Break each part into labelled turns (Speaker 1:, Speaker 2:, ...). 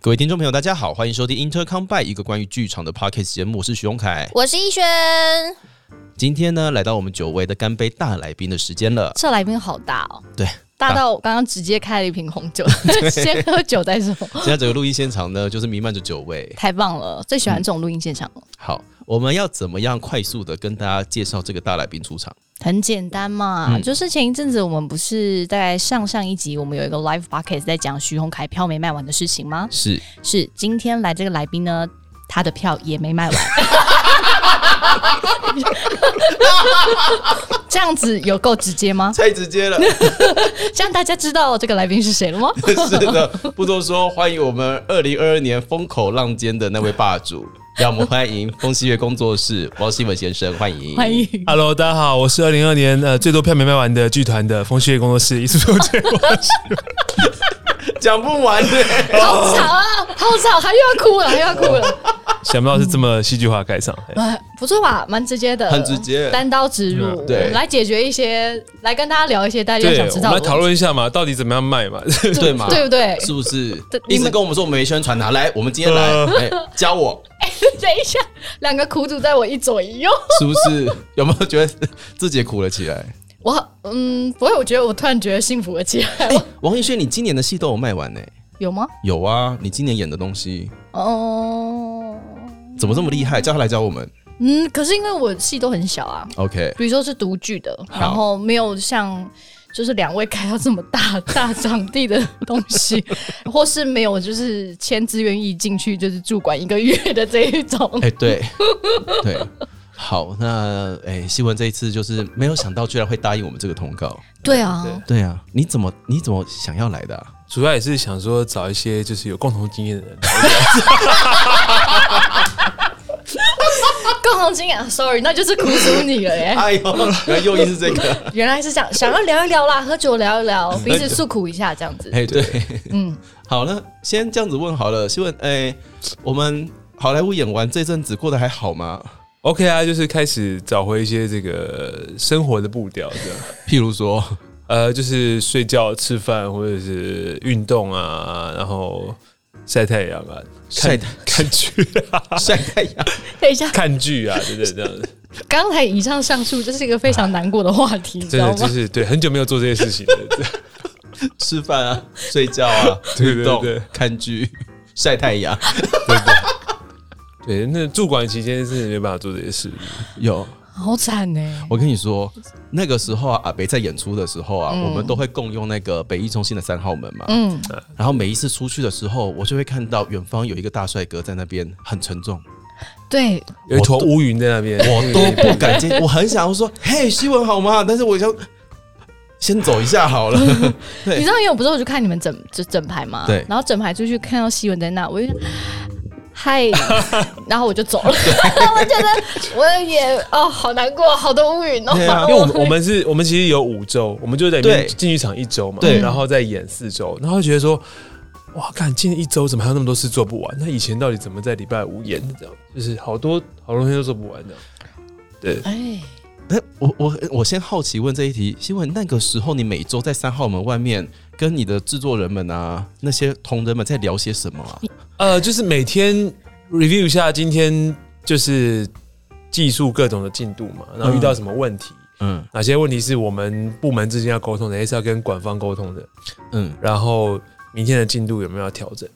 Speaker 1: 各位听众朋友，大家好，欢迎收听 Intercom by 一个关于剧场的 podcast 节目，我是徐荣凯。
Speaker 2: 我是逸轩，
Speaker 1: 今天呢，来到我们久违的干杯大来宾的时间 了。
Speaker 3: 这来宾好大哦，
Speaker 1: 对，
Speaker 3: 大
Speaker 1: 大
Speaker 3: 到我刚刚直接开了一瓶红酒， 先喝酒 再说，
Speaker 1: 现在整个录音现场呢，就是弥漫着酒味。
Speaker 3: 太棒了，最喜欢这种录音现场了。
Speaker 1: 好，我们要怎么样快速的跟大家介绍这个大来宾出场？
Speaker 3: 很简单嘛，
Speaker 1: 嗯
Speaker 3: 就是前一阵子我们不是在上上一集我们有一个 live podcast 在讲徐宏凯票没卖完的事情吗？
Speaker 1: 是
Speaker 3: 是今天来这个来宾呢，他的票也没 卖完。这样子有够直接吗？
Speaker 1: 太直接了，
Speaker 3: 这样大家知道这个来宾是谁了吗？
Speaker 1: 是的，不多说，欢迎我们二零二二年风口浪尖的那位霸 主，让我们欢迎风西月工作室王希文先生，欢迎，
Speaker 3: 欢迎
Speaker 4: Hello，大家好，我是二零二年呃最多票没卖完的剧团的风穴工作室一次周杰。
Speaker 1: 讲不完的、
Speaker 3: 好吵啊，好吵，还又要哭了，还又要哭了。
Speaker 4: 想不到是这么戏剧化的开场。哎
Speaker 3: 哎，不错吧？蛮直接的，
Speaker 1: 很直接
Speaker 3: 单刀直入。
Speaker 1: 对
Speaker 3: 我们来解决一些，来跟大家聊一些大家
Speaker 4: 嗯对，
Speaker 3: 想
Speaker 4: 我
Speaker 3: 知
Speaker 4: 们
Speaker 3: 道
Speaker 4: 来
Speaker 3: 的
Speaker 4: 讨
Speaker 3: 问
Speaker 4: 论一下嘛，到底怎么样卖嘛？
Speaker 3: 题，
Speaker 1: 对嘛
Speaker 3: 对不对？
Speaker 1: 是不是
Speaker 3: 对？
Speaker 1: 一
Speaker 3: 你
Speaker 1: 直
Speaker 3: 们
Speaker 1: 跟我们说我们没宣传他，来，我们今天来，哎、教我，
Speaker 3: 等一下，两个苦主在我一左一右。
Speaker 1: 是不是？ 有没有觉得自己也苦了起来？
Speaker 3: 我嗯，不会，我觉得我突然觉得幸福了起来。我
Speaker 1: 哎王艺轩，你今年的戏都有卖完呢、
Speaker 3: 有吗？
Speaker 1: 有啊，你今年演的东西
Speaker 3: 哦，
Speaker 1: 怎么这么厉害？叫他来教我们。
Speaker 3: 嗯，可是因为我戏都很小啊，
Speaker 1: OK，
Speaker 3: 比如说是独剧的，
Speaker 1: 好
Speaker 3: 然后没有像就是两位开到这么大大场地的东西， 或是没有就是签自愿意进去就是驻馆一个月的这一种。
Speaker 1: 哎、对对，好，那哎，希、文这一次就是没有想到，居然会答应我们这个通告。
Speaker 3: 对啊，
Speaker 1: 对啊，你怎么你怎么想要来的、啊？
Speaker 4: 主要也是想说找一些就是有共同经验的人。
Speaker 3: 共同经验，sorry，那啊就是苦主你了耶。
Speaker 1: 哎呦，原来诱因是这个。
Speaker 3: 原来是这样，想要聊一聊啦，喝酒聊一聊，
Speaker 1: 嗯
Speaker 3: 彼此诉苦一下这样子。
Speaker 1: 哎、对，
Speaker 3: 嗯，
Speaker 1: 好，那先这样子问好了，希文，哎、我们好莱坞演完这阵子过得还好吗？
Speaker 4: OK 啊，就是开始找回一些这个生活的步调，这样。
Speaker 1: 譬如说，
Speaker 4: 呃，就是睡觉、吃饭，或者是运动啊，然后晒太阳啊，
Speaker 1: 晒
Speaker 4: 看
Speaker 1: 太
Speaker 4: 看剧 啊，
Speaker 1: 晒太阳，
Speaker 3: 等一下，
Speaker 4: 看剧啊，对对这样子。
Speaker 3: 刚才以上上述这是一个非常难过的话题，你知
Speaker 4: 真
Speaker 3: 道
Speaker 4: 的
Speaker 3: 吗？
Speaker 4: 就是对，很久没有做这些事情了。
Speaker 1: 吃饭啊，睡觉啊，
Speaker 4: 对
Speaker 1: 运动
Speaker 4: 对对、
Speaker 1: 看剧、 晒太阳，
Speaker 4: 对，那驻馆期间是没办法做这些事。
Speaker 1: 有。
Speaker 3: 好惨呢、
Speaker 1: 我跟你说，那个时候啊，阿北在演出的时候啊，我们都会共用那个北艺中心的三号门嘛。
Speaker 3: 嗯，
Speaker 1: 然后每一次出去的时候，我就会看到远方有一个大帅哥在那边很沉重，
Speaker 3: 对，
Speaker 4: 有一坨乌云在那边，
Speaker 1: 我都不敢接。我很想要说：“嘿，希文好吗？”但是我想先走一下好了。对
Speaker 3: 你知道，因为我不是我去看你们整整整排嘛，
Speaker 1: 对
Speaker 3: 然后整排出去看到西文在那，我就 嗨，然后我就走了， 我觉得我也哦，好难过，好多乌云哦，
Speaker 1: 对啊
Speaker 4: 因为我们我们是我们其实有五周，我们就在里
Speaker 1: 对
Speaker 4: 面进剧场一周嘛，
Speaker 1: 对
Speaker 4: 然后再演四周，然后就觉得说，哇，看今天一周怎么还有那么多事做不完？那以前到底怎么在礼拜五演的？这样就是好多好多东西都做不完的。对，
Speaker 3: 哎，
Speaker 1: 哎，我我我先好奇问这一题，希文那个时候你每周在三号门外面跟你的制作人们啊，那些同仁们在聊些什么啊？
Speaker 4: 呃，就是每天 review 一下今天就是技术各种的进度嘛，然后遇到什么问题，
Speaker 1: 嗯
Speaker 4: 哪些问题是我们部门之间要沟通的，哪些是要跟管方沟通的，
Speaker 1: 嗯，
Speaker 4: 然后明天的进度有没有要调整，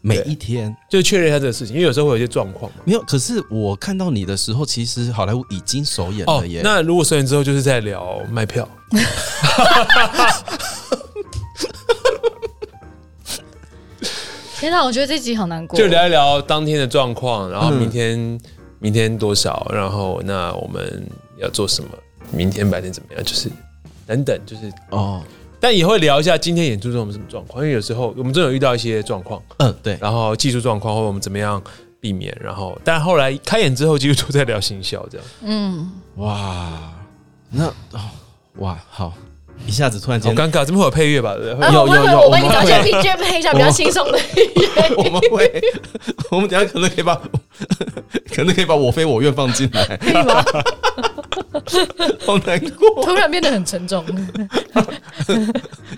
Speaker 1: 每一天
Speaker 4: 就确认一下这个事情，因为有时候会有一些状况嘛。
Speaker 1: 没有。可是我看到你的时候，其实好莱坞已经首演
Speaker 4: 哦
Speaker 1: 了耶。，
Speaker 4: 那如果收完之后就是在聊卖票，
Speaker 3: 天哪，我觉得这集好难过，
Speaker 4: 就聊一聊当天的状况，然后明天、明天多少，然后那我们要做什么，明天白天怎么样，就是等等，就是
Speaker 1: 哦，
Speaker 4: 但也会聊一下今天演出中我们什么状况，因为有时候我们真的有遇到一些状况，
Speaker 1: 嗯，对，
Speaker 4: 然后技术状况或者我们怎么样避免，然后但后来开演之后，几乎都在聊行销这样。
Speaker 3: 嗯，
Speaker 1: 哇，那哦，哇，好，一下子突然
Speaker 4: 好
Speaker 1: 间，
Speaker 4: 尴尬，这边会有配乐吧？对不对
Speaker 3: 啊
Speaker 1: 有
Speaker 3: 我帮
Speaker 1: 有
Speaker 3: 你
Speaker 1: 有
Speaker 3: 我帮你
Speaker 1: 我
Speaker 3: 找
Speaker 1: 们
Speaker 3: 一下
Speaker 1: 会
Speaker 3: BGM 配一下比较轻松的，
Speaker 1: 我们会，我们等一下可能可以把， 可能可以把我非我愿放进来，
Speaker 3: 可以吗？
Speaker 1: 好难过。
Speaker 3: 突然变得很沉重，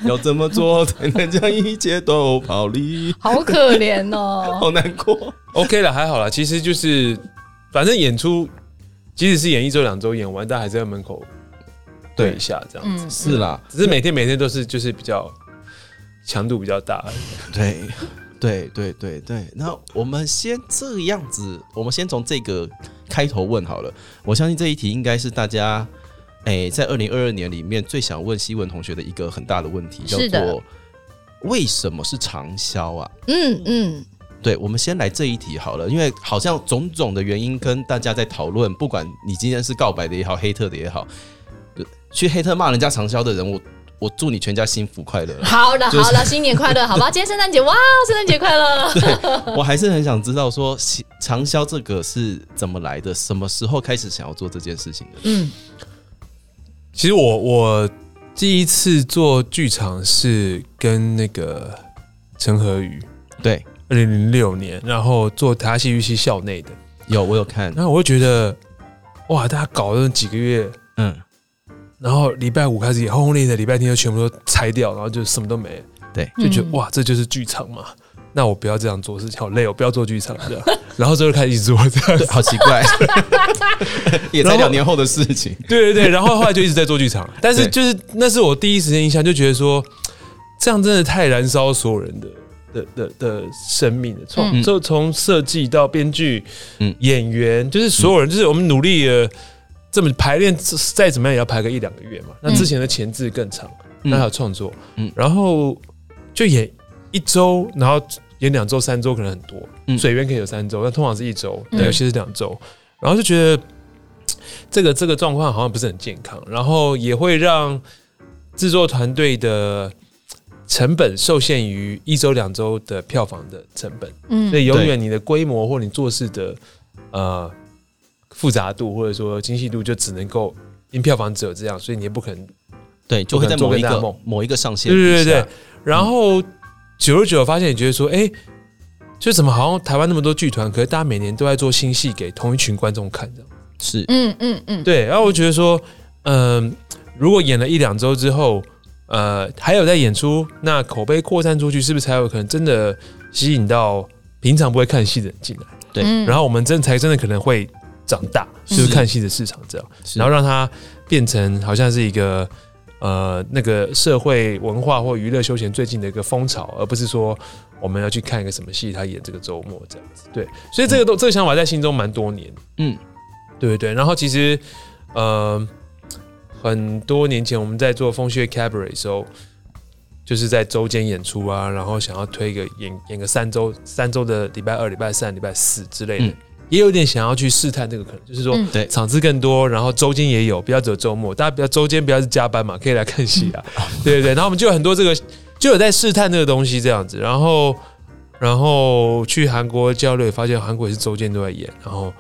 Speaker 1: 要怎么做才能将一切都跑离？
Speaker 3: 好可怜哦。
Speaker 1: 好难过。
Speaker 4: OK 了，还好啦。其实就是，反正演出，即使是演一周两周演完，但还是在门口对一下这样。
Speaker 3: 嗯，
Speaker 1: 是啦，
Speaker 4: 只是每天每天都是就是比较强度比较大而已。
Speaker 1: 对，对，对，对，对。那我们先这样子，我们先从这个开头问好了。我相信这一题应该是大家，哎、在二零二二年里面最想问希文同学的一个很大的问题，叫
Speaker 3: 是的
Speaker 1: 做为什么是长销啊？
Speaker 3: 嗯嗯，
Speaker 1: 对，我们先来这一题好了，因为好像种种的原因跟大家在讨论，不管你今天是告白的也好，黑特的也好，去黑特骂人家长销的人，我我祝你全家幸福快乐 啦。
Speaker 3: 好的
Speaker 1: 就是
Speaker 3: 好的，新年快乐，好吧？今天圣诞节，哇，圣诞节快乐。
Speaker 1: 我还是很想知道说其长销这个是怎么来的，什么时候开始想要做这件事情的？
Speaker 3: 嗯
Speaker 4: 其实我我第一次做剧场是跟那个陈和宇，
Speaker 1: 对，
Speaker 4: 二零零六年，然后做台戏剧系校内的，
Speaker 1: 有我有看，
Speaker 4: 然后我就觉得哇，大家搞了几个月，
Speaker 1: 嗯，
Speaker 4: 然后礼拜五开始演，轰轰烈烈的礼拜天就全部都拆掉，然后就什么都没了，
Speaker 1: 对，
Speaker 4: 就觉得、
Speaker 3: 嗯
Speaker 4: 哇，这就是剧场嘛。那我不要这样做事情，好累，我不要做剧场这样。然后之后就开始一直做这
Speaker 1: 对，
Speaker 4: 样子，
Speaker 1: 好奇 怪，也
Speaker 4: 然
Speaker 1: 才
Speaker 4: 后
Speaker 1: 两年后的事情，
Speaker 4: 对对对。然后后来就一直在做剧场，但是
Speaker 1: 对
Speaker 4: 就是那是我第一时间印象，就觉得说这样真的太燃烧所有人的的的的生命了。
Speaker 1: 嗯
Speaker 4: 从就从设计到编剧，
Speaker 1: 嗯
Speaker 4: 演员，就是所有人，就是我们努力了这么排练，再怎么样也要排个一两个月嘛。那之前的前置更长。那还有创作，
Speaker 1: 嗯
Speaker 4: 然后就演一周，然后演两周、三周可能很多，
Speaker 1: 嗯
Speaker 4: 水源可以有三周，但通常是一周，
Speaker 3: 嗯
Speaker 4: 但有些是两周，然后就觉得嘖这个这个状况好像不是很健康，然后也会让制作团队的嘖成本受限于一周、两周的票房的成本，所
Speaker 3: 嗯
Speaker 4: 以永远你的规模或你做事的呃复杂度或者说精细度就只能够因票房只有这样，所以你也不可能
Speaker 1: 对，就会在某一
Speaker 4: 做个大
Speaker 1: 个
Speaker 4: 梦
Speaker 1: 某一个上限，
Speaker 4: 对对对对，，然后久而久之发现，你觉得说，哎、就怎么好像台湾那么多剧团，可是大家每年都在做新戏给同一群观众看这样。
Speaker 1: 是，
Speaker 3: 嗯嗯嗯，
Speaker 4: 对，然后我觉得说，嗯、如果演了一两周之后，呃，还有在演出，那口碑扩散出去，是不是才有可能真的吸引到平常不会看戏的人进来？
Speaker 1: 对
Speaker 3: 嗯
Speaker 4: 然后我们真才真的可能会长大，就是
Speaker 1: 是
Speaker 4: 看戏的市场这样。
Speaker 1: 是
Speaker 4: 然后让它变成好像是一个呃那个社会文化或娱乐休闲最近的一个风潮，而不是说我们要去看一个什么戏，他演这个周末这样子。对，所以这个都、这个想法在心中蛮多年。
Speaker 1: 嗯，
Speaker 4: 对对对。然后其实呃很多年前我们在做风穴 cabaret 的时候。就是在周间演出啊，然后想要推一个演演个三周，三周的礼拜二、礼拜三、礼拜四之类的，
Speaker 1: 嗯
Speaker 4: 也有点想要去试探这个可能，就是说，
Speaker 3: 嗯
Speaker 1: 对，
Speaker 4: 场次更多，然后周间也有，不要只有周末，大家不要周间不要是加班嘛，可以来看戏 啊，对对对。然后我们就有很多这个，就有在试探这个东西这样子，然后然后去韩国交流，也发现韩国也是周间都在演，然后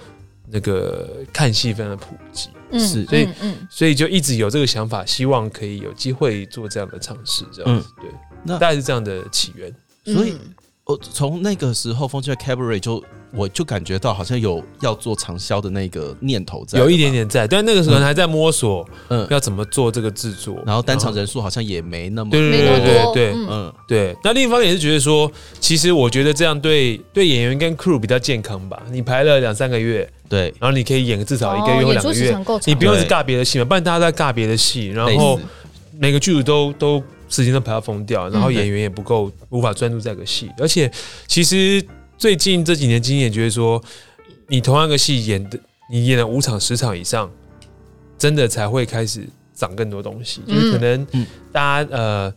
Speaker 4: 那个看戏非常的普及，
Speaker 3: 嗯
Speaker 1: 是
Speaker 4: 所以
Speaker 3: 嗯嗯
Speaker 4: 所以就一直有这个想法，希望可以有机会做这样的尝试，这样子、对，
Speaker 1: 嗯那
Speaker 4: 大概是这样的起源。
Speaker 3: 嗯
Speaker 1: 所以我哦从那个时候风趣的 cabaret 就我就感觉到好像有要做长销的那个念头在，
Speaker 4: 有一点，点在，但那个时候可能还在摸索
Speaker 1: 嗯，
Speaker 4: 要怎么做这个制作，
Speaker 1: 然后单场人数好像也没那么，
Speaker 4: 对
Speaker 3: 没那
Speaker 4: 对对
Speaker 3: 么
Speaker 4: 对
Speaker 3: 多，
Speaker 4: 对，
Speaker 3: 嗯
Speaker 1: 嗯，
Speaker 4: 对，那另一方面也是觉得说，其实我觉得这样对对演员跟 crew 比较健康吧。你排了两三个月，
Speaker 1: 对，
Speaker 4: 然后你可以演个至少一个月
Speaker 3: 哦
Speaker 4: 或
Speaker 3: 演
Speaker 4: 两
Speaker 3: 出
Speaker 4: 个
Speaker 3: 时
Speaker 4: 月，
Speaker 3: 长够长，
Speaker 4: 你不用一直
Speaker 1: 对
Speaker 4: 尬别的戏嘛，不然大家都在尬别的戏，然后
Speaker 1: 类似
Speaker 4: 每个剧组都都时间都排到疯掉，然后
Speaker 3: 嗯
Speaker 4: 演员也不够无法专注在一个戏。而且其实最近这几年经验觉得说，你同样一个戏演的，你演了五场十场以上，真的才会开始长更多东西，就是可能
Speaker 1: 嗯
Speaker 4: 大家呃。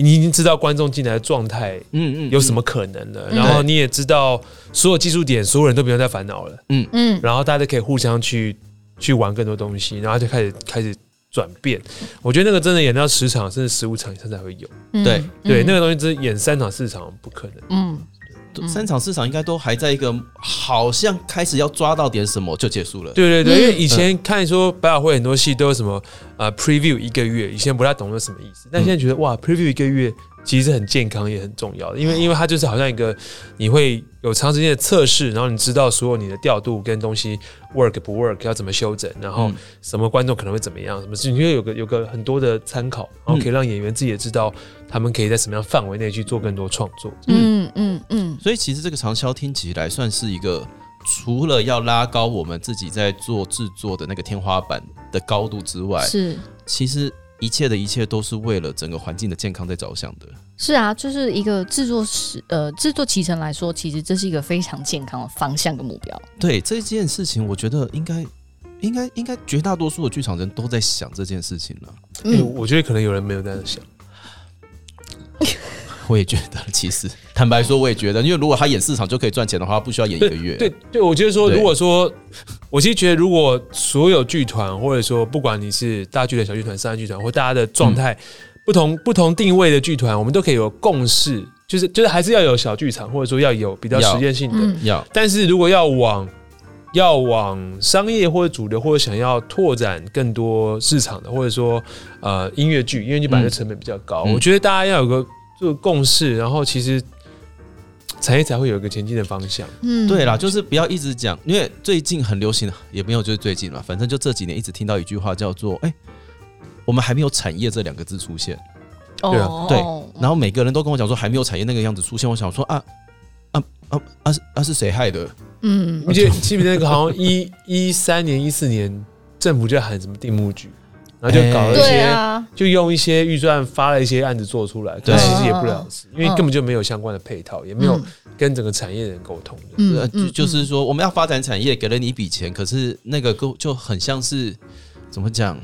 Speaker 4: 你已经知道观众进来的状态
Speaker 1: 嗯嗯，
Speaker 4: 有什么可能的？
Speaker 3: 嗯
Speaker 4: 然后你也知道所有技术点，所有人都不用再烦恼了，
Speaker 3: 嗯
Speaker 4: 然后大家可以互相去去玩更多东西，然后就开始开始转变。我觉得那个真的演到十场甚至十五场以上才会有，
Speaker 3: 嗯
Speaker 1: 对
Speaker 3: 嗯
Speaker 4: 对，那个东西真的演三场四场不可能。
Speaker 3: 嗯嗯
Speaker 1: 三场市场应该都还在一个好像开始要抓到点什么就结束了。
Speaker 4: 对对
Speaker 3: 嗯
Speaker 4: 对，因为以前看说百老汇很多戏都有什么呃 preview 一个月，以前不大懂得什么意思，但现在觉得、哇 preview 一个月其实很健康也很重要的，因为因为它就是好像一个你会有长时间的测试，然后你知道所有你的调度跟东西 work 不 work 要怎么修整，然后
Speaker 1: 嗯
Speaker 4: 什么观众可能会怎么样，什么事情，因为有个有个很多的参考，然后可以让演员自己也知道他们可以在什么样范围内去做更多创作。
Speaker 1: 嗯
Speaker 2: 嗯嗯嗯，
Speaker 1: 所以其实这个长销听起来算是一个，除了要拉高我们自己在做制作的那个天花板的高度之外，
Speaker 2: 是
Speaker 1: 其实一切的一切都是为了整个环境的健康在着想的。
Speaker 2: 是啊，就是一个制作时呃制作期程来说，其实这是一个非常健康的方向跟目标。
Speaker 1: 对这件事情，我觉得应该。应该应该绝大多数的剧场人都在想这件事情了，
Speaker 4: 嗯、我觉得可能有人没有这样想，
Speaker 1: 我也觉得，其实坦白说，我也觉得，因为如果他演四场就可以赚钱的话，他不需要演一个月。
Speaker 4: 对对，我觉得说，
Speaker 1: 对
Speaker 4: 如果说，我其实觉得，如果所有剧团或者说不管你是大剧团、小剧团、商业剧团，或大家的状态、不同、不同定位的剧团，我们都可以有共识，就是就是还是要有小剧场，或者说要有比较
Speaker 1: 要
Speaker 4: 实验性的。
Speaker 2: 嗯
Speaker 1: 要
Speaker 4: 但是如果要往要往商业或者主流，或者想要拓展更多市场的，或者说呃音乐剧，因为你本来就成本比较高，
Speaker 1: 嗯
Speaker 4: 我觉得大家要有个这个共识，然后其实产业才会有一个前进的方向。
Speaker 2: 嗯，
Speaker 1: 对啦，就是不要一直讲，因为最近很流行，也没有就是最近了，反正就这几年一直听到一句话叫做“哎、我们还没有产业”这两个字出现，
Speaker 4: 对啊
Speaker 1: 对
Speaker 2: 哦
Speaker 1: 然后每个人都跟我讲说还没有产业那个样子出现，我想说啊啊啊啊是啊是谁害的？
Speaker 2: 嗯
Speaker 4: 你记得记不记得那个好像一一三年、一四年政府就喊什么定目剧，然后就搞了一
Speaker 2: 对
Speaker 4: 些，
Speaker 2: 啊，
Speaker 4: 就用一些预算发了一些案子做出来，
Speaker 1: 对嗯
Speaker 4: 但其实也不了了事，因为
Speaker 2: 嗯
Speaker 4: 根本就没有相关的配套，也没有跟整个产业的人沟通的。
Speaker 1: 呃
Speaker 2: 嗯，
Speaker 1: 就就是
Speaker 2: 嗯
Speaker 1: 说我们要发展产业，给了你一笔钱，可是那个就就很像是怎么讲，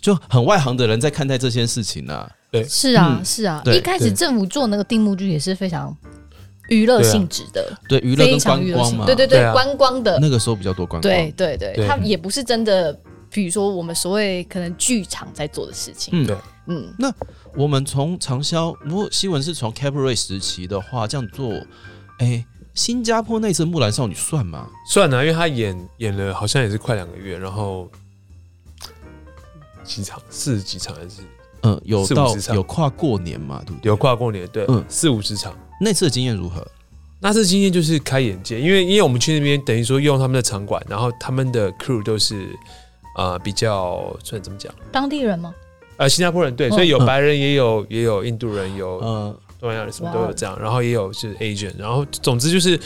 Speaker 1: 就很外行的人在看待这件事情啊。
Speaker 2: 是啊
Speaker 1: 嗯
Speaker 2: 是啊，
Speaker 1: 对
Speaker 2: 一开始
Speaker 4: 对
Speaker 2: 政府做那个定目剧也是非常娱乐
Speaker 4: 对啊
Speaker 2: 性质的，
Speaker 1: 对，娱乐
Speaker 2: 非
Speaker 1: 跟
Speaker 2: 常
Speaker 1: 观
Speaker 2: 娱乐
Speaker 1: 光
Speaker 2: 性
Speaker 1: 嘛，，
Speaker 2: 对对
Speaker 4: 对
Speaker 2: 对，
Speaker 4: 啊
Speaker 2: 观光的，
Speaker 1: 那个时候比较多观光。
Speaker 2: 对对对，
Speaker 4: 对
Speaker 2: 它也不是真的，比如说我们所谓可能剧场在做的事情，
Speaker 1: 嗯
Speaker 4: 对
Speaker 2: 嗯，
Speaker 1: 我们从长销，如果西文是从 Cabaret 时期的话，这样做，哎、新加坡那次《木兰少女》算吗？
Speaker 4: 算了，因为他演演了好像也是快两个月，然后几场四十几场还是
Speaker 1: 嗯、有
Speaker 4: 四五
Speaker 1: 到
Speaker 4: 十场
Speaker 1: 有跨过年嘛，对不对？
Speaker 4: 有跨过年，对，
Speaker 1: 嗯
Speaker 4: 四五十场。
Speaker 1: 那次的经验如何？
Speaker 4: 那次经验就是开眼界，因为因为我们去那边等于说用他们的场馆，然后他们的 crew 都是呃比较算怎么讲，
Speaker 2: 当地人吗？
Speaker 4: 呃新加坡人对，
Speaker 2: 嗯
Speaker 4: 所以有
Speaker 1: 嗯
Speaker 4: 白人也有也有印度人，有
Speaker 1: 呃，
Speaker 4: 东南亚人什么
Speaker 2: 哇
Speaker 4: 都有这样，然后也有就是 Asian，然后总之就是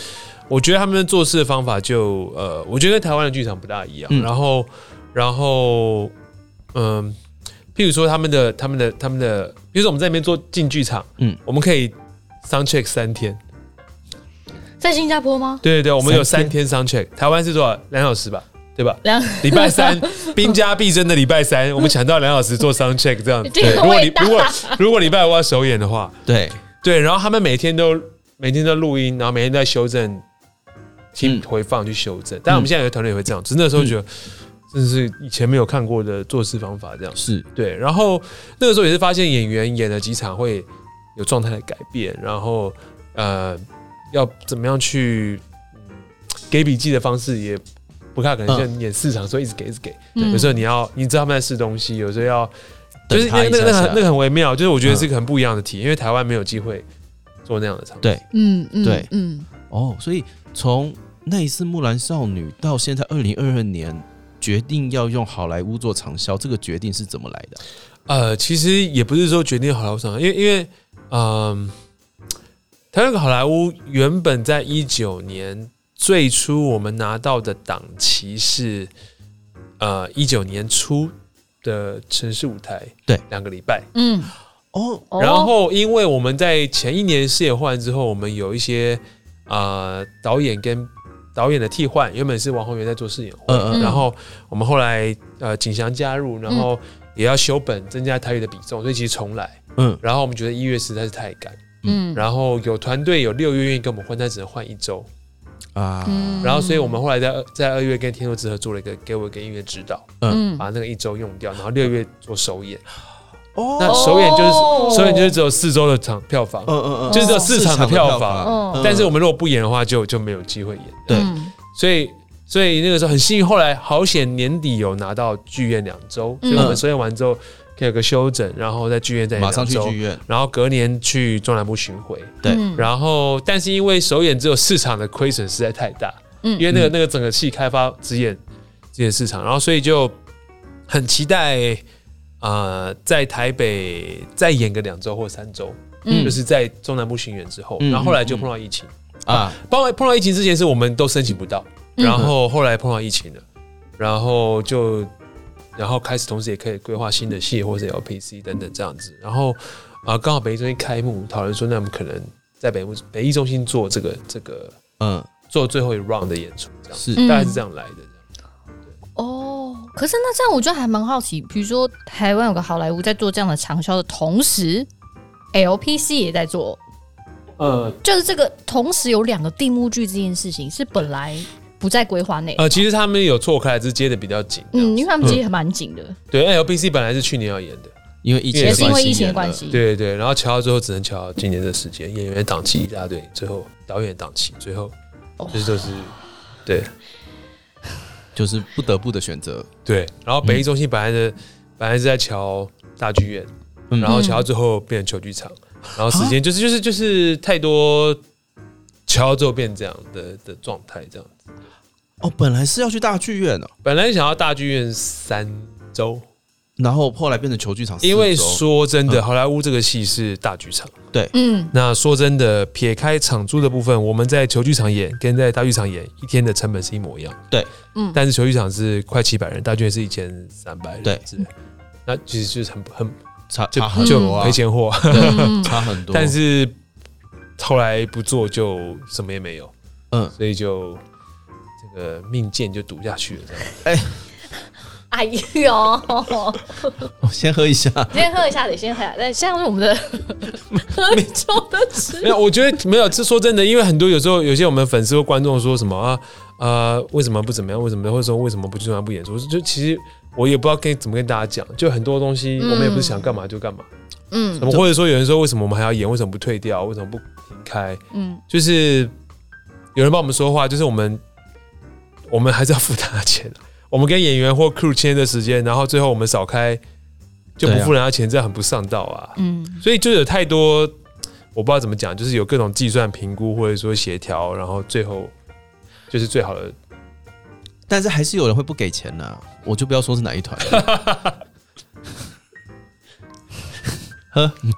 Speaker 4: 我觉得他们做事的方法就呃，我觉得跟台湾的剧场不大一样，
Speaker 1: 嗯
Speaker 4: 然后然后嗯、譬如说他们的他们的他们的，比如说我们在那边做进剧场，嗯
Speaker 1: 嗯，
Speaker 4: 我们可以 sound check 三天。
Speaker 2: 在新加坡吗？
Speaker 4: 对对对，我们有
Speaker 1: 三
Speaker 4: 三天 sound check，台湾是多少两小时吧？对吧？
Speaker 2: 两
Speaker 4: 礼拜三， 兵家必争的礼拜三，我们抢到两小时做 sound check 这样。
Speaker 2: 这个
Speaker 4: 对，如果
Speaker 2: 味
Speaker 4: 你
Speaker 2: 道
Speaker 4: 如果如果礼拜五要首演的话，
Speaker 1: 对，
Speaker 4: 对，然后他们每天都每天都录音，然后每天都在修正听
Speaker 1: 嗯
Speaker 4: 回放去修正。但我们现在有的团队也会这样，只是那时候觉得这是以前没有看过的做事方法这样。
Speaker 1: 是，
Speaker 4: 对，然后那个时候也是发现演员演了几场会有状态的改变，然后呃，要怎么样去、嗯、给笔记的方式也不太可能，
Speaker 1: 嗯
Speaker 4: 像演四场，所以一直给一直给。
Speaker 2: 嗯
Speaker 4: 有时候你要你知道他们在试东西，有时候要就是
Speaker 1: 等他
Speaker 4: 那
Speaker 1: 一
Speaker 4: 那
Speaker 1: 下
Speaker 4: 个那
Speaker 1: 下嗯
Speaker 4: 个那个很微妙，就是我觉得是一个很不一样的体验，因为台湾没有机会做那样的场景。
Speaker 1: 对，
Speaker 2: 嗯嗯
Speaker 1: 对
Speaker 2: 嗯，
Speaker 1: 哦，所以从那一次《木兰少女》到现在二零二二年。决定要用好莱坞做长销，这个决定是怎么来的？
Speaker 4: 呃，其实也不是说决定好莱坞上，因为因为嗯、台湾跟好莱坞原本在一九年最初我们拿到的档期是呃一九年初的城市舞台，
Speaker 1: 对，
Speaker 4: 两个礼拜。
Speaker 2: 嗯，
Speaker 1: 哦，
Speaker 2: 哦
Speaker 4: 然后因为我们在前一年饰演换之后，我们有一些呃导演跟导演的替换，原本是王宏源在做饰演换，
Speaker 1: 嗯嗯
Speaker 4: 然后我们后来呃景祥加入，然后
Speaker 2: 嗯
Speaker 4: 也要修本增加台语的比重，所以其实重来。
Speaker 1: 嗯，
Speaker 4: 然后我们觉得一月实在是太赶，
Speaker 2: 嗯，
Speaker 4: 然后有团队有六月愿意跟我们换，但只能换一周。
Speaker 1: 啊，
Speaker 2: 嗯
Speaker 4: 然后所以我们后来在呃在二月跟天作之合做了一个给我一个音乐指导，
Speaker 2: 嗯
Speaker 4: 把那个一周用掉，然后六月做首演。
Speaker 1: 哦
Speaker 4: 那首演就是
Speaker 2: 哦
Speaker 4: 首演就是只有四周的场票房，
Speaker 1: 嗯嗯嗯，
Speaker 2: 就是只有
Speaker 4: 市场的票房
Speaker 2: 哦
Speaker 1: 嗯
Speaker 4: 嗯但是我们如果不演的话就，就没有机会演。
Speaker 1: 对
Speaker 2: 嗯
Speaker 4: 所以所以那个时候很幸运，后来好险年底有拿到剧院两周，所以我们
Speaker 1: 嗯
Speaker 4: 首演完之后可以有个休整，然后在剧院再演
Speaker 1: 马上
Speaker 4: 两
Speaker 1: 去
Speaker 4: 周
Speaker 1: 剧，院，
Speaker 4: 然后隔年去中南部巡回。
Speaker 1: 对
Speaker 2: 嗯
Speaker 4: 然后，但是因为首演只有市场的亏损实在太大，
Speaker 2: 嗯
Speaker 4: 因为那个
Speaker 1: 嗯
Speaker 4: 那个整个戏开发只演只演市场，然后所以就很期待，呃，在台北再演个两周或三周，
Speaker 2: 嗯
Speaker 4: 就是在中南部巡演之后，
Speaker 1: 嗯
Speaker 4: 然后后来就碰到疫情，
Speaker 1: 啊，
Speaker 4: 碰到碰到疫情之前是我们都申请不到，
Speaker 2: 嗯
Speaker 4: 然后后来碰到疫情了，然后就然后开始同时也可以规划新的戏或者 LPC 等等这样子，然后啊刚好北艺中心开幕，讨论说那我们可能在北部北艺中心做这个这个
Speaker 1: 嗯，
Speaker 4: 做最后一 round 的演出，这样
Speaker 1: 是
Speaker 2: 嗯
Speaker 4: 大概是这样来的。
Speaker 2: 哦，可是那这样我就还蛮好奇，比如说台湾有个好莱坞在做这样的长销的同时，LPC 也在做，
Speaker 4: 呃
Speaker 2: 就是这个同时有两个定目剧这件事情是本来不在规划内，
Speaker 4: 呃，其实他们有错开，只是接的比较紧。
Speaker 2: 嗯，因为
Speaker 4: 嗯，
Speaker 2: 他们其实蛮紧的，
Speaker 4: 对，LPC 本来是去年要演的，
Speaker 1: 因为疫情
Speaker 2: 也
Speaker 1: 的
Speaker 2: 是因为
Speaker 1: 关系
Speaker 2: 疫情的
Speaker 1: 演
Speaker 2: 关
Speaker 1: 了，
Speaker 2: 系，
Speaker 4: 啊对对，然后瞧到最后只能瞧到今年的时间，演员档期一大堆，最后导演档期，最后就是都是对
Speaker 1: 呃就是不得不的选择，
Speaker 4: 对。然后北艺中心本来的、本来是在瞧大剧院，
Speaker 1: 嗯
Speaker 4: 然后瞧到最后变成球剧场，然后时间就是就是就是太多，瞧到最后变这样的的状态这样。
Speaker 1: 哦，本来是要去大剧院哦，
Speaker 4: 本来想要大剧院三周，
Speaker 1: 然后后来变成球剧场四周，
Speaker 4: 因为说真的，
Speaker 1: 嗯
Speaker 4: 好莱坞这个戏是大剧场。
Speaker 2: 嗯，
Speaker 4: 那说真的，撇开场租的部分，我们在球剧场演跟在大剧场演一天的成本是一模一样。
Speaker 1: 对，
Speaker 2: 嗯
Speaker 4: 但是球剧场是快七百人，大剧院是一千三百人，
Speaker 1: 对
Speaker 4: 之类的，那其实就是很很
Speaker 1: 差
Speaker 4: 就
Speaker 1: 差很
Speaker 4: 就
Speaker 1: 多啊
Speaker 4: 赔，钱货。
Speaker 2: 嗯
Speaker 1: 对，差很多，
Speaker 4: 但是后来不做就什么也没有，
Speaker 1: 嗯，
Speaker 4: 所以就这个命贱就赌下去了。这样
Speaker 3: 哎呦，
Speaker 1: 我哦先喝一下，
Speaker 3: 先喝一下，得先喝一下。但像是 我们的喝酒的吃
Speaker 4: 没有，我觉得没有。是说真的，因为很多有时候有些我们粉丝或观众说什么啊呃，为什么不怎么样？为什么或者说为什么不去中南部演出？就其实我也不知道该怎么跟大家讲，就很多东西我们也不是想干嘛就干嘛。
Speaker 2: 嗯
Speaker 4: 什么或者说有人说为什么我们还要演？为什么不退掉？为什么不停开？
Speaker 2: 嗯，
Speaker 4: 就是有人帮我们说话，就是我们我们还是要付大家钱。 我们跟演员或 crew 签的时间，然后最后我们少开就不
Speaker 1: 对啊
Speaker 4: 付人家钱，这样很不上道啊。
Speaker 2: 嗯，
Speaker 4: 所以就有太多我不知道怎么讲，就是有各种计算、评估或者说协调，然后最后就是最好的。
Speaker 1: 但是还是有人会不给钱呢、我就不要说是哪一团了，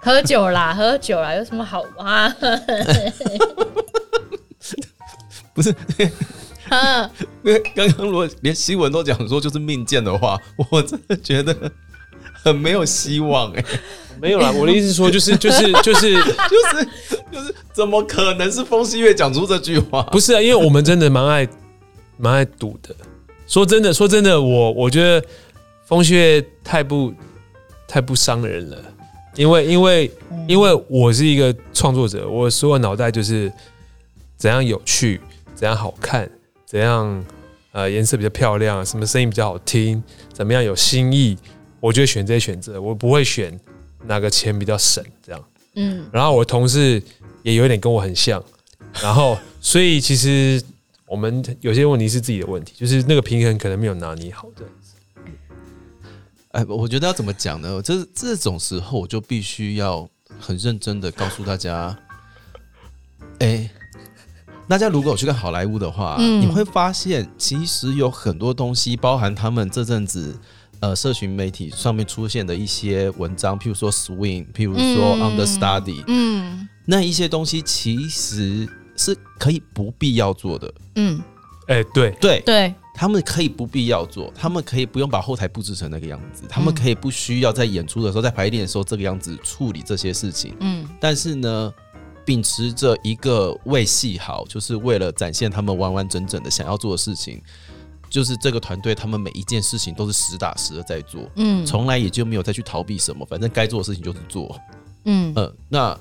Speaker 3: 喝酒啦，喝酒啦，有什么好啊？
Speaker 1: 不 是，
Speaker 3: 嗯
Speaker 1: 因为刚刚如果连新闻都讲说就是命贱的话，我真的觉得很没有希望哎、
Speaker 4: 没有啦，我的意思是说，就是就是
Speaker 1: 就
Speaker 4: 就是
Speaker 1: 是就是 怎么可能是风西月讲出这句话？
Speaker 4: 不是啊，因为我们真的蛮爱蛮爱赌的。说真的，说真的，我我觉得风穴太不太不伤人了，因为因为因为我是一个创作者，我所有脑袋就是怎样有趣，怎样好看，怎样呃颜色比较漂亮，什么声音比较好听，怎么样有新意，我就会选这些选择，我不会选哪个钱比较省这样。
Speaker 2: 嗯，
Speaker 4: 然后我同事也有点跟我很像，然后所以其实我们有些问题是自己的问题，就是那个平衡可能没有拿捏好的。
Speaker 1: 哎，我觉得要怎么讲呢？这这种时候我就必须要很认真的告诉大家，哎、大家如果有去看好莱坞的话，
Speaker 2: 嗯
Speaker 1: 你会发现其实有很多东西，包含他们这阵子呃社群媒体上面出现的一些文章，譬如说 swing，譬如说
Speaker 2: 嗯
Speaker 1: understudy，、
Speaker 2: 嗯
Speaker 1: 那一些东西其实是可以不必要做的，
Speaker 2: 嗯，
Speaker 4: 哎、对，
Speaker 1: 对，
Speaker 2: 对，
Speaker 1: 他们可以不必要做，他们可以不用把后台布置成那个样
Speaker 2: 嗯
Speaker 1: 子，他们可以不需要在演出的时候、在排练的时候这个样子处理这些事情。
Speaker 2: 嗯
Speaker 1: 但是呢，秉持着一个为戏好，就是为了展现他们完完整整的想要做的事情，就是这个团队他们每一件事情都是实打实的在做，
Speaker 2: 嗯
Speaker 1: 从来也就没有再去逃避什么，反正该做的事情就是做。
Speaker 2: 嗯，
Speaker 1: 呃，那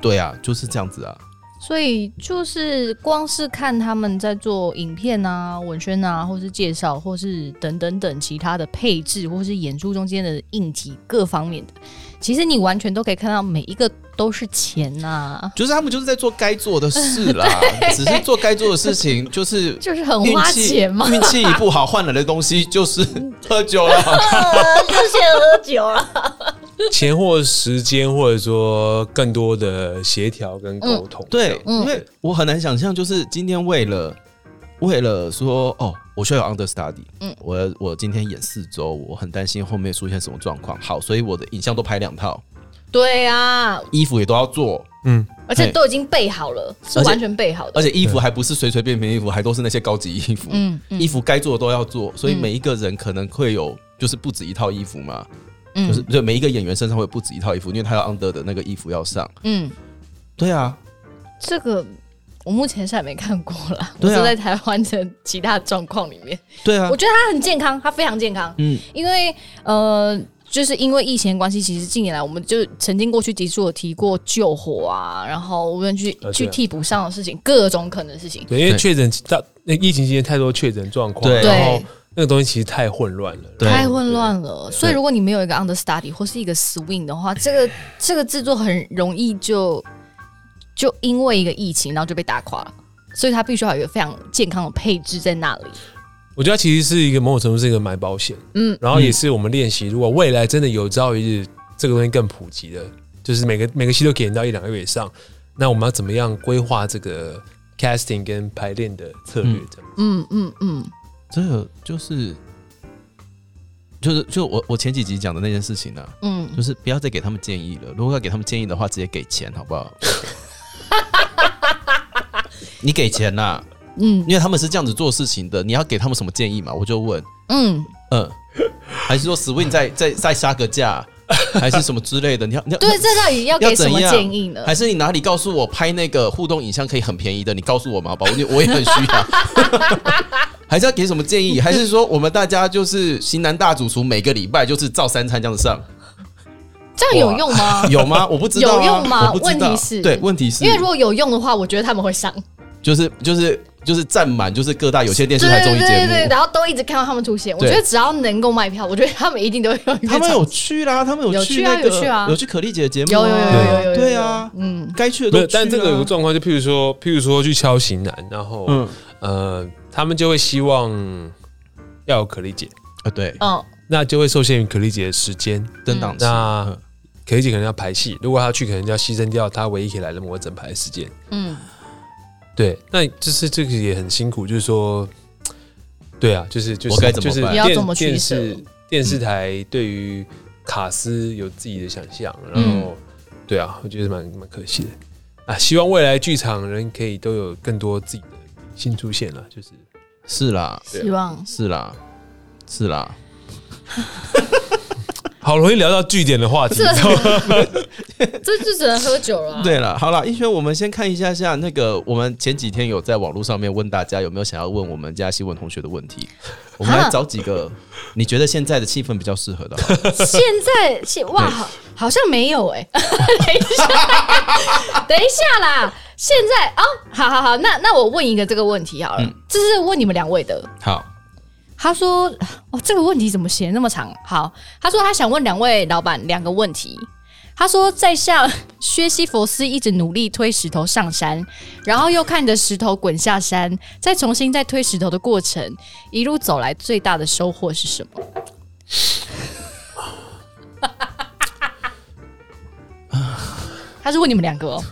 Speaker 1: 对啊，就是这样子啊。
Speaker 2: 所以就是光是看他们在做影片啊、文宣啊，或是介绍，或是等等等其他的配置，或是演出中间的硬体各方面的，其实你完全都可以看到每一个都是钱啊呐、
Speaker 1: 就是他们就是在做该做的事 啦，只是做该做的事情，就是
Speaker 2: 就是很
Speaker 1: 运
Speaker 2: 花
Speaker 1: 气
Speaker 2: 钱嘛，
Speaker 1: 运气不好换来的东西就是喝酒 了。
Speaker 3: 就是喝酒了。
Speaker 4: 钱或时间，或者说更多的协调跟沟通、
Speaker 1: 对，
Speaker 2: 嗯
Speaker 1: 因为我很难想象，就是今天为了为了说哦，我需要有 understudy，嗯
Speaker 2: 嗯，
Speaker 1: 我我今天演四周，我很担心后面出现什么状况。好，所以我的影像都拍两套，
Speaker 3: 对啊，
Speaker 1: 衣服也都要做，
Speaker 4: 嗯，
Speaker 3: 而且都已经备好了，是
Speaker 1: 而且
Speaker 3: 完全备好的。
Speaker 1: 而且衣服还不是随随便便衣服，还都是那些高级衣服，
Speaker 2: 嗯
Speaker 1: 衣
Speaker 2: 嗯
Speaker 1: 服该做的都要做，所以
Speaker 2: 嗯
Speaker 1: 每一个人可能会有就是不止一套衣服嘛，
Speaker 2: 嗯，
Speaker 1: 就是就每一个演员身上会有不止一套衣服，因为他要 under 的那个衣服要上。
Speaker 2: 嗯，
Speaker 1: 对啊，
Speaker 3: 这个我目前是还没看过啦，我
Speaker 1: 对啊
Speaker 3: 是在台湾的其他状况里面，
Speaker 1: 对啊
Speaker 3: 我，觉得他很健康，他非常健康，
Speaker 1: 嗯，
Speaker 3: 因为呃。就是因为疫情的关系，其实近年来我们就曾经过去几处有提过救火啊，然后无论去、
Speaker 4: 呃对啊
Speaker 3: 去替补上的事情，各种可能的事情。
Speaker 4: 对，因为
Speaker 1: 对
Speaker 4: 确诊到那疫情期间太多确诊状况，
Speaker 1: 对
Speaker 4: 然后那个东西其实太混乱了。
Speaker 1: 对
Speaker 3: 太混乱了。所以如果你没有一个 understudy 或是一个 swing 的话，这个这个制作很容易就就因为一个疫情，然后就被打垮了。所以它必须要有一个非常健康的配置在那里。
Speaker 4: 我觉得它其实是一个某种程度是一个买保险，
Speaker 3: 嗯，
Speaker 4: 然后也是我们练习，如果未来真的有朝一日这个东西更普及了，就是每个每个戏都给人到一两个月以上，那我们要怎么样规划这个 casting 跟排练的策略？这样、
Speaker 3: 嗯嗯嗯，
Speaker 1: 这个就是就是就我我前几集讲的那件事情啊，
Speaker 3: 嗯，
Speaker 1: 就是不要再给他们建议了。如果要给他们建议的话，直接给钱好不好？ 你给钱啦、
Speaker 3: 嗯
Speaker 1: 因为他们是这样子做事情的，你要给他们什么建议嘛？我就问，
Speaker 3: 嗯，
Speaker 1: 嗯，还是说 Swing 再再再杀个 价，还是什么之类的？你要你要
Speaker 3: 对，这到底要给
Speaker 1: 要怎
Speaker 3: 什么
Speaker 1: 样
Speaker 3: 建议呢？
Speaker 1: 还是你哪里告诉我拍那个互动影像可以很便宜的？你告诉我嘛，好 吧，我也我也很需要。还是要给什么建议？还是说我们大家就是型男大主厨，每个礼拜就是照三餐这样子上，
Speaker 3: 这样有用吗？
Speaker 1: 有 吗？我不知道、啊，
Speaker 3: 有用吗
Speaker 1: 我不知道
Speaker 3: 问题是
Speaker 1: 对，问题是，
Speaker 3: 因为如果有用的话，我觉得他们会上。
Speaker 1: 就是就是就是占满，就是各大有线电视
Speaker 3: 对
Speaker 1: 台
Speaker 3: 对
Speaker 1: 综艺节目，
Speaker 3: 对对，然后都一直看到他们出现。我
Speaker 1: 对
Speaker 3: 觉得只要能够卖票，我觉得他们一定都会有一个
Speaker 1: 他们
Speaker 3: 场
Speaker 1: 有去啦，他们
Speaker 3: 有
Speaker 1: 去
Speaker 3: 去
Speaker 1: 那
Speaker 3: 啊
Speaker 1: 个
Speaker 3: 有去啊
Speaker 1: 有去可丽姐的节目
Speaker 3: 有
Speaker 1: 啊，
Speaker 3: 有有有有有有
Speaker 1: 对啊，
Speaker 3: 嗯，
Speaker 1: 该去的
Speaker 4: 没
Speaker 1: 都
Speaker 4: 有，
Speaker 1: 去啊
Speaker 4: 但这个有个状况，就譬如说，譬如说去敲型男，然后、
Speaker 1: 嗯
Speaker 4: 呃，他们就会希望要有可丽姐，
Speaker 1: 啊，对，
Speaker 3: 嗯
Speaker 4: 那就会受限于可丽姐的时间，
Speaker 1: 登档期，
Speaker 4: 那
Speaker 1: 嗯
Speaker 4: 可丽姐可能要排戏，如果她去，可能就要牺牲掉她唯一可以来的某个整排的时间。
Speaker 3: 嗯，
Speaker 4: 对，那就是这个也很辛苦，就是说，对啊，就是就是
Speaker 1: 我该怎么
Speaker 4: 就是
Speaker 1: 办
Speaker 4: 电
Speaker 1: 你
Speaker 3: 要怎么取
Speaker 4: 电
Speaker 3: 舍
Speaker 4: 视电视台对于卡斯有自己的想象，然
Speaker 3: 嗯
Speaker 4: 后、对啊，我觉得蛮蛮可惜的啊。希望未来剧场人可以都有更多自己的新出现了，就是
Speaker 1: 是啦，
Speaker 3: 希望
Speaker 1: 是啦，是啦，
Speaker 4: 好容易聊到据点的话题，
Speaker 3: 这
Speaker 4: 你知道吗
Speaker 3: 这就只能喝酒了 啊。
Speaker 1: 对了，好了，逸轩，我们先看一下下那个，我们前几天有在网络上面问大家有没有想要问我们家新闻同学的问题，我们来找几个 你觉得现在的气氛比较适合的好了。
Speaker 3: 现在现哇，好好像没有哎、 等一下，等一下啦！现在啊、好好好，那那我问一个这个问题好了，
Speaker 1: 嗯
Speaker 3: 这是问你们两位的。
Speaker 1: 好，
Speaker 3: 他说：“哇，这个问题怎么写那么长？”好，他说他想问两位老板两个问题。他说，在下薛西佛斯一直努力推石头上山，然后又看着石头滚下山，再重新再推石头的过程，一路走来最大的收获是什么？ 他是问你们两个哦，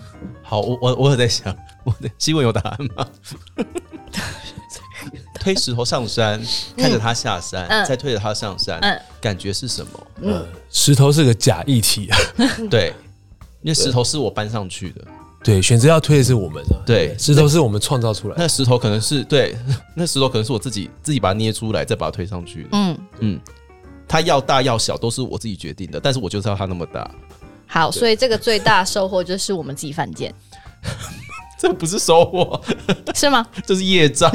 Speaker 1: 好，我我我有在想，我的新闻有答案 吗？推石头上山，看着他下山，
Speaker 3: 嗯
Speaker 1: 再推着他上山，
Speaker 3: 嗯
Speaker 1: 感觉是什么？
Speaker 4: 嗯石头是个假议题啊。
Speaker 1: 对，因为石头是我搬上去的，
Speaker 4: 对，选择要推的是我们啊，
Speaker 1: 对
Speaker 4: 石头是我们创造出来的。
Speaker 1: 那石头可能是对， 那石头可能是我自己自己把它捏出来，再把它推上去的。
Speaker 3: 嗯，
Speaker 1: 嗯，它要大要小都是我自己决定的，但是我就知道它那么大，
Speaker 3: 好，所以这个最大的收获就是我们自己犯贱，
Speaker 1: 这不是收获，
Speaker 3: 是吗？
Speaker 1: 这是业 障，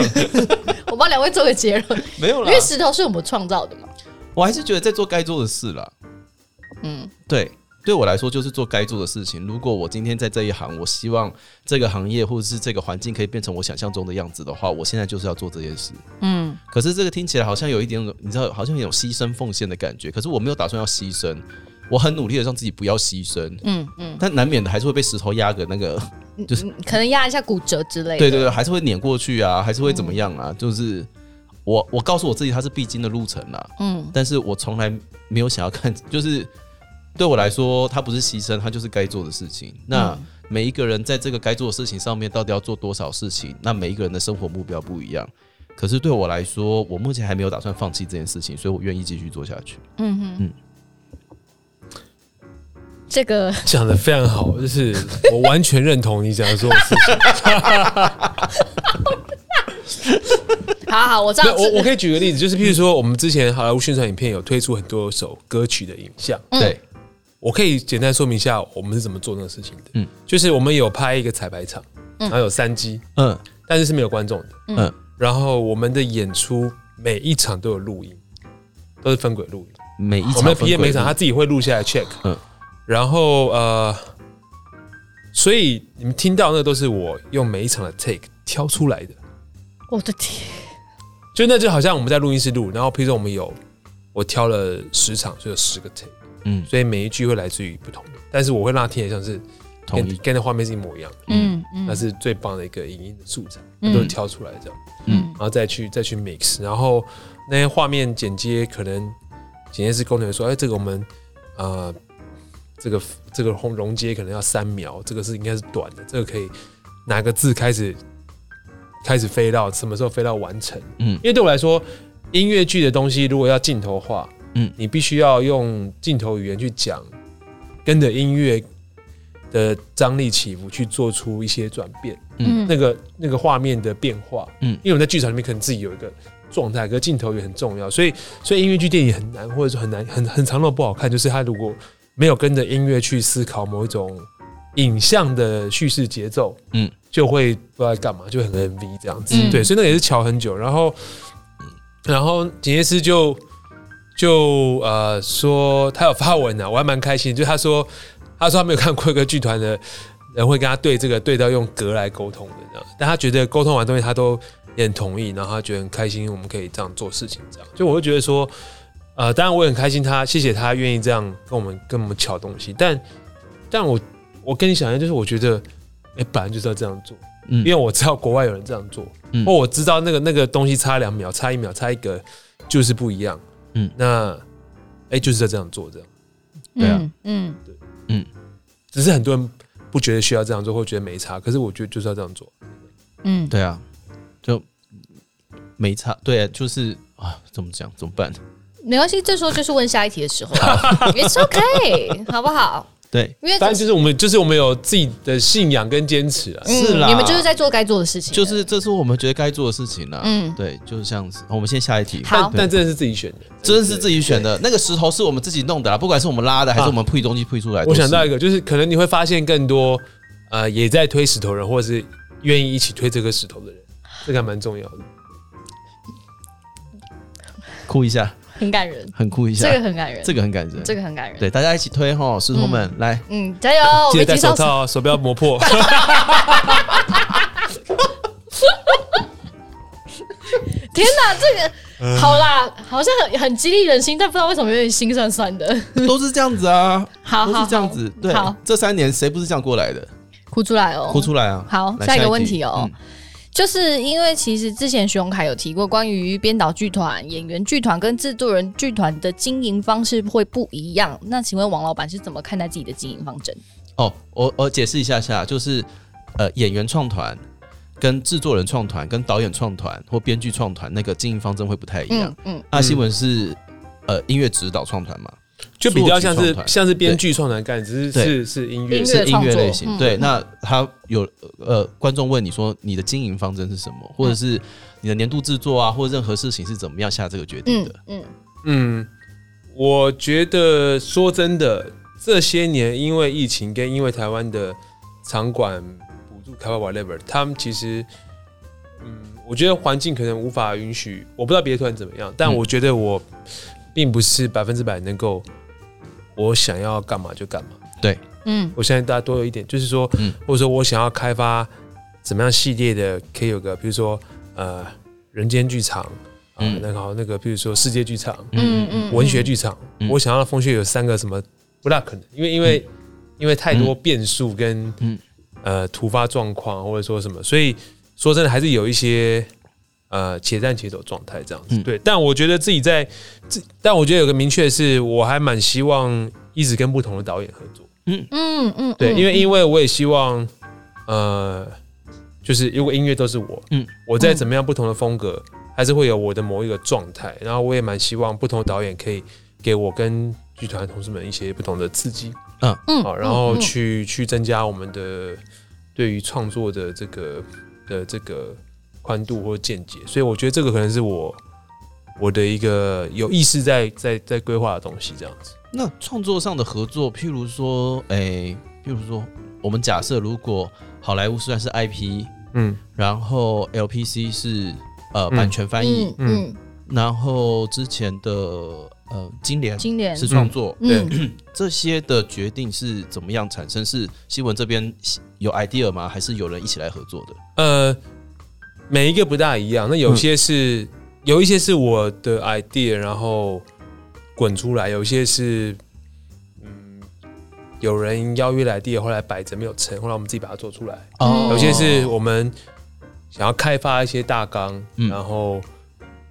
Speaker 3: 我帮两位做个结论，
Speaker 1: 没有
Speaker 3: 因
Speaker 1: 啦
Speaker 3: 为。石头是我们创造的嘛。
Speaker 1: 我还是觉得在做该做的事啦。
Speaker 3: 嗯，
Speaker 1: 对，对我来说就是做该做的事情。如果我今天在这一行，我希望这个行业或者是这个环境可以变成我想象中的样子的话，我现在就是要做这件事。
Speaker 3: 嗯，
Speaker 1: 可是这个听起来好像有一点，你知道，好像有牺牲奉献的感觉。可是我没有打算要牺牲，我很努力的让自己不要牺牲，
Speaker 3: 嗯嗯，
Speaker 1: 但难免的还是会被石头压个那个，就是
Speaker 3: 可能压一下骨折之类的。嗯
Speaker 1: 对对对，还是会碾过去啊，还是会怎么样啊？就是我我告诉我自己，它是必经的路程啦。
Speaker 3: 嗯
Speaker 1: 但是我从来没有想要看， 就是对我来说，它不是牺牲，它就是该做的事情。那
Speaker 3: 嗯
Speaker 1: 每一个人在这个该做的事情上面，到底要做多少事情？那每一个人的生活目标不一样。可是对我来说，我目前还没有打算放弃这件事情，所以我愿意继续做下去。
Speaker 3: 嗯哼
Speaker 1: 嗯
Speaker 3: 这个
Speaker 4: 讲的非常好，就是我完全认同你讲的所有事情。
Speaker 3: 好好，我知
Speaker 4: 那
Speaker 3: 道，
Speaker 4: 我我可以举个例子，就是譬如说，我们之前好莱坞宣传影片有推出很多首歌曲的影像，
Speaker 3: 嗯
Speaker 1: 对，
Speaker 4: 我可以简单说明一下我们是怎么做那个事情的。
Speaker 1: 嗯
Speaker 4: 嗯，就是我们有拍一个彩排场，然后有三机，
Speaker 1: 嗯
Speaker 4: 但是是没有观众的。
Speaker 1: 嗯，
Speaker 4: 然后我们的演出每一场都有录音，都是分轨录音。
Speaker 1: 每一
Speaker 4: 我
Speaker 1: 场
Speaker 4: 们的
Speaker 1: 分
Speaker 4: P A 每
Speaker 1: 轨
Speaker 4: 场
Speaker 1: 录
Speaker 4: 他自己会录下来 check，
Speaker 1: 嗯
Speaker 4: 嗯，然后呃，所以你们听到那都是我用每一场的 take 挑出来的，
Speaker 3: 我的天，
Speaker 4: 就那就好像我们在录音室录，然后譬如说我们有我挑了十场，就有十个 take，
Speaker 1: 嗯
Speaker 4: 所以每一句会来自于不同的，但是我会让他听得像是
Speaker 1: 同
Speaker 4: 跟
Speaker 1: 意，
Speaker 4: 跟那画面是一模一样的，
Speaker 3: 嗯嗯
Speaker 4: 那是最棒的一个影音的素材，
Speaker 3: 嗯
Speaker 4: 都挑出来这样，
Speaker 1: 嗯
Speaker 4: 然后再去再去 mix，然后那些画面剪接可能剪接师工程说，哎，这个我们呃这个这个红溶接可能要三秒，这个是应该是短的，这个可以哪个字开始开始飞到什么时候飞到完成？
Speaker 1: 嗯
Speaker 4: 因为对我来说，音乐剧的东西如果要镜头化，
Speaker 1: 嗯
Speaker 4: 嗯，你必须要用镜头语言去讲，跟着音乐的张力起伏去做出一些转变，
Speaker 1: 嗯
Speaker 4: 那个那个画面的变化，
Speaker 1: 嗯
Speaker 4: 嗯，因为我们在剧场里面可能自己有一个状态，可是镜头也很重要，所以所以音乐剧电影很难，或者说很难很很长的不好看，就是它如果没有跟着音乐去思考某一种影像的叙事节奏，
Speaker 1: 嗯
Speaker 4: 嗯，就会不知道在干嘛，就很 MV 这样子。
Speaker 3: 嗯
Speaker 4: 对，所以那个也是瞧很久。然后，然后剪接师就就呃说他有发文啊，我还蛮开心，就他说他说他没有看过一个剧团的人会跟他对这个对到用格来沟通的这样，但他觉得沟通完东西他都也很同意，然后他觉得很开心，我们可以这样做事情这样。就我会觉得说。呃，当然我也很开心他，谢谢他愿意这样跟我们跟我们瞧东西，但但我我跟你想一样，就是我觉得，哎、本来就是要这样做，
Speaker 1: 嗯
Speaker 4: 因为我知道国外有人这样做，
Speaker 1: 嗯
Speaker 4: 或我知道那个那个东西差两秒、差一秒、差一个就是不一样，
Speaker 1: 嗯
Speaker 4: 嗯，那哎、就是要这样做，这样，
Speaker 1: 对啊
Speaker 3: 嗯嗯
Speaker 4: 只是很多人不觉得需要这样做，或觉得没差，可是我觉得就是要这样做，
Speaker 3: 嗯，
Speaker 1: 对啊，就没差，对、啊，就是啊，怎么讲，怎么办？
Speaker 3: 没关系，这时候就是问下一题 的时候了，It's OK，好不好？
Speaker 1: 对，
Speaker 3: 因为
Speaker 4: 当然就是我们就是我们有自己的信仰跟坚持啊，
Speaker 1: 是啦
Speaker 3: 嗯你们就是在做该做的事情，
Speaker 1: 就是这是我们觉得该做的事情啦、啊
Speaker 3: 嗯
Speaker 1: 对，就是这样子。我们先下一题。
Speaker 3: 好
Speaker 4: 但但真的是自己选的，
Speaker 1: 真的是自己选的，那个石头是我们自己弄的啦，不管是我们拉的还是
Speaker 4: 啊
Speaker 1: 我们配东西配出来的。
Speaker 4: 我想到
Speaker 1: 都
Speaker 4: 一
Speaker 1: 是
Speaker 4: 个，就是可能你会发现更多，呃，也在推石头人，或者是愿意一起推这颗石头的人，这个还蛮重要的。
Speaker 1: 哭一下，
Speaker 3: 很感人，
Speaker 1: 很哭一下
Speaker 3: 这，个很感人，
Speaker 1: 这个很感人。
Speaker 3: 这个很感人，
Speaker 1: 对，大家一起推吼，石头们来，
Speaker 3: 嗯，加油，我
Speaker 4: 记
Speaker 3: 们
Speaker 4: 得戴
Speaker 3: 介
Speaker 4: 手
Speaker 3: 绍
Speaker 4: 套啊，手不要磨破。
Speaker 3: 天哪，这个好啦，好像很很激励人心，但不知道为什么有点心酸酸的。
Speaker 1: 都是这样子啊，
Speaker 3: 好
Speaker 1: 都
Speaker 3: 好
Speaker 1: 是这样
Speaker 3: 好
Speaker 1: 子。对
Speaker 3: 好，
Speaker 1: 这三年谁不是这样过来的？
Speaker 3: 哭出来哦，
Speaker 1: 哭出来啊！
Speaker 3: 好
Speaker 1: 来
Speaker 3: 下一个
Speaker 1: 题嗯
Speaker 3: 问题哦，就是因为其实之前徐荣凯有提过，关于编导剧团、演员剧团跟制作人剧团的经营方式会不一样。那请问王老板是怎么看待自己的经营方针？
Speaker 1: 哦，我我解释一下下，就是呃，演员创团、跟制作人创团、跟导演创团或编剧创团那个经营方针会不太一样。
Speaker 3: 嗯嗯
Speaker 1: 那新闻是呃音乐指导创团嘛，
Speaker 4: 就比较像
Speaker 1: 作曲创
Speaker 4: 是
Speaker 1: 团
Speaker 4: 像是编剧创团干，只
Speaker 1: 对
Speaker 4: 是是是音乐
Speaker 3: 音
Speaker 1: 是
Speaker 3: 乐
Speaker 1: 音
Speaker 3: 创
Speaker 1: 乐
Speaker 3: 作
Speaker 1: 类型。
Speaker 3: 嗯
Speaker 1: 对，
Speaker 3: 嗯
Speaker 1: 那他有呃观众问你说你的经营方针是什么，或者
Speaker 3: 嗯
Speaker 1: 是你的年度制作啊，或者任何事情是怎么样下这个决定
Speaker 3: 嗯
Speaker 1: 的？
Speaker 3: 嗯
Speaker 4: 嗯，我觉得说真的，这些年因为疫情跟因为台湾的场馆补助开发 whatever，他们其实，嗯，我觉得环境可能无法允许，我不知道别的团怎么样，但
Speaker 1: 嗯
Speaker 4: 我觉得我并不是百分之百能够我想要干嘛就干嘛。
Speaker 3: 嗯
Speaker 4: 我相信大家都有一点，就是说，
Speaker 1: 嗯
Speaker 4: 或者说我想要开发怎么样系列的，可以有个，比如说呃，人间剧场，啊、
Speaker 1: 嗯
Speaker 4: 然后那个，比如说世界剧场、
Speaker 3: 嗯嗯，
Speaker 4: 文学剧场，
Speaker 1: 嗯
Speaker 4: 我想要风穴有三个什么，不大可能，因为因为、因为太多变数跟、
Speaker 1: 嗯
Speaker 4: 呃突发状况或者说什么，所以说真的还是有一些。呃，且战且走状态这样子，
Speaker 1: 嗯
Speaker 4: 对。但我觉得自己在，自但我觉得有个明确的是，我还蛮希望一直跟不同的导演合作。
Speaker 3: 嗯嗯，
Speaker 4: 对，
Speaker 3: 嗯
Speaker 4: 因为因为我也希望，呃，就是如果音乐都是我，
Speaker 1: 嗯
Speaker 4: 嗯，我在怎么样不同的风格，还是会有我的某一个状态。然后我也蛮希望不同的导演可以给我跟剧团同事们一些不同的刺激，
Speaker 3: 嗯
Speaker 4: 好，
Speaker 3: 嗯
Speaker 4: 然后
Speaker 3: 嗯
Speaker 4: 去去增加我们的对于创作的这个的这个宽度或见解。所以我觉得这个可能是我。我的一个有意识在在在规划的东西，这样子。
Speaker 1: 那创作上的合作，譬如说，哎、譬如说，我们假设如果好莱坞虽然是 IP，
Speaker 4: 嗯，
Speaker 1: 然后 LPC 是呃
Speaker 4: 嗯
Speaker 1: 版权翻译，
Speaker 3: 嗯嗯，
Speaker 1: 然后之前的呃金莲
Speaker 2: 经典，
Speaker 1: 是创作，
Speaker 3: 嗯
Speaker 1: 这些的决定是怎么样产生？是新闻这边有 idea 吗？还是有人一起来合作的？
Speaker 4: 呃，每一个不大一样。那有些是、有一些是我的 idea，然后滚出来；有一些是嗯，有人邀约来 idea，后来摆着没有成，后来我们自己把它做出来。
Speaker 3: 哦
Speaker 4: 有些是我们想要开发一些大纲，
Speaker 1: 嗯
Speaker 4: 然后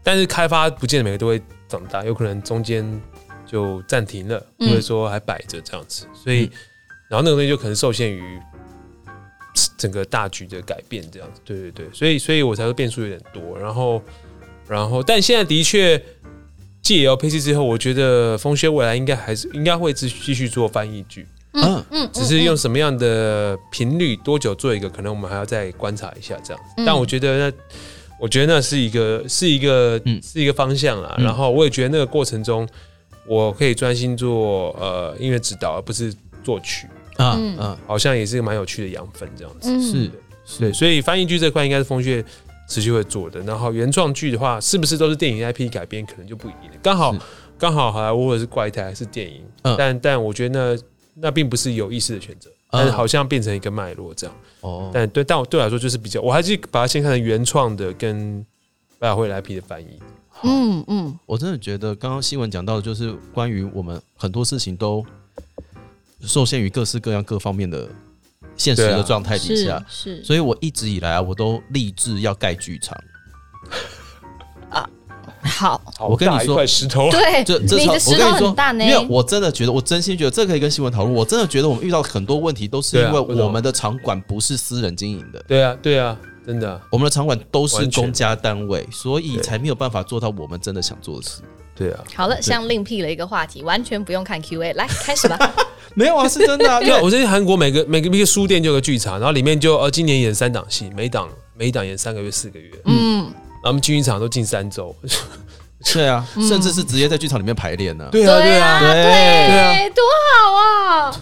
Speaker 4: 但是开发不见得每个都会长大，有可能中间就暂停了，
Speaker 3: 嗯
Speaker 4: 或者说还摆着这样子，所以、
Speaker 1: 嗯
Speaker 4: 然后那个东西就可能受限于整个大局的改变这样子，对对对，所以所以我才说变数有点多，然后然后但现在的确。借由 PC 之后，我觉得风轩未来应该还是应该会继续继续做翻译剧，
Speaker 1: 嗯
Speaker 3: 嗯，
Speaker 4: 只是用什么样的频率、多久做一个，可能我们还要再观察一下这样子。
Speaker 3: 嗯
Speaker 4: 但我觉得那，我觉得那是一个是一个、
Speaker 1: 嗯
Speaker 4: 是一个方向啦。
Speaker 1: 嗯
Speaker 4: 然后我也觉得那个过程中，我可以专心做呃音乐指导，而不是作曲，
Speaker 1: 啊
Speaker 3: 嗯
Speaker 1: 啊，
Speaker 4: 好像也是一个蛮有趣的养分这样子。
Speaker 1: 是
Speaker 4: 对，
Speaker 1: 是
Speaker 4: 所以翻译剧这块应该是风穴持续会做的。然后原创剧的话，是不是都是电影 IP 改编，可能就不一定了。刚好
Speaker 1: 是
Speaker 4: 刚好好莱坞或者是怪胎还是电影，
Speaker 1: 嗯
Speaker 4: 但但我觉得那那并不是有意识的选择，
Speaker 1: 嗯
Speaker 4: 但是好像变成一个脉络这样。
Speaker 1: 哦，
Speaker 4: 但对，但我对我来说就是比较，我还是把它先看成原创的跟百老汇来 IP 的翻译。
Speaker 3: 嗯嗯
Speaker 1: 我真的觉得刚刚新闻讲到的就是关于我们很多事情都受限于各式各样各方面的现实
Speaker 4: 对
Speaker 1: 的
Speaker 4: 啊
Speaker 1: 状态底
Speaker 2: 是
Speaker 1: 下，
Speaker 2: 是，
Speaker 1: 所以我一直以来啊，我都立志要盖剧场。
Speaker 3: 嗯，好，
Speaker 1: 我跟你说
Speaker 4: 石头啊，
Speaker 3: 对，
Speaker 1: 这这
Speaker 3: 你的
Speaker 1: 超我
Speaker 3: 石
Speaker 1: 跟
Speaker 3: 头
Speaker 1: 你
Speaker 3: 很大
Speaker 1: 说，
Speaker 3: 呢
Speaker 1: 因，为我真的觉得，我真心觉得这可以跟新闻讨论。我真的觉得我们遇到很多问题都是
Speaker 4: 对
Speaker 1: 因
Speaker 4: 啊
Speaker 1: 为
Speaker 4: 为什么
Speaker 1: 我们的场馆不是私人经营的，
Speaker 4: 对啊，对啊，真的啊，
Speaker 1: 我们的场馆都是
Speaker 4: 完全
Speaker 1: 公家单位，所以
Speaker 4: 对
Speaker 1: 才没有办法做到我们真的想做的事。
Speaker 4: 对啊。
Speaker 3: 好了，像另辟了一个话题，完全不用看 Q A，来开始吧。
Speaker 1: 没有啊，是真的啊，因
Speaker 4: 对啊，
Speaker 1: 为
Speaker 4: 我在韩国每个每个每个书店就有个剧场，然后里面就呃今年演三档戏，每档每一档演三个月四个月，
Speaker 3: 嗯，
Speaker 4: 然后他们进一场都进三周。
Speaker 1: 对啊，甚至是直接在剧场里面排练呢。
Speaker 4: 对
Speaker 3: 对嗯啊，
Speaker 4: 对啊
Speaker 3: 对，多好啊，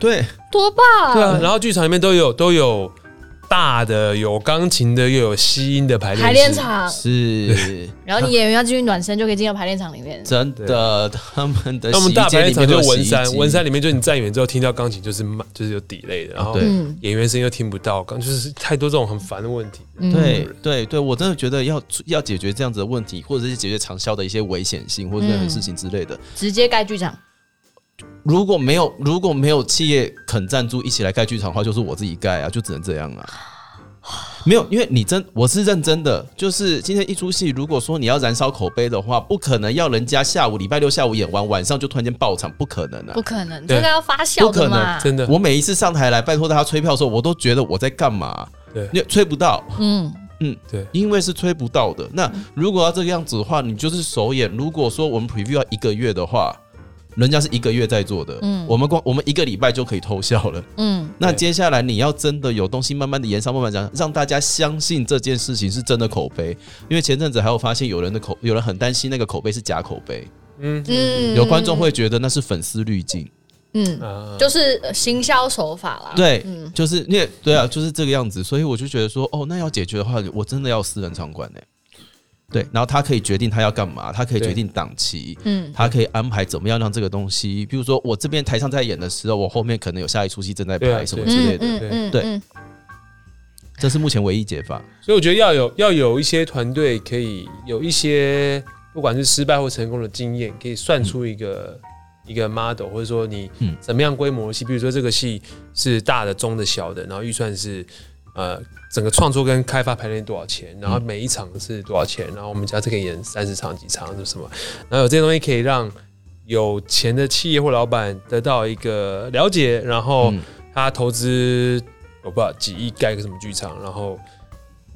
Speaker 1: 对，
Speaker 3: 多棒！
Speaker 4: 对啊，然后剧场里面都有都有大的，有钢琴的，又有吸音的排练
Speaker 3: 排练
Speaker 4: 室，
Speaker 3: 场，
Speaker 1: 是
Speaker 3: 然后你演员要进去暖身，就可以进到排练场里面。
Speaker 1: 真的，他们的
Speaker 4: 那我
Speaker 1: 洗
Speaker 4: 们
Speaker 1: 衣
Speaker 4: 大排
Speaker 1: 间
Speaker 4: 练
Speaker 1: 里
Speaker 4: 场
Speaker 1: 面
Speaker 4: 就
Speaker 1: 都
Speaker 4: 是
Speaker 1: 有
Speaker 4: 文
Speaker 1: 洗衣
Speaker 4: 山，
Speaker 1: 机
Speaker 4: 文山里面就你站远之后听到钢琴就是慢，就是有底类的，然后
Speaker 1: 对
Speaker 3: 嗯
Speaker 4: 演员声音又听不到，刚就是太多这种很烦的问题。
Speaker 3: 嗯，
Speaker 1: 对对对，我真的觉得要要解决这样子的问题，或者是解决长销的一些危险性或者任何事情之类的。
Speaker 3: 直接盖剧场。
Speaker 1: 如果没有如果没有企业肯赞助一起来盖剧场的话，就是我自己盖啊，就只能这样啊。没有，因为你真我是认真的，就是今天一出戏，如果说你要燃烧口碑的话，不可能要人家下午礼拜六下午演完，晚上就突然间爆场，不可能啊
Speaker 3: 不！可能，
Speaker 4: 对
Speaker 3: 这个要发酵的嘛。
Speaker 4: 真的，
Speaker 1: 我每一次上台来拜托大家吹票的时候，我都觉得我在干嘛？
Speaker 4: 对
Speaker 1: 因为吹不到，
Speaker 3: 嗯，
Speaker 4: 对
Speaker 1: 因为是吹不到的。那如果要这个样子的话，你就是首演。如果说我们 preview 要一个月的话，人家是一个月在做的，
Speaker 3: 嗯
Speaker 1: 我们光我们一个礼拜就可以偷笑了。
Speaker 3: 嗯
Speaker 1: 那接下来你要真的有东西慢慢的延烧，慢慢地讲，让大家相信这件事情是真的口碑。因为前阵子还有发现有人的口，有人很担心那个口碑是假口碑，
Speaker 4: 嗯
Speaker 3: 嗯，
Speaker 1: 有观众会觉得那是粉丝滤镜。
Speaker 3: 嗯，
Speaker 4: 啊，
Speaker 3: 就是呃行销手法啦。
Speaker 1: 对，
Speaker 3: 嗯
Speaker 1: 就是因为对啊，就是这个样子。所以我就觉得说，哦，那要解决的话，我真的要私人场馆哎、对，然后他可以决定他要干嘛，他可以
Speaker 4: 对
Speaker 1: 决定档期，
Speaker 3: 嗯，
Speaker 1: 他可以安排怎么样让这个东西，比如说我这边台上在演的时候，我后面可能有下一出戏正在
Speaker 4: 对啊
Speaker 1: 拍什么
Speaker 4: 对
Speaker 1: 之类的，
Speaker 3: 嗯嗯
Speaker 1: 对
Speaker 3: 嗯
Speaker 1: 这是目前唯一解法。
Speaker 4: 所以我觉得要有要有一些团队可以有一些不管是失败或成功的经验，可以算出一个、一个 model，或者说你
Speaker 1: 嗯
Speaker 4: 怎么样规模的戏，比如说这个戏是大的、中的、小的，然后预算是呃整个创作跟开发排练多少钱，然后
Speaker 1: 嗯
Speaker 4: 每一场是多少钱，然后我们假设可以演三十场几场是什么，然后有这些东西可以让有钱的企业或老板得到一个了解，然后
Speaker 1: 嗯
Speaker 4: 他投资我不知道几亿盖个什么剧场，然后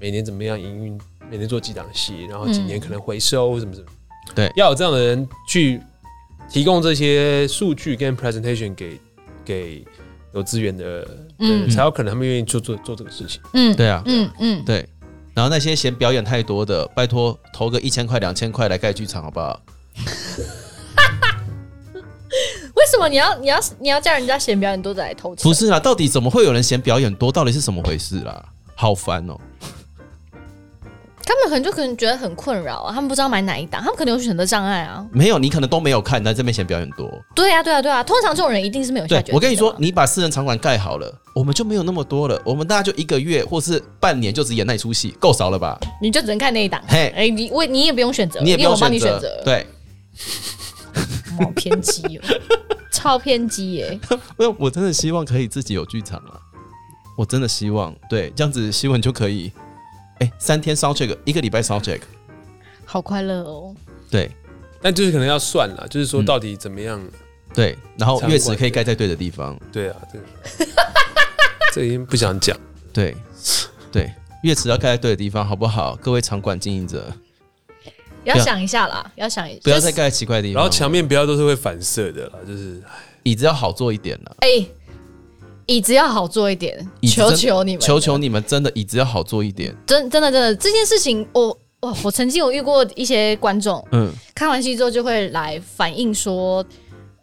Speaker 4: 每年怎么样营运，每年做几档戏，然后几年可能回收什么什么。
Speaker 1: 对
Speaker 4: 要有这样的人去提供这些数据跟 presentation 给给有资源的人，
Speaker 3: 嗯
Speaker 4: 才有可能他们愿意做做做这个事情。
Speaker 3: 嗯，
Speaker 1: 对啊，
Speaker 3: 嗯嗯，
Speaker 1: 对。然后那些嫌表演太多的，拜托投个一千块、两千块来盖剧场好不好？
Speaker 3: 嗯为什么你要你要你要叫人家嫌表演多的来投钱？
Speaker 1: 不是啦，到底怎么会有人嫌表演多？到底是怎么回事啦？好烦哦、
Speaker 3: 他们可能就可能觉得很困扰啊，他们不知道买哪一档，他们可能有选择障碍啊。
Speaker 1: 没有，你可能都没有看，但这边嫌表演多。
Speaker 3: 对啊，对啊，对啊，通常这种人一定是啊没有下
Speaker 1: 对
Speaker 3: 决，
Speaker 1: 我跟你
Speaker 3: 心的
Speaker 1: 说
Speaker 3: 嘛，，
Speaker 1: 你把私人场馆盖好了，我们就没有那么多了，我们大家就一个月或是半年就只演那一出戏，够少了吧？
Speaker 3: 你就只能看那一档。
Speaker 1: 嘿
Speaker 3: 哎，你我你也不用选择，
Speaker 1: 你也不
Speaker 3: 因
Speaker 1: 用
Speaker 3: 为我帮
Speaker 1: 选
Speaker 3: 你选
Speaker 1: 择
Speaker 3: 择，，
Speaker 1: 对，
Speaker 3: 好偏激哦， 超偏激耶！
Speaker 1: 因为我真的希望可以自己有剧场啊，我真的希望，对，这样子希望就可以，哎、三天 sound check，一个礼拜 sound check，
Speaker 3: 好快乐哦，
Speaker 1: 对
Speaker 4: 但就是可能要算了，就是说
Speaker 1: 嗯
Speaker 4: 到底怎么样？
Speaker 1: 对，然后
Speaker 4: 场
Speaker 1: 乐池
Speaker 4: 馆
Speaker 1: 可以盖在对的地方，
Speaker 4: 对啊，这个这个已经不 想讲。
Speaker 1: 对对，乐池要盖在对的地方，好不好？各位场馆经营者，
Speaker 3: 要
Speaker 1: 对啊
Speaker 3: 想一下啦，要想一，
Speaker 1: 不要
Speaker 3: 就是
Speaker 1: 再盖在奇怪的地方，
Speaker 4: 然后墙面不要都是会反射的啦，就是
Speaker 1: 椅子要好坐一点啊了。
Speaker 3: 哎，椅子要好坐一点，
Speaker 1: 椅子
Speaker 3: 求
Speaker 1: 真
Speaker 3: 求你们，
Speaker 1: 求求你们，真的椅子要好坐一点。
Speaker 3: 真真的真的这件事情，我我我曾经有遇过一些观众，
Speaker 1: 嗯，
Speaker 3: 看完戏之后就会来反映说，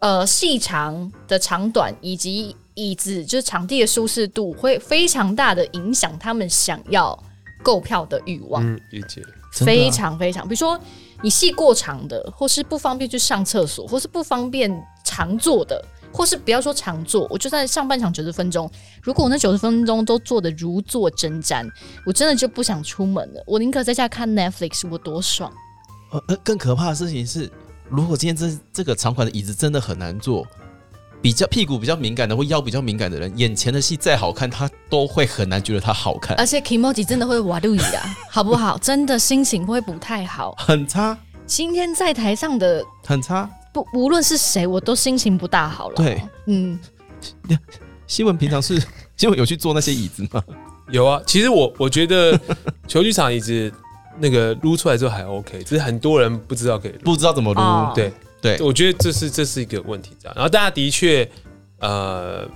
Speaker 3: 呃，戏长的长短以及椅子就是场地的舒适度，会非常大的影响他们想要购票的欲望，
Speaker 4: 嗯，理解。
Speaker 1: 真的啊
Speaker 3: 非常非常，比如说你戏过长的，或是不方便去上厕所，或是不方便常坐的。或是不要说常坐，我就算上半场九十分钟，如果我那九十分钟都坐的如坐针毡，我真的就不想出门了。我宁可在家看 Netflix，我多爽。
Speaker 1: 呃呃，更可怕的事情是，如果今天这这个场馆的椅子真的很难坐，比较屁股比较敏感的或腰比较敏感的人，眼前的戏再好看，他都会很难觉得它好看，
Speaker 3: 而且 Kimoji 真的会瓦路伊啊，好不好？真的心情会不太好。
Speaker 1: 很差
Speaker 3: 今天在台上的
Speaker 1: 很差。
Speaker 3: 不无论是谁，我都心情不大好了。
Speaker 1: 对，
Speaker 3: 嗯，
Speaker 1: 新闻平常是新闻有去坐那些椅子吗？
Speaker 4: 有啊，其实我我 觉得球剧场椅子那个撸出来之后还 OK，只是很多人不知道可以撸。
Speaker 1: 不知道怎么撸。
Speaker 3: 哦
Speaker 4: 对
Speaker 1: 对
Speaker 4: 我觉得这是这是一个问题，这样。然后大家的确呃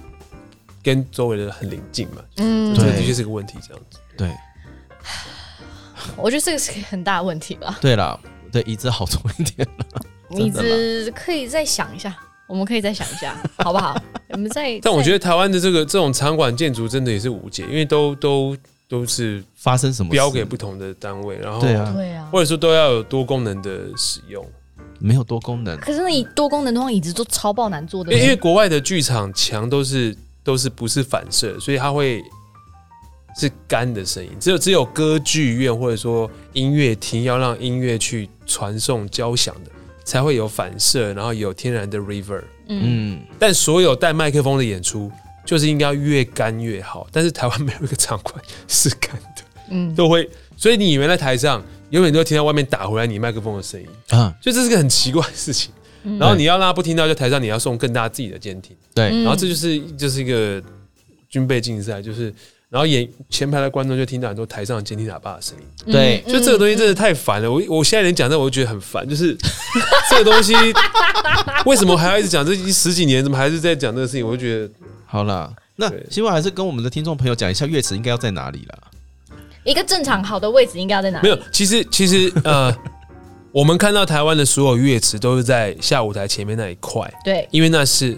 Speaker 4: 跟周围的人很临近嘛，
Speaker 3: 嗯
Speaker 4: 这
Speaker 1: 对
Speaker 4: 的确是个问题，这样子。
Speaker 1: 对
Speaker 3: 我觉得这个是个很大的问题吧。
Speaker 1: 对啦，对椅子好坐一点。
Speaker 3: 椅
Speaker 1: 真的啦
Speaker 3: 子可以再想一下，我们可以再想一 下，好不好？我们再。
Speaker 4: 但我觉
Speaker 3: 得
Speaker 4: 得台湾的这个这种场馆建筑真的也是无解，因为都都都是
Speaker 1: 发生什么事？
Speaker 4: 标给不同的单位，然后
Speaker 1: 对啊，
Speaker 3: 对啊。
Speaker 4: 或者说都要有多功能的使用。
Speaker 1: 没有多功能。
Speaker 3: 可是那椅多功能通常椅子都超爆难坐的
Speaker 4: 因为因为国外的剧场墙都是都是不是反射，所以它会是干的声音。只有只有歌剧院或者说音乐厅要让音乐去传送交响的，才会有反射，然后有天然的 reverb。
Speaker 3: 嗯，
Speaker 1: 嗯，
Speaker 4: 但所有带麦克风的演出，就是应该越干越好。但是台湾没有一个场馆是干的，
Speaker 3: 嗯
Speaker 4: 都会。所以你以为在台上，永远都听到外面打回来你麦克风的声音，
Speaker 1: 啊，
Speaker 4: 所以这是个很奇怪的事情。
Speaker 3: 嗯
Speaker 4: 然后你要让他不听到，就台上你要送更大自己的监听。
Speaker 1: 对，
Speaker 3: 嗯
Speaker 4: 然后这就是就是一个军备竞赛，就是然后演前排的观众就听到很多台上监听喇叭的声音，
Speaker 1: 对
Speaker 3: 嗯
Speaker 4: 就这个东西真的太烦了。我我现在连讲这我就觉得很烦，就是这个东西为什么还要一直讲？这已经十几年怎么还是在讲这个事情？我就觉得
Speaker 1: 好啦，那
Speaker 4: 对
Speaker 1: 希望还是跟我们的听众朋友讲一下乐池应该要在哪里啦。
Speaker 3: 一个正常好的位置应该要在哪里？
Speaker 4: 没有。其实其实呃，我们看到台湾的所有乐池都是在下舞台前面那一块，
Speaker 3: 对，
Speaker 4: 因为那是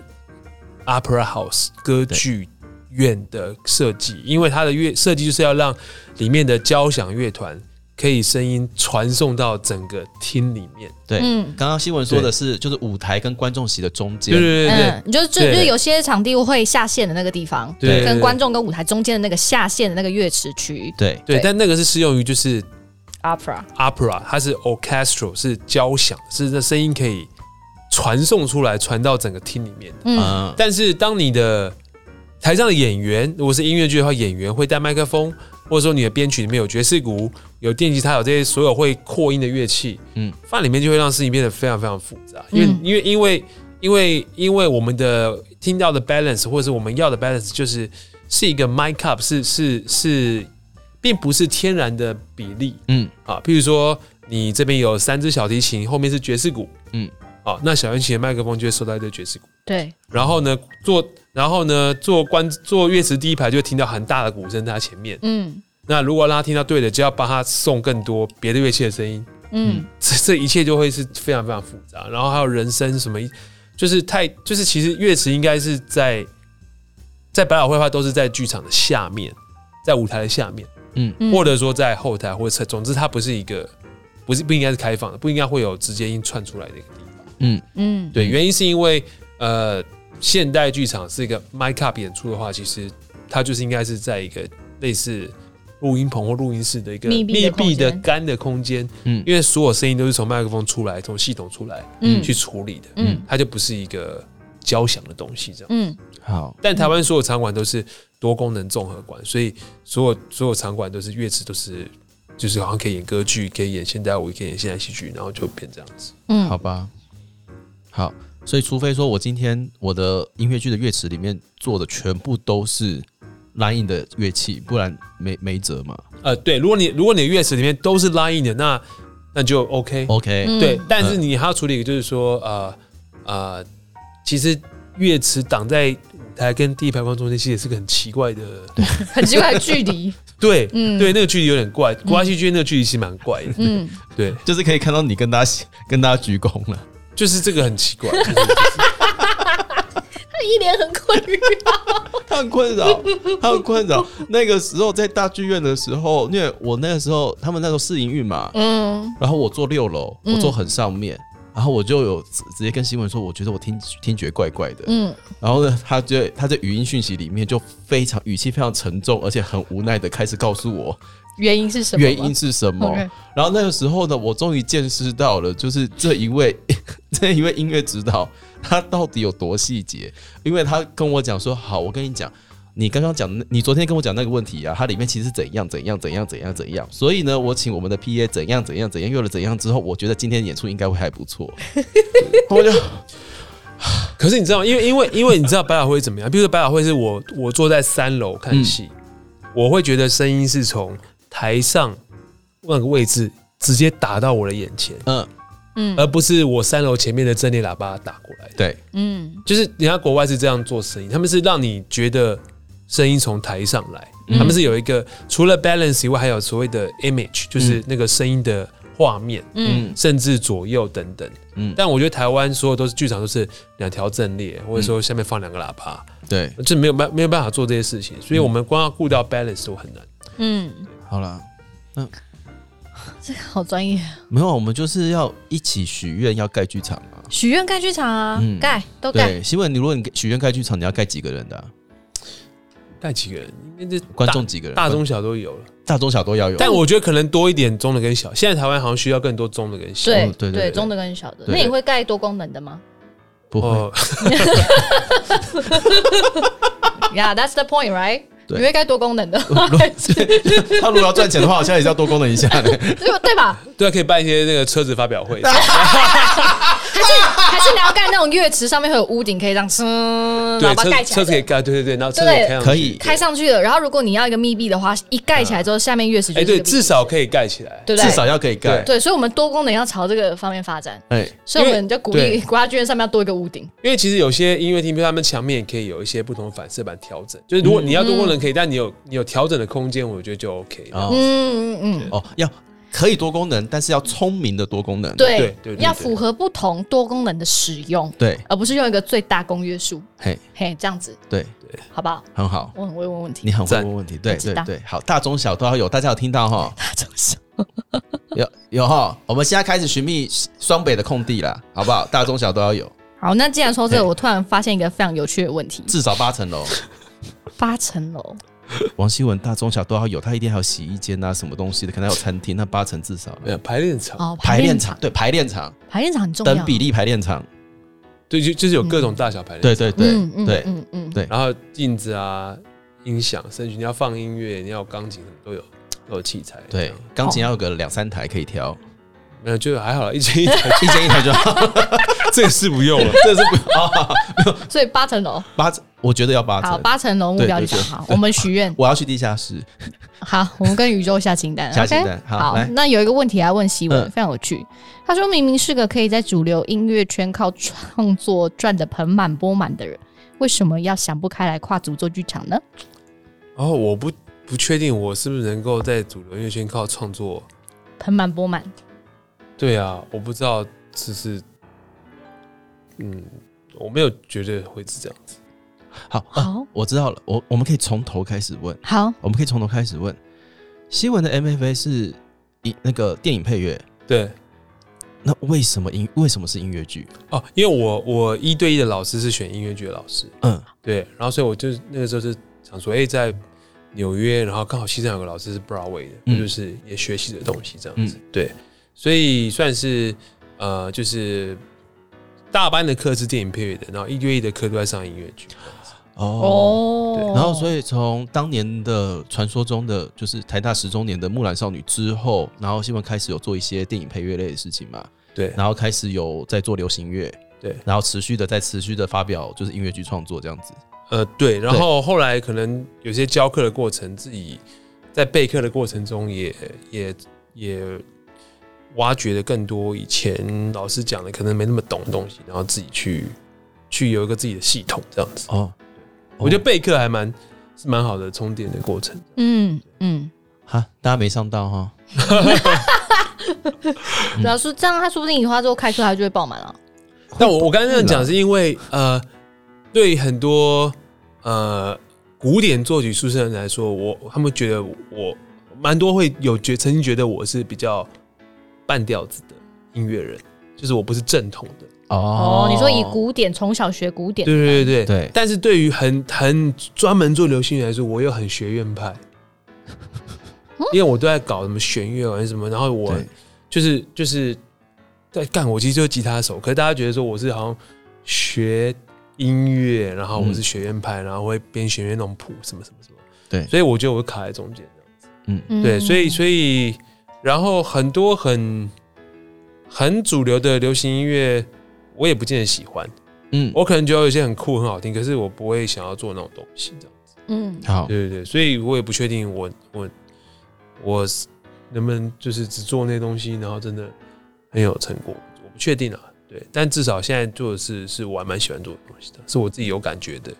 Speaker 4: Opera House 歌剧院的设计，因为它的乐设计就是要让里面的交响乐团可以声音传送到整个厅里面。
Speaker 1: 对，
Speaker 3: 嗯
Speaker 1: 刚刚新闻说的是，就是舞台跟观众席的中间，
Speaker 4: 对对对对
Speaker 3: 嗯，你就就
Speaker 4: 对
Speaker 3: 就是有些场地会下线的那个地方，
Speaker 4: 对对对
Speaker 3: 跟观众跟舞台中间的那个下线的那个乐池区
Speaker 1: 对
Speaker 4: 对，
Speaker 3: 对
Speaker 4: 但那个是适用于就是
Speaker 3: （opera）。
Speaker 4: opera，它是 orchestral，是交响，是那声音可以传送出来，传到整个厅里面。
Speaker 3: 嗯
Speaker 1: 嗯，
Speaker 4: 但是当你的台上的演员，如果是音乐剧的话，演员会带麦克风，或者说你的编曲里面有爵士鼓、有电吉他、有这些所有会扩音的乐器，
Speaker 1: 嗯
Speaker 4: 嗯，放里面就会让事情变得非常非常复杂，因为、
Speaker 3: 嗯
Speaker 4: 因为因为因为因为我们的听到的 balance 或者是我们要的 balance 就是是一个 mic up，是是是，并不是天然的比例，
Speaker 1: 嗯
Speaker 4: 嗯啊，譬如说你这边有三只小提琴，后面是爵士鼓，
Speaker 1: 嗯
Speaker 4: 嗯，啊，那小提琴的麦克风就会收到一堆爵士鼓。
Speaker 3: 对，
Speaker 4: 然后呢，坐，然后呢，坐观坐乐池第一排就会听到很大的鼓声在他前面。
Speaker 3: 嗯
Speaker 4: 那如果让他听到对的，就要帮他送更多别的乐器的声音。
Speaker 3: 嗯
Speaker 4: 这这一切就会是非常非常复杂。然后还有人声什么，就是太就是其实乐池应该是在在百老汇的话都是在剧场的下面，在舞台的下面，
Speaker 3: 嗯，
Speaker 4: 或者说在后台或者总之它不是一个不是不应该是开放的，不应该会有直接音串出来的一个地方。
Speaker 3: 嗯
Speaker 4: 对，原因是因为呃，现代剧场是一个 mic up 演出的话，其实它就是应该是在一个类似录音棚或录音室的一个
Speaker 3: 密闭的空间
Speaker 4: 闭的干的空间，
Speaker 1: 嗯
Speaker 4: 嗯，因为所有声音都是从麦克风出来，从系统出来
Speaker 3: 嗯
Speaker 4: 去处理的，
Speaker 3: 嗯
Speaker 4: 它就不是一个交响的东西这样。
Speaker 3: 嗯
Speaker 1: 好，
Speaker 4: 但台湾所有场馆都是多功能综合馆，所以所有所有场馆都是乐池都是。就是好像可以演歌剧，可以演现代舞，可以演现代戏剧，然后就变这样子。
Speaker 3: 嗯，
Speaker 1: 好吧，好，所以除非说我今天我的音乐剧的乐池里面做的全部都是 line 的乐器，不然没没辙嘛。
Speaker 4: 呃，对，如果你如果你的乐池里面都是 line 的，那那就 OK。
Speaker 1: OK，、
Speaker 3: 嗯
Speaker 4: 对，但是你还要处理一个，就是说，呃呃，其实乐池挡在舞台跟第一排观众中间，其实也是个很奇怪的，
Speaker 3: 很奇怪的距离。
Speaker 4: 对对,、
Speaker 3: 嗯
Speaker 4: 那个距离有点怪，国家戏剧院那个距离其实蛮怪的，
Speaker 3: 嗯，
Speaker 4: 对，
Speaker 1: 就是可以看到你跟大家 跟大家鞠躬了。
Speaker 4: 就是这个很奇怪，
Speaker 3: 他一脸很困惑。
Speaker 1: 他很困扰， 他很困扰。那个时候在大剧院的时候，因为我那个时候他们那时候试营运嘛，
Speaker 3: 嗯
Speaker 1: 然后我坐六楼，
Speaker 3: 嗯
Speaker 1: 我坐很上面，然后我就有直直接跟新闻说，我觉得我听听觉怪怪的。
Speaker 3: 嗯
Speaker 1: 然后呢，他就他在语音讯息里面就非常语气非常沉重，而且很无奈的开始告诉我
Speaker 3: 原因是什么？哦
Speaker 1: 原因是什么
Speaker 3: OK。
Speaker 1: 然后那个时候呢，我终于见识到了，就是这一位 这一位音乐指导他到底有多细节，因为他跟我讲说，好，我跟你讲。你刚刚讲的，你昨天跟我讲那个问题啊，它里面其实是怎样怎样怎样怎样怎样，所以呢，我请我们的 P A 怎样怎样怎样，又了怎样之后，我觉得今天演出应该会还不错。我就
Speaker 4: 可是你知道吗？因为因为因为你知道百老汇怎么样？比如说百老汇是我我坐在三楼
Speaker 3: 嗯
Speaker 4: 看戏，我会觉得声音是从台上那个位置直接打到我的眼前，
Speaker 1: 嗯，
Speaker 3: 嗯
Speaker 4: 而不是我三楼前面的阵列喇叭打过来。
Speaker 1: 对，
Speaker 3: 嗯
Speaker 4: 就是人家国外是这样做声音，他们是让你觉得声音从台上来，
Speaker 1: 嗯
Speaker 4: 他们是有一个除了 balance 以外，还有所谓的 image，就是
Speaker 1: 嗯
Speaker 4: 那个声音的画面。
Speaker 3: 嗯
Speaker 4: 甚至左右等等，
Speaker 1: 嗯
Speaker 4: 嗯，但我觉得台湾所有都是剧场都是两条阵列，或者
Speaker 1: 嗯
Speaker 4: 说下面放两个喇叭，
Speaker 1: 对，
Speaker 4: 这没有办没有办法做这些事情，所
Speaker 1: 嗯
Speaker 4: 以我们光要顾到 balance 都很难。
Speaker 3: 嗯，
Speaker 1: 好了，
Speaker 3: 好专业。
Speaker 1: 没有，我们就是要一起许愿，要盖剧场啊。
Speaker 3: 许愿盖剧场啊
Speaker 1: 嗯，
Speaker 3: 盖都盖。
Speaker 1: 对，新闻，你如果你许愿盖剧场，你要盖几个人的啊、
Speaker 4: 带几个人，因为这
Speaker 1: 观众嗯
Speaker 4: 大
Speaker 1: 几个人？
Speaker 4: 大中小都有了，
Speaker 1: 大中小都要有。
Speaker 4: 但我觉得可能多一点中的跟小。现在台湾好像需要更多中的跟小。
Speaker 1: 哦对对
Speaker 3: 对
Speaker 1: 对
Speaker 3: 中的跟小的。
Speaker 1: 对
Speaker 3: 那你会盖多功能的吗
Speaker 1: 不会，
Speaker 4: 哦，
Speaker 3: ？Yeah, that's the point, right？
Speaker 1: 对
Speaker 3: 你会盖多功 能的，
Speaker 1: 他如果要赚钱的话，好像也是要多功能一下的。
Speaker 3: 对吧对吧？
Speaker 4: 对啊，可以办一些那个车子发表 会。
Speaker 3: 还是还是你要盖那种乐池上面会有屋顶，可以让声
Speaker 4: 对，
Speaker 3: 喇叭
Speaker 4: 车
Speaker 3: 盖
Speaker 4: 子车
Speaker 3: 起
Speaker 4: 子可以
Speaker 3: 来的。
Speaker 4: 盖，对对对，然后车子
Speaker 3: 对
Speaker 4: 也开上去
Speaker 1: 可以
Speaker 3: 开上去了，然后如果你要一个密闭的话，一盖起来之后，下面乐池就是
Speaker 4: 哎，
Speaker 3: 一
Speaker 4: 对，
Speaker 3: 个密闭
Speaker 4: 至少可以盖起来。
Speaker 3: 对不
Speaker 1: 至
Speaker 3: 对？
Speaker 1: 少要可以盖。
Speaker 3: 对，所以我们多功能要朝这个方面发展，
Speaker 1: 哎，
Speaker 3: 所以我们就鼓
Speaker 4: 因
Speaker 3: 励
Speaker 4: 为
Speaker 3: 国家剧院上面要多一个屋顶。
Speaker 4: 因为其实有些音乐厅，比如他们墙面也可以有一些不同的反射板调整。就是
Speaker 1: 嗯
Speaker 3: 嗯
Speaker 4: 如果你要多功能可以，但你有你有调整的空间，我觉得就 OK。
Speaker 1: 哦
Speaker 3: 嗯嗯嗯，
Speaker 1: 哦，要可以多功能，但是要聪明的多功能。
Speaker 4: 对
Speaker 3: 对，
Speaker 4: 对对
Speaker 3: 要
Speaker 4: 对
Speaker 3: 符合不同多功能的使用，
Speaker 1: 对，
Speaker 3: 而不是用一个最大公约数。
Speaker 1: 嘿，
Speaker 3: 嘿，这样子
Speaker 1: 对，
Speaker 3: 好不好？
Speaker 1: 很好，
Speaker 3: 我很会问问题，
Speaker 1: 你 很会
Speaker 4: 赞
Speaker 1: 问问题。对
Speaker 3: 知
Speaker 1: 对
Speaker 3: 道
Speaker 1: 对，好，大中小都要有，大家有听到哈？
Speaker 3: 大中小
Speaker 1: 有有哈，我们现在开始寻觅双北的空地啦，好不好？大中小都要有，
Speaker 3: 好，那既然说这个，
Speaker 1: 嘿
Speaker 3: 我突然发现一个非常有趣的问题：
Speaker 1: 至少八层楼。
Speaker 3: 八层楼，
Speaker 1: 王希文大中小都要有，他一定还有洗衣间啊，什么东西的，可能还有餐厅，那八层至少
Speaker 4: 没有排练场，
Speaker 3: 哦，
Speaker 1: 排练
Speaker 3: 练，
Speaker 1: 场，对排练场，
Speaker 3: 排练场很重要。
Speaker 1: 等比例排练场，
Speaker 4: 对，就就是有
Speaker 3: 嗯
Speaker 4: 各种大小排练场，
Speaker 1: 对对对
Speaker 3: 嗯嗯
Speaker 1: 对
Speaker 3: 嗯嗯，
Speaker 1: 对
Speaker 4: 然后镜子啊、音响、甚至你要放音乐，你要有钢琴什么都有，都有器材。这
Speaker 1: 对
Speaker 4: 样，
Speaker 1: 钢琴要有个两三台可以调，
Speaker 4: 没有就还好了，一间一台，
Speaker 1: 一间一台就好，
Speaker 4: 这个是不用了。
Speaker 1: 这是不啊
Speaker 3: 嗯所以八层楼，
Speaker 1: 八层，我觉得要八
Speaker 3: 好，
Speaker 1: 层。
Speaker 3: 八层楼目标就想
Speaker 1: 对对对
Speaker 3: 好，我们许愿。
Speaker 1: 我要去地下室，
Speaker 3: 好，我们跟宇宙下清
Speaker 4: 呃
Speaker 3: 单。
Speaker 1: 下清
Speaker 3: OK？
Speaker 1: 单好
Speaker 3: 好
Speaker 1: 来，
Speaker 3: 那有一个问题要问希文，
Speaker 1: 嗯
Speaker 3: 非常有趣。他说明明是个可以在主流音乐圈靠创作赚得盆满钵满的人，为什么要想不开来跨足做剧场呢？
Speaker 4: 然后我不不确定我是不是能够在主流音乐圈靠创作。
Speaker 3: 盆满钵满，
Speaker 4: 对啊，我不知道，就是，嗯，我没有觉得会是这样子。
Speaker 1: 好，啊、
Speaker 3: 好
Speaker 1: 我知道了，我我们可以从头开始问，
Speaker 3: 好，
Speaker 1: 我们可以从头开始问。西文的 MFA 是影那个电影配乐，
Speaker 4: 对
Speaker 1: 那为什么音为什么是音乐剧？
Speaker 4: 哦，因为我我一对一的老师是选音乐剧的老师，
Speaker 1: 嗯，
Speaker 4: 对，然后所以我就那个时候是想说，哎、在纽约，然后刚好西藏有个老师是 Broadway 的，
Speaker 1: 嗯
Speaker 4: 就是也学习的东西这样子，对，所以算是呃，就是大班的课是电影配乐的，然后一对一的课都在上音乐剧，
Speaker 1: 哦。
Speaker 3: 哦，
Speaker 1: 然后，所
Speaker 3: 以
Speaker 1: 以从当年的传说中的，就是台大十周年的《木兰少女》之后，然后新闻开始有做一些电影配乐类的事情嘛，
Speaker 4: 对
Speaker 1: 然后开始有在做流行乐，
Speaker 4: 对，
Speaker 1: 然后持续的在持续的发表就是音乐剧创作这样子。
Speaker 4: 呃，对，然后后来可能有些教课的过程，自己在备课的过程中也也也挖掘的更多以前老师讲的可能没那么懂的东西，然后自己去去有一个自己的系统这样子。
Speaker 1: 哦，
Speaker 4: 我觉得备课还蛮是蛮好的充电的过程。
Speaker 3: 嗯嗯，
Speaker 1: 哈，大家没上到哈，嗯
Speaker 3: 老师这样，他说不定以后他之后开课他就会爆满了。
Speaker 4: 但我我刚刚这样讲是因为呃，对很多呃古典作曲出身的人来说，我他们觉得我蛮多会有觉曾经觉得我是比较半调子的音乐人，就是我不是正统的。
Speaker 1: 哦
Speaker 3: 哦，你说以古典从小学古典，
Speaker 4: 对对对对
Speaker 1: 对
Speaker 4: 但是对于很很专门做流行乐来说，我又很学院派，因为我都在搞什么弦乐啊玩什么，然后我
Speaker 1: 对
Speaker 4: 就是就是在干，我其实就是吉他手，可是大家觉得说我是好像学音乐，然后我是学院派，然后会编弦乐弄谱什么什么什么，
Speaker 1: 对
Speaker 4: 所以我觉得我会卡在中间这样子，
Speaker 1: 嗯，
Speaker 3: 嗯
Speaker 4: 对，所以所以然后很多很很主流的流行音乐，我也不见得喜欢，
Speaker 1: 嗯，
Speaker 4: 我可能觉得有一些很酷很好听，可是我不会想要做那种东西这样，
Speaker 3: 嗯，
Speaker 1: 好，
Speaker 4: 对对对，所以我也不确定我我我是能不能就是只做那东西，然后真的很有成果，我不确定啊。对，但至少现在做的是是我还蛮喜欢做的东西的，是我自己有感觉的。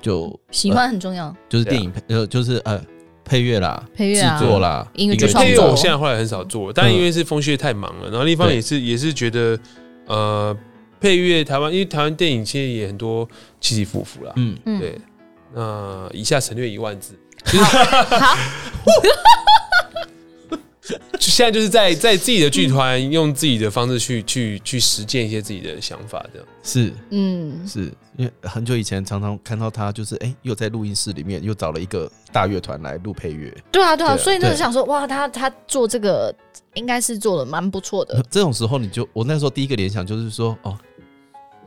Speaker 1: 就
Speaker 3: 喜欢很重要，
Speaker 1: 就是电影配呃，就是呃配乐啦，
Speaker 3: 配乐啊
Speaker 1: 制作啦，
Speaker 3: 音乐剧
Speaker 1: 剧
Speaker 3: 创
Speaker 4: 因为
Speaker 3: 作
Speaker 4: 我现在后来很少做，但因为是风穴太忙了，然后另一方面
Speaker 1: 对
Speaker 4: 也是也是觉得呃配乐台湾，因为台湾电影现在也很多起起伏伏啦。
Speaker 1: 嗯，
Speaker 3: 嗯，
Speaker 4: 对，那以下省略一万字。
Speaker 3: 好，
Speaker 4: 就现在就是在在自己的剧团用自己的方式去去去实践一些自己的想法，这样。
Speaker 1: 是
Speaker 3: 嗯，
Speaker 1: 是，因为很久以前常常看到他，就是哎、又在录音室里面又找了一个大乐团来录配乐，
Speaker 3: 对啊，对啊，
Speaker 4: 对
Speaker 3: 所以那时候
Speaker 1: 对
Speaker 3: 想说，哇，他他做这个应该是做的蛮不错
Speaker 4: 呃
Speaker 3: 的，
Speaker 1: 这种时候你就我那时候第一个联想就是说，哦，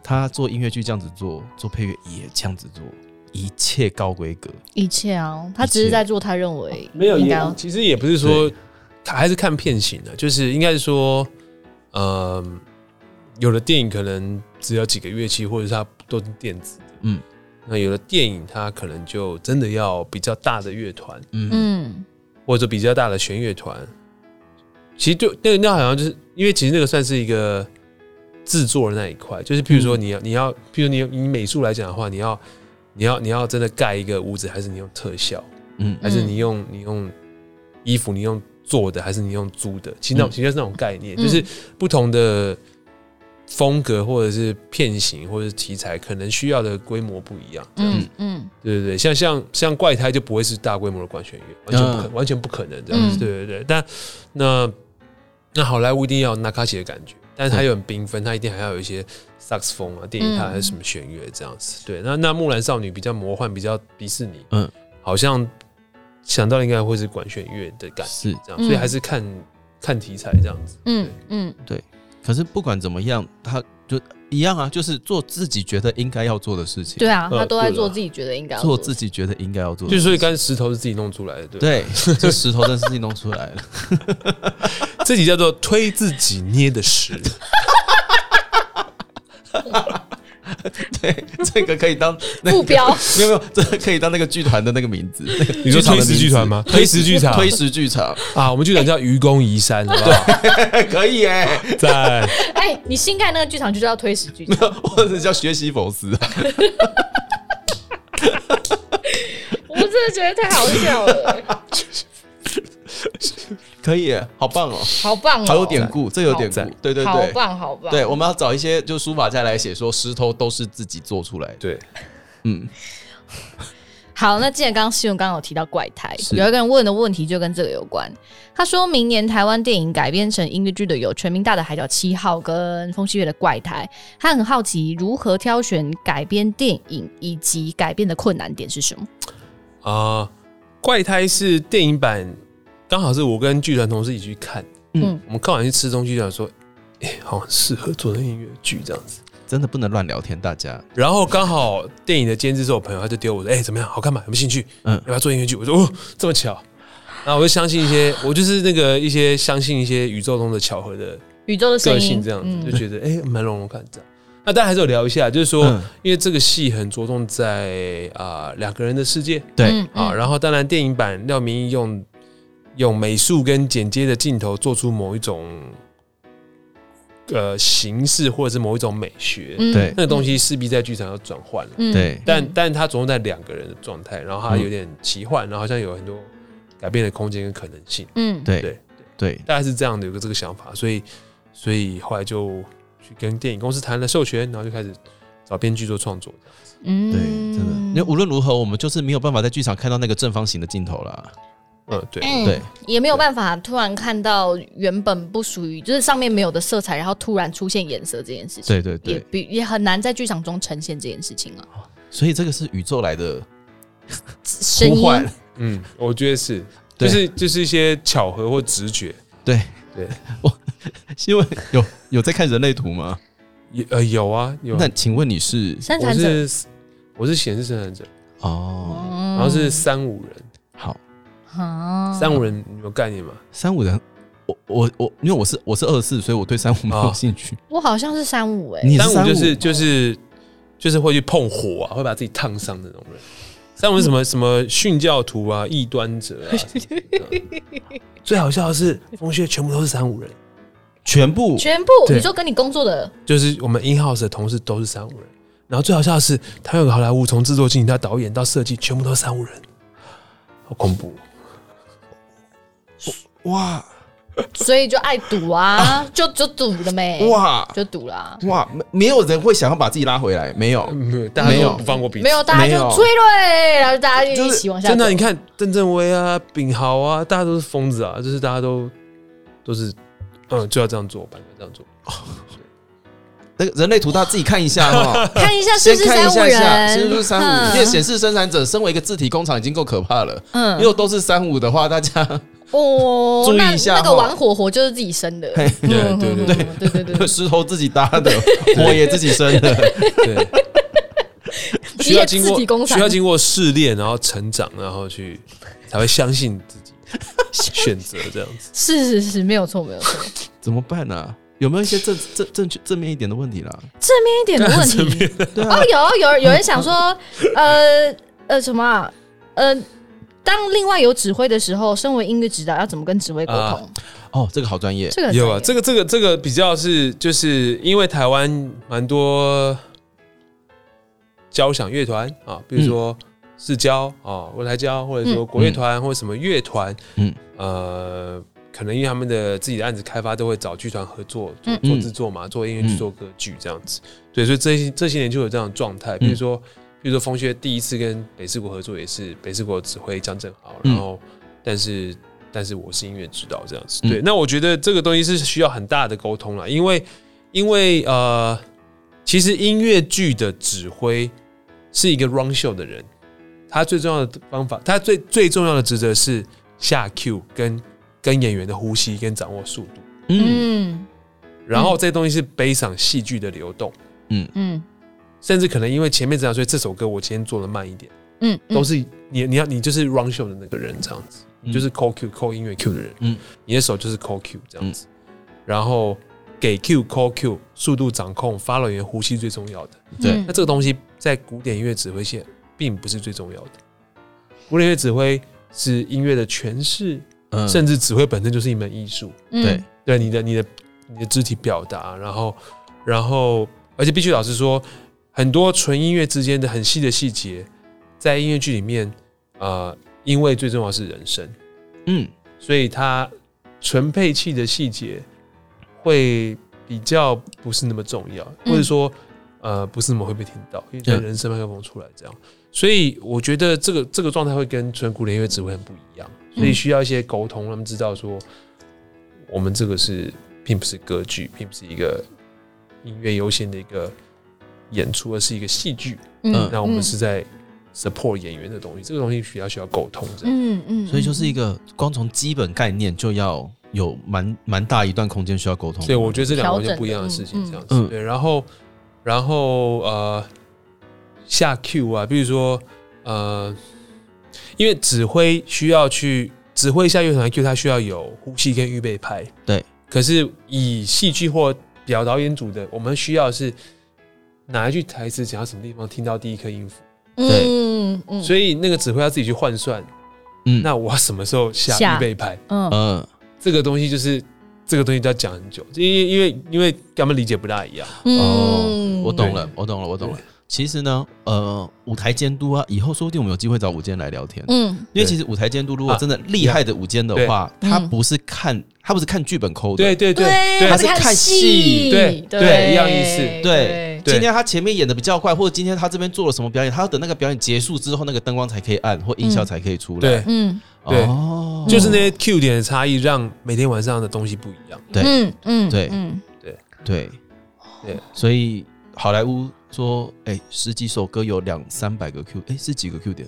Speaker 1: 他做音乐剧这样子做，做配乐也这样子做，一切高规格，
Speaker 3: 一切啊，他只是在做他认为
Speaker 4: 没有，
Speaker 3: 应
Speaker 4: 也
Speaker 3: 该哦要
Speaker 4: 其实也不是说，还是看片型的，就是应该是说，呃，有的电影可能只有几个乐器，或者是它都是电子的，
Speaker 1: 嗯。
Speaker 4: 那有的电影它可能就真的要比较大的乐团，
Speaker 1: 嗯
Speaker 3: 嗯，
Speaker 4: 或者比较大的弦乐团。其实就那个那好像就是因为其实那个算是一个制作的那一块，就是譬如
Speaker 1: 嗯
Speaker 4: 说你要、你要，譬如你以美术来讲的话，你要你要你要真的盖一个屋子，还是你用特效，
Speaker 1: 嗯
Speaker 4: 还是你用你用衣服，你用做的还是你用租的，其实那种
Speaker 1: 嗯
Speaker 4: 其实是那种概念，
Speaker 3: 嗯
Speaker 4: 就是不同的风格或者是片型或者是题材，可能需要的规模不一样。
Speaker 3: 嗯嗯
Speaker 4: 对对对，像像像怪胎就不会是大规模的管弦乐，完全不可、
Speaker 1: 嗯
Speaker 4: 完全不可能这样子。
Speaker 3: 嗯
Speaker 4: 对对对，但那那好莱坞一定要有纳卡奇的感觉，但是它又很缤纷，它一定还要有一些萨克斯风啊、电吉他
Speaker 3: 嗯
Speaker 4: 还是什么弦乐这样子。对，那那木兰少女比较魔幻，比较迪士尼，嗯
Speaker 1: 嗯，
Speaker 4: 好像想到应该会是管弦乐的感觉
Speaker 1: 是。
Speaker 4: 这样，
Speaker 3: 嗯
Speaker 4: 所以还是看看题材这样子。
Speaker 3: 嗯嗯
Speaker 1: 可是不管怎么样，他就一样啊，就是做自己觉得应该要做的事情，
Speaker 2: 对啊，
Speaker 4: 呃
Speaker 2: 他都在
Speaker 4: 对
Speaker 2: 做
Speaker 4: 啦
Speaker 2: 自己觉得应该
Speaker 3: 啊
Speaker 2: 要
Speaker 1: 做
Speaker 2: 的
Speaker 1: 自己觉得应该要做的
Speaker 4: 就
Speaker 1: 事情。
Speaker 4: 是所以干石头是自己弄出来的，嗯对吧，
Speaker 1: 对，这石头真是自己弄出来了。
Speaker 4: 这集叫做推自己捏的 石。
Speaker 1: 对，这个可以当那个
Speaker 3: 副标
Speaker 1: 没有没有，这个可以当那个剧团的那个名字。那个
Speaker 4: 你说
Speaker 1: 场的
Speaker 4: 推
Speaker 1: 名
Speaker 4: 石
Speaker 1: 字
Speaker 4: 剧团吗？ 推石剧场，
Speaker 1: 推石剧场
Speaker 4: 啊，我们剧团叫愚公移山，好不好？
Speaker 1: 可以哎、
Speaker 4: 在
Speaker 3: 哎、你新盖那个剧场就叫推石剧场，
Speaker 1: 或者叫学习佛斯啊。
Speaker 3: 我真的觉得太好笑了，
Speaker 1: 可以耶、好棒哦、
Speaker 3: 好棒哦！
Speaker 1: 好有典故，这有典故
Speaker 4: 赞，
Speaker 1: 对对
Speaker 3: 好
Speaker 1: 对，
Speaker 3: 棒，好棒！
Speaker 1: 对，我们要找一些就书法家来写，说石头都是自己做出来的。
Speaker 4: 对，
Speaker 1: 嗯，
Speaker 3: 好，那既然刚刚新闻刚刚有提到怪胎，
Speaker 1: 是
Speaker 3: 有一个人问的问题就跟这个有关。他说明年台湾电影改编成音乐剧的有《全民大的海角七号》跟《风戏月的怪胎》，他很好奇如何挑选改编电影以及改编的困难点是什么？
Speaker 4: 啊，怪胎是电影版，刚好是我跟剧团同事一起去看，嗯
Speaker 3: 嗯，
Speaker 4: 我们看完去吃东西，就想说，哎、好像适合做成音乐剧这样子。
Speaker 1: 真的不能乱聊天，大家。
Speaker 4: 然后刚好电影的监制是我朋友，他就丢我说，哎、怎么样，好看吗？有没有兴趣？嗯
Speaker 1: 嗯，
Speaker 4: 要不要做音乐剧？我说，哦，这么巧。然后我就相信一些，我就是那个一些相信一些宇宙中的巧合的
Speaker 3: 宇宙的声
Speaker 4: 个
Speaker 3: 音嗯
Speaker 4: 性，这样子，就觉得哎，蛮融融看这样。那当然还是有聊一下，就是说，
Speaker 1: 嗯
Speaker 4: 因为这个戏很着重在啊两、个人的世界
Speaker 1: 对，
Speaker 3: 嗯
Speaker 4: 啊，然后当然电影版廖明义用用美术跟剪接的镜头做出某一种呃形式或者是某一种美学，
Speaker 3: 嗯
Speaker 1: 对
Speaker 4: 那个东，西势必在剧场要转换了。
Speaker 3: 嗯
Speaker 1: 对
Speaker 4: 但但它着重在两个人的状态，然后它有点奇幻，然后好像有很多改变的空间跟可能性，
Speaker 3: 嗯
Speaker 1: 对
Speaker 4: 对
Speaker 1: 对，
Speaker 4: 大概是这样的有个这个想法，所以所以后来就去跟电影公司谈了授权，然后就开始找编剧做创作。
Speaker 3: 嗯
Speaker 1: 对，真的，因为无论如何，我们就是没有办法在剧场看到那个正方形的镜头啦。
Speaker 4: 嗯，对，
Speaker 3: 嗯
Speaker 1: 对，
Speaker 3: 也没有办法突然看到原本不属于，就是上面没有的色彩，然后突然出现颜色这件事情，
Speaker 1: 对对
Speaker 3: 也
Speaker 1: 对，
Speaker 3: 比也很难在剧场中呈现这件事情啊。
Speaker 1: 所以这个是宇宙来的
Speaker 3: 声
Speaker 1: 呼唤
Speaker 3: 音，，
Speaker 4: 嗯，我觉得是，就
Speaker 1: 对
Speaker 4: 是就是一些巧合或直觉，
Speaker 1: 对
Speaker 4: 对，
Speaker 1: 我因为有有在看人类图吗？
Speaker 4: 也呃有啊有啊
Speaker 1: 那请问你是
Speaker 3: 生
Speaker 4: 我
Speaker 3: 产者，
Speaker 4: 是我是显示生产者，
Speaker 1: 哦，
Speaker 4: 然
Speaker 3: 然
Speaker 4: 后是三五人，
Speaker 1: 好
Speaker 3: 嗯哦
Speaker 4: 三五人你有概念吗？
Speaker 1: 三五人，我我我，因为我是我是二十四，所以我对三五没
Speaker 4: 哦
Speaker 1: 有兴趣。
Speaker 3: 我好像是三五哎、
Speaker 1: 你是
Speaker 4: 三五就是
Speaker 1: 35
Speaker 4: 就是就是会去碰火啊，会把自己烫伤的那种人。三五是什么什么殉教徒啊、异端者 啊，什么的最好笑的是风穴全部都是三五人，
Speaker 1: 全部
Speaker 3: 全部
Speaker 4: 对
Speaker 3: 你说跟你工作的
Speaker 4: 就是我们 in house 的同事都是三五人。然后最好笑的是，他有个好莱坞，从制作经理到导演到设计，全部都是三五人，好恐怖！
Speaker 1: 哇
Speaker 3: 所以就爱赌啊，就就赌了
Speaker 4: 哎
Speaker 3: 没，
Speaker 1: 哇
Speaker 3: 就赌啦、
Speaker 1: 哇，没没有人会想要把自己拉回来，没有。
Speaker 4: 嗯，大家
Speaker 1: 没
Speaker 4: 都
Speaker 1: 有
Speaker 4: 不放过彼此。
Speaker 3: 没有大家
Speaker 1: 没
Speaker 3: 就
Speaker 1: 有
Speaker 3: 催泪，然后大家就
Speaker 1: 就
Speaker 3: 一
Speaker 1: 是
Speaker 3: 起往下走。，
Speaker 4: 真的啊，你看邓正威啊、秉豪啊，大家都是疯子啊，就是大家都都是，嗯，就要这样做，本来就这样做。
Speaker 1: 那个人类图大家自己看一下哈
Speaker 3: 看一下是
Speaker 1: 先
Speaker 3: 不是
Speaker 1: 看
Speaker 3: 三
Speaker 1: 一
Speaker 3: 五
Speaker 1: 下下，
Speaker 3: 人，
Speaker 1: 是不是三五？因为
Speaker 3: 嗯
Speaker 1: 显示生产者身为一个字体工厂已经够可怕了，
Speaker 3: 嗯
Speaker 1: 如果都是三五的话，大家
Speaker 3: 哦，
Speaker 1: 注意
Speaker 3: 那
Speaker 1: 一下
Speaker 3: 那个
Speaker 1: 哦
Speaker 3: 玩火火就是自己生的，
Speaker 1: 嘿，
Speaker 4: 对对
Speaker 3: 对
Speaker 4: 对
Speaker 3: 对对 对
Speaker 1: 石头自己搭的， 火也自己生的，
Speaker 4: 对， 需要经
Speaker 3: 自己
Speaker 4: 过
Speaker 3: 工厂
Speaker 4: 需要经过试炼，然后成长，然后去才会相信自 己选择这样子。
Speaker 3: 是是是，没有错没 有错。
Speaker 1: 怎么办呢、啊？有没有一些正正正确正面一点的问题啦？
Speaker 3: 一点的问题
Speaker 1: 对啊
Speaker 3: 哦，有有有人想说，呃呃什么啊、呃，当另外有指挥的时候，身为音乐指导要怎么跟指挥沟通？
Speaker 4: 啊
Speaker 1: 哦，这个好专业，
Speaker 3: 这个很
Speaker 4: 有
Speaker 3: 专
Speaker 4: 啊，
Speaker 3: 业
Speaker 4: 这个这个这个比较是，就是因为台湾蛮多交响乐团啊，比如说市交啊、舞台交，或者说国乐团或者什么乐团，嗯
Speaker 1: 嗯，
Speaker 4: 呃，可能因为他们的自己的案子开发都会找剧团合作做
Speaker 3: 嗯
Speaker 4: 做制作嘛，做音乐剧、
Speaker 1: 嗯
Speaker 4: 做歌剧这样子。对，所以这些这些年就有这样的状
Speaker 1: 嗯
Speaker 4: 态，比如说，比如说风靴第一次跟北市国合作也是北市国指挥江正豪，
Speaker 1: 嗯
Speaker 4: 然后但是但是我是音乐指导这样子。
Speaker 1: 嗯
Speaker 4: 对，那我觉得这个东西是需要很大的沟通了，因为因为呃，其实音乐剧的指挥是一个 run show 的人，他最重要的方法，他最最重要的职责是下 Q 跟跟演员的呼吸跟掌握速度，
Speaker 1: 嗯
Speaker 3: 嗯
Speaker 4: 然后这东西是背上戏剧的流动，
Speaker 3: 嗯
Speaker 4: 甚至可能因为前面这样，所以这首歌我今天做的慢一点，
Speaker 3: 嗯，
Speaker 4: 都是你你要你就是 run show 的那个人这样子，
Speaker 1: 嗯
Speaker 4: 就是扣 Q 扣音乐 Q 的人，
Speaker 1: 嗯
Speaker 4: 你的手就是扣 Q 这样子，然后给 Q 扣 Q 速度掌控，follow 员呼吸最重要的。
Speaker 1: 对
Speaker 4: 那这个东西在古典音乐指挥线并不是最重要的，古典音乐指挥是音乐的诠释，
Speaker 1: 嗯
Speaker 4: 甚至指挥本身就是一门艺术。
Speaker 3: 嗯
Speaker 1: 对，
Speaker 4: 对你的、你的、你的肢体表达，然后、然后，而且必须老实说，很多纯音乐之间的很细的细节，在音乐剧里面，呃，因为最重要是人声，
Speaker 1: 嗯
Speaker 4: 所以它纯配器的细节会比较不是那么重要，
Speaker 3: 嗯
Speaker 4: 或者说呃不是那么会被听到，因为在
Speaker 1: 嗯
Speaker 4: 人声麦克风出来这样，所以我觉得这个这个状态会跟纯古典音乐指挥很不一样，所以需要一些沟通，让他们知道说我们这个是并不是歌剧，并不是一个音乐优先的一个演出，而是一个戏剧。
Speaker 1: 嗯
Speaker 4: 那我们
Speaker 3: 嗯
Speaker 4: 是在 support 演员的东西，这个东西需要需要沟通这样。
Speaker 3: 嗯嗯，
Speaker 1: 所以就是一个光从基本概念就要有蛮蛮大一段空间需要沟通。
Speaker 4: 对，我觉得这两个完
Speaker 3: 调整
Speaker 4: 全不一样的
Speaker 3: 的
Speaker 4: 事情，
Speaker 3: 嗯
Speaker 4: 这样子。
Speaker 1: 嗯
Speaker 4: 对，然后，然后呃，下 Q 啊，比如说呃，因为指挥需要去指挥一下乐团的 Q，它需要有呼吸跟预备拍。
Speaker 1: 对，
Speaker 4: 可是以戏剧或表导演组的，我们需要的是哪一句台词讲到什么地方听到第一颗音符，
Speaker 3: 嗯嗯，
Speaker 4: 所以那个指挥要自己去换算，
Speaker 1: 嗯
Speaker 4: 那我要什么时候下
Speaker 3: 下
Speaker 4: 预备拍？
Speaker 3: 嗯
Speaker 1: 嗯
Speaker 4: 这个东西就是这个东西都要讲很久，因为因为因为他们理解不大一样。
Speaker 1: 哦
Speaker 3: 嗯，，
Speaker 1: 我懂了，我懂了，我懂了。其实呢，呃，舞台监督啊，以后说不定我们有机会找舞监来聊天。
Speaker 3: 嗯
Speaker 1: 因为其实舞台监督如果
Speaker 4: 啊
Speaker 1: 真的厉害的舞监的话，
Speaker 3: 对
Speaker 1: 他
Speaker 3: 嗯
Speaker 1: 不是看他不是看剧本抠的，
Speaker 4: 对对对
Speaker 1: 他
Speaker 4: 对
Speaker 1: 是看戏
Speaker 4: 对
Speaker 3: 对
Speaker 4: 对一样意思
Speaker 1: 对，
Speaker 4: 对
Speaker 1: 今天他前面演的比较快，或者今天他这边做了什么表演，他要等那个表演结束之后，那个灯光才可以暗，或音效才可以出来。
Speaker 4: 对，
Speaker 3: 嗯
Speaker 4: 对
Speaker 1: 哦，
Speaker 4: 就是那些 Q 点的差异，让每天晚上的东西不一样。
Speaker 1: 对
Speaker 3: 嗯嗯，
Speaker 1: 对
Speaker 3: 嗯
Speaker 1: 对
Speaker 4: 对，
Speaker 1: 所以好莱坞说，哎、十几首歌有两三百个 Q，哎、是几个 Q 点？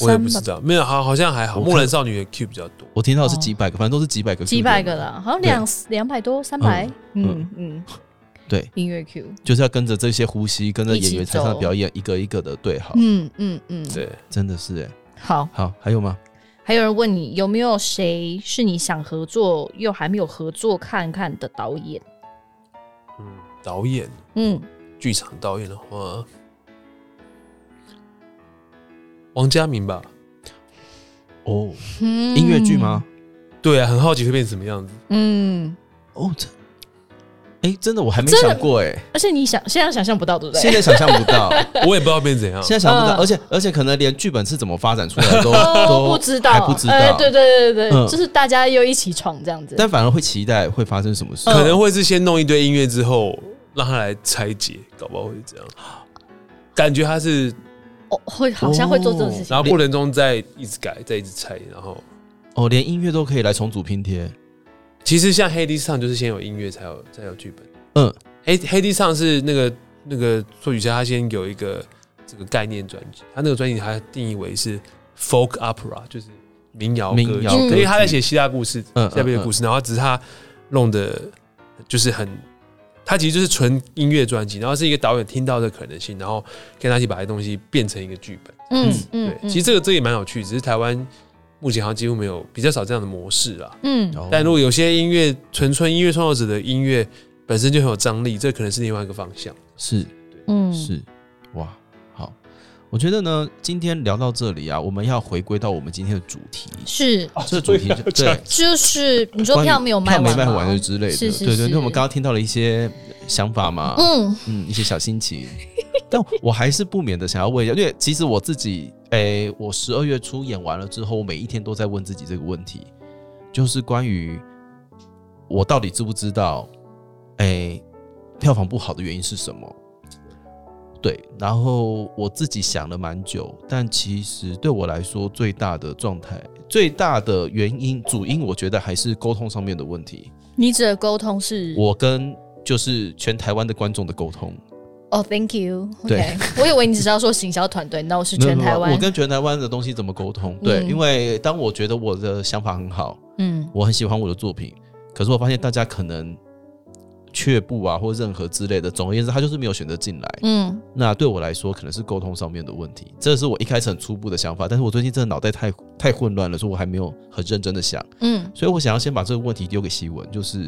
Speaker 4: 我也不知道，没有好好像还好，
Speaker 1: 我
Speaker 4: 《
Speaker 1: 看
Speaker 4: 木兰少女》的 Q 比较多。
Speaker 1: 我听到是几百个，反正都是几百个 Q
Speaker 3: 哦几
Speaker 1: 点
Speaker 3: 百个了，好像两两百多三百，
Speaker 1: 嗯
Speaker 3: 嗯嗯，
Speaker 1: 对，
Speaker 3: 音乐 Q，
Speaker 1: 就是要跟着这些呼吸，跟着演员台上的
Speaker 3: 一起走
Speaker 1: 表演，一个一个的对好，
Speaker 3: 嗯嗯嗯，
Speaker 4: 对，
Speaker 1: 真的是哎、
Speaker 3: 好，
Speaker 1: 好，还有吗？
Speaker 3: 还有人问你有没有谁是你想合作又还没有合作看看的导演？
Speaker 4: 嗯，导演、
Speaker 3: 嗯，
Speaker 4: 剧场导演的话，王家明吧。
Speaker 1: 哦，音乐剧吗？？
Speaker 4: 对啊，很好奇会变成什么 样子。
Speaker 3: 嗯，
Speaker 1: 哦，这，哎、真的我还没
Speaker 3: 真的
Speaker 1: 想过哎、
Speaker 3: 而且你想现在想象不到，对不
Speaker 1: 现
Speaker 3: 对？
Speaker 1: 在想象不 到，
Speaker 4: 我也不知道变成怎样。
Speaker 1: 现在想不到，
Speaker 3: 嗯
Speaker 1: 而且而且可能连剧本是怎么发展出来的都
Speaker 3: 都
Speaker 1: 都
Speaker 3: 不知道，
Speaker 1: 哦还不知道，
Speaker 3: 哎对对对对
Speaker 1: 嗯
Speaker 3: 对，就是大家又一起闯这样子。
Speaker 1: 但反而会期待会发生什么事。
Speaker 3: 嗯
Speaker 4: 可能会是先弄一堆音乐之后，让他来拆解，搞不好会这样。感觉他是，
Speaker 3: 哦，会好像会做这种事情。
Speaker 4: 哦然后过程中再一直改，再一直拆，然后
Speaker 1: 哦，连音乐都可以来重组拼贴。
Speaker 4: 其实像黑地上就是先有音乐才有才有剧本。
Speaker 1: 嗯，
Speaker 4: 黑黑地上是那个那个作曲家他先有一个这个概念专辑，他那个专辑他定义为是 folk opera，就是民谣歌曲
Speaker 1: 民谣
Speaker 3: 歌曲嗯
Speaker 4: 因为他在写希腊故事，
Speaker 1: 嗯
Speaker 4: 希腊的故事，然后只是他弄的就是很。他其实就是纯音乐专辑，然后是一个导演听到的可能性，然后跟他一起把这东西变成一个剧本。
Speaker 3: 嗯
Speaker 4: 对，
Speaker 3: 嗯，
Speaker 4: 其实这个这个也蛮有趣，只是台湾目前好像几乎没有比较少这样的模式啦。
Speaker 3: 嗯
Speaker 1: 哦
Speaker 4: 但如果有些音乐纯粹音乐创作者的音乐本身就很有张力，这可能是另外一个方向。
Speaker 1: 是
Speaker 3: 嗯
Speaker 1: 是，哇，好，我觉得呢，今天聊到这里啊，我们要回归到我们今天的主题，
Speaker 3: 是，
Speaker 4: 哦
Speaker 1: 这主题就对，
Speaker 3: 就是你说
Speaker 1: 关于
Speaker 3: 票没有卖
Speaker 1: 票
Speaker 3: 完吗，
Speaker 1: 没卖完的之类的，
Speaker 3: 是是
Speaker 1: 对对。
Speaker 3: 是
Speaker 1: 那我们刚刚听到了一些想法嘛，
Speaker 3: 嗯
Speaker 1: 嗯，一些小心情，但我还是不免的想要问一下，因为其实我自己，诶、我十二月初演完了之后，我每一天都在问自己这个问题，就是关于我到底知不知道，哎、票房不好的原因是什么？对，然后我自己想了蛮久，但其实对我来说，最大的状态、最大的原因、主因，我觉得还是沟通上面的问题。
Speaker 2: 你指的沟通是
Speaker 1: 我跟就是全台湾的观众的沟通，
Speaker 2: 哦、t h a n k you。
Speaker 1: 对
Speaker 2: OK，我以为你只是要说行销团队，那我是
Speaker 1: 没有
Speaker 2: 全
Speaker 1: 没有
Speaker 2: 台湾。
Speaker 1: 我跟全台湾的东西怎么沟通？对，
Speaker 2: 嗯
Speaker 1: 因为当我觉得我的想法很好，
Speaker 2: 嗯
Speaker 1: 我很喜欢我的作品，可是我发现大家可能却步啊，或任何之类的。总而言之，他就是没有选择进来。
Speaker 2: 嗯，
Speaker 1: 那对我来说，可能是沟通上面的问题，这是我一开始很初步的想法。但是我最近真的脑袋太太混乱了，所以我还没有很认真的想。
Speaker 2: 嗯，
Speaker 1: 所以我想要先把这个问题丢给希文，就是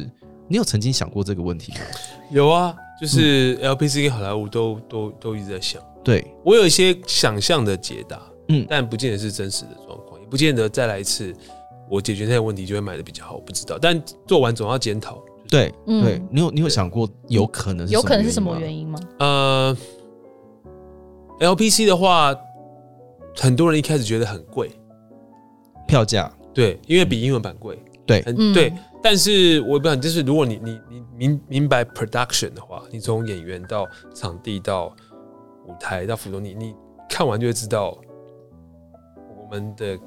Speaker 1: 你有曾经想过这个问题吗？
Speaker 2: 嗯
Speaker 4: 有啊，就是 LPC 跟好莱坞都都都一直在想，
Speaker 1: 对，
Speaker 4: 我有一些想象的解答，
Speaker 1: 嗯
Speaker 4: 但不见得是真实的状况，也不见得再来一次我解决那个问题就会买的比较好，我不知道。但做完总要检讨。
Speaker 1: 对，
Speaker 2: 嗯
Speaker 1: 对，你有你有想过有可能是
Speaker 2: 有可能是什么
Speaker 1: 因
Speaker 2: 原因吗？
Speaker 4: 呃，LPC 的话，很多人一开始觉得很贵，
Speaker 1: 吗？票价，
Speaker 4: 对，因为比英文版贵，
Speaker 1: 对
Speaker 4: 很
Speaker 2: 嗯
Speaker 4: 对。但是我不想，就是如果你你你明明白 production 的话，你从演员到场地到舞台到服装，你你看完就会知道，我们的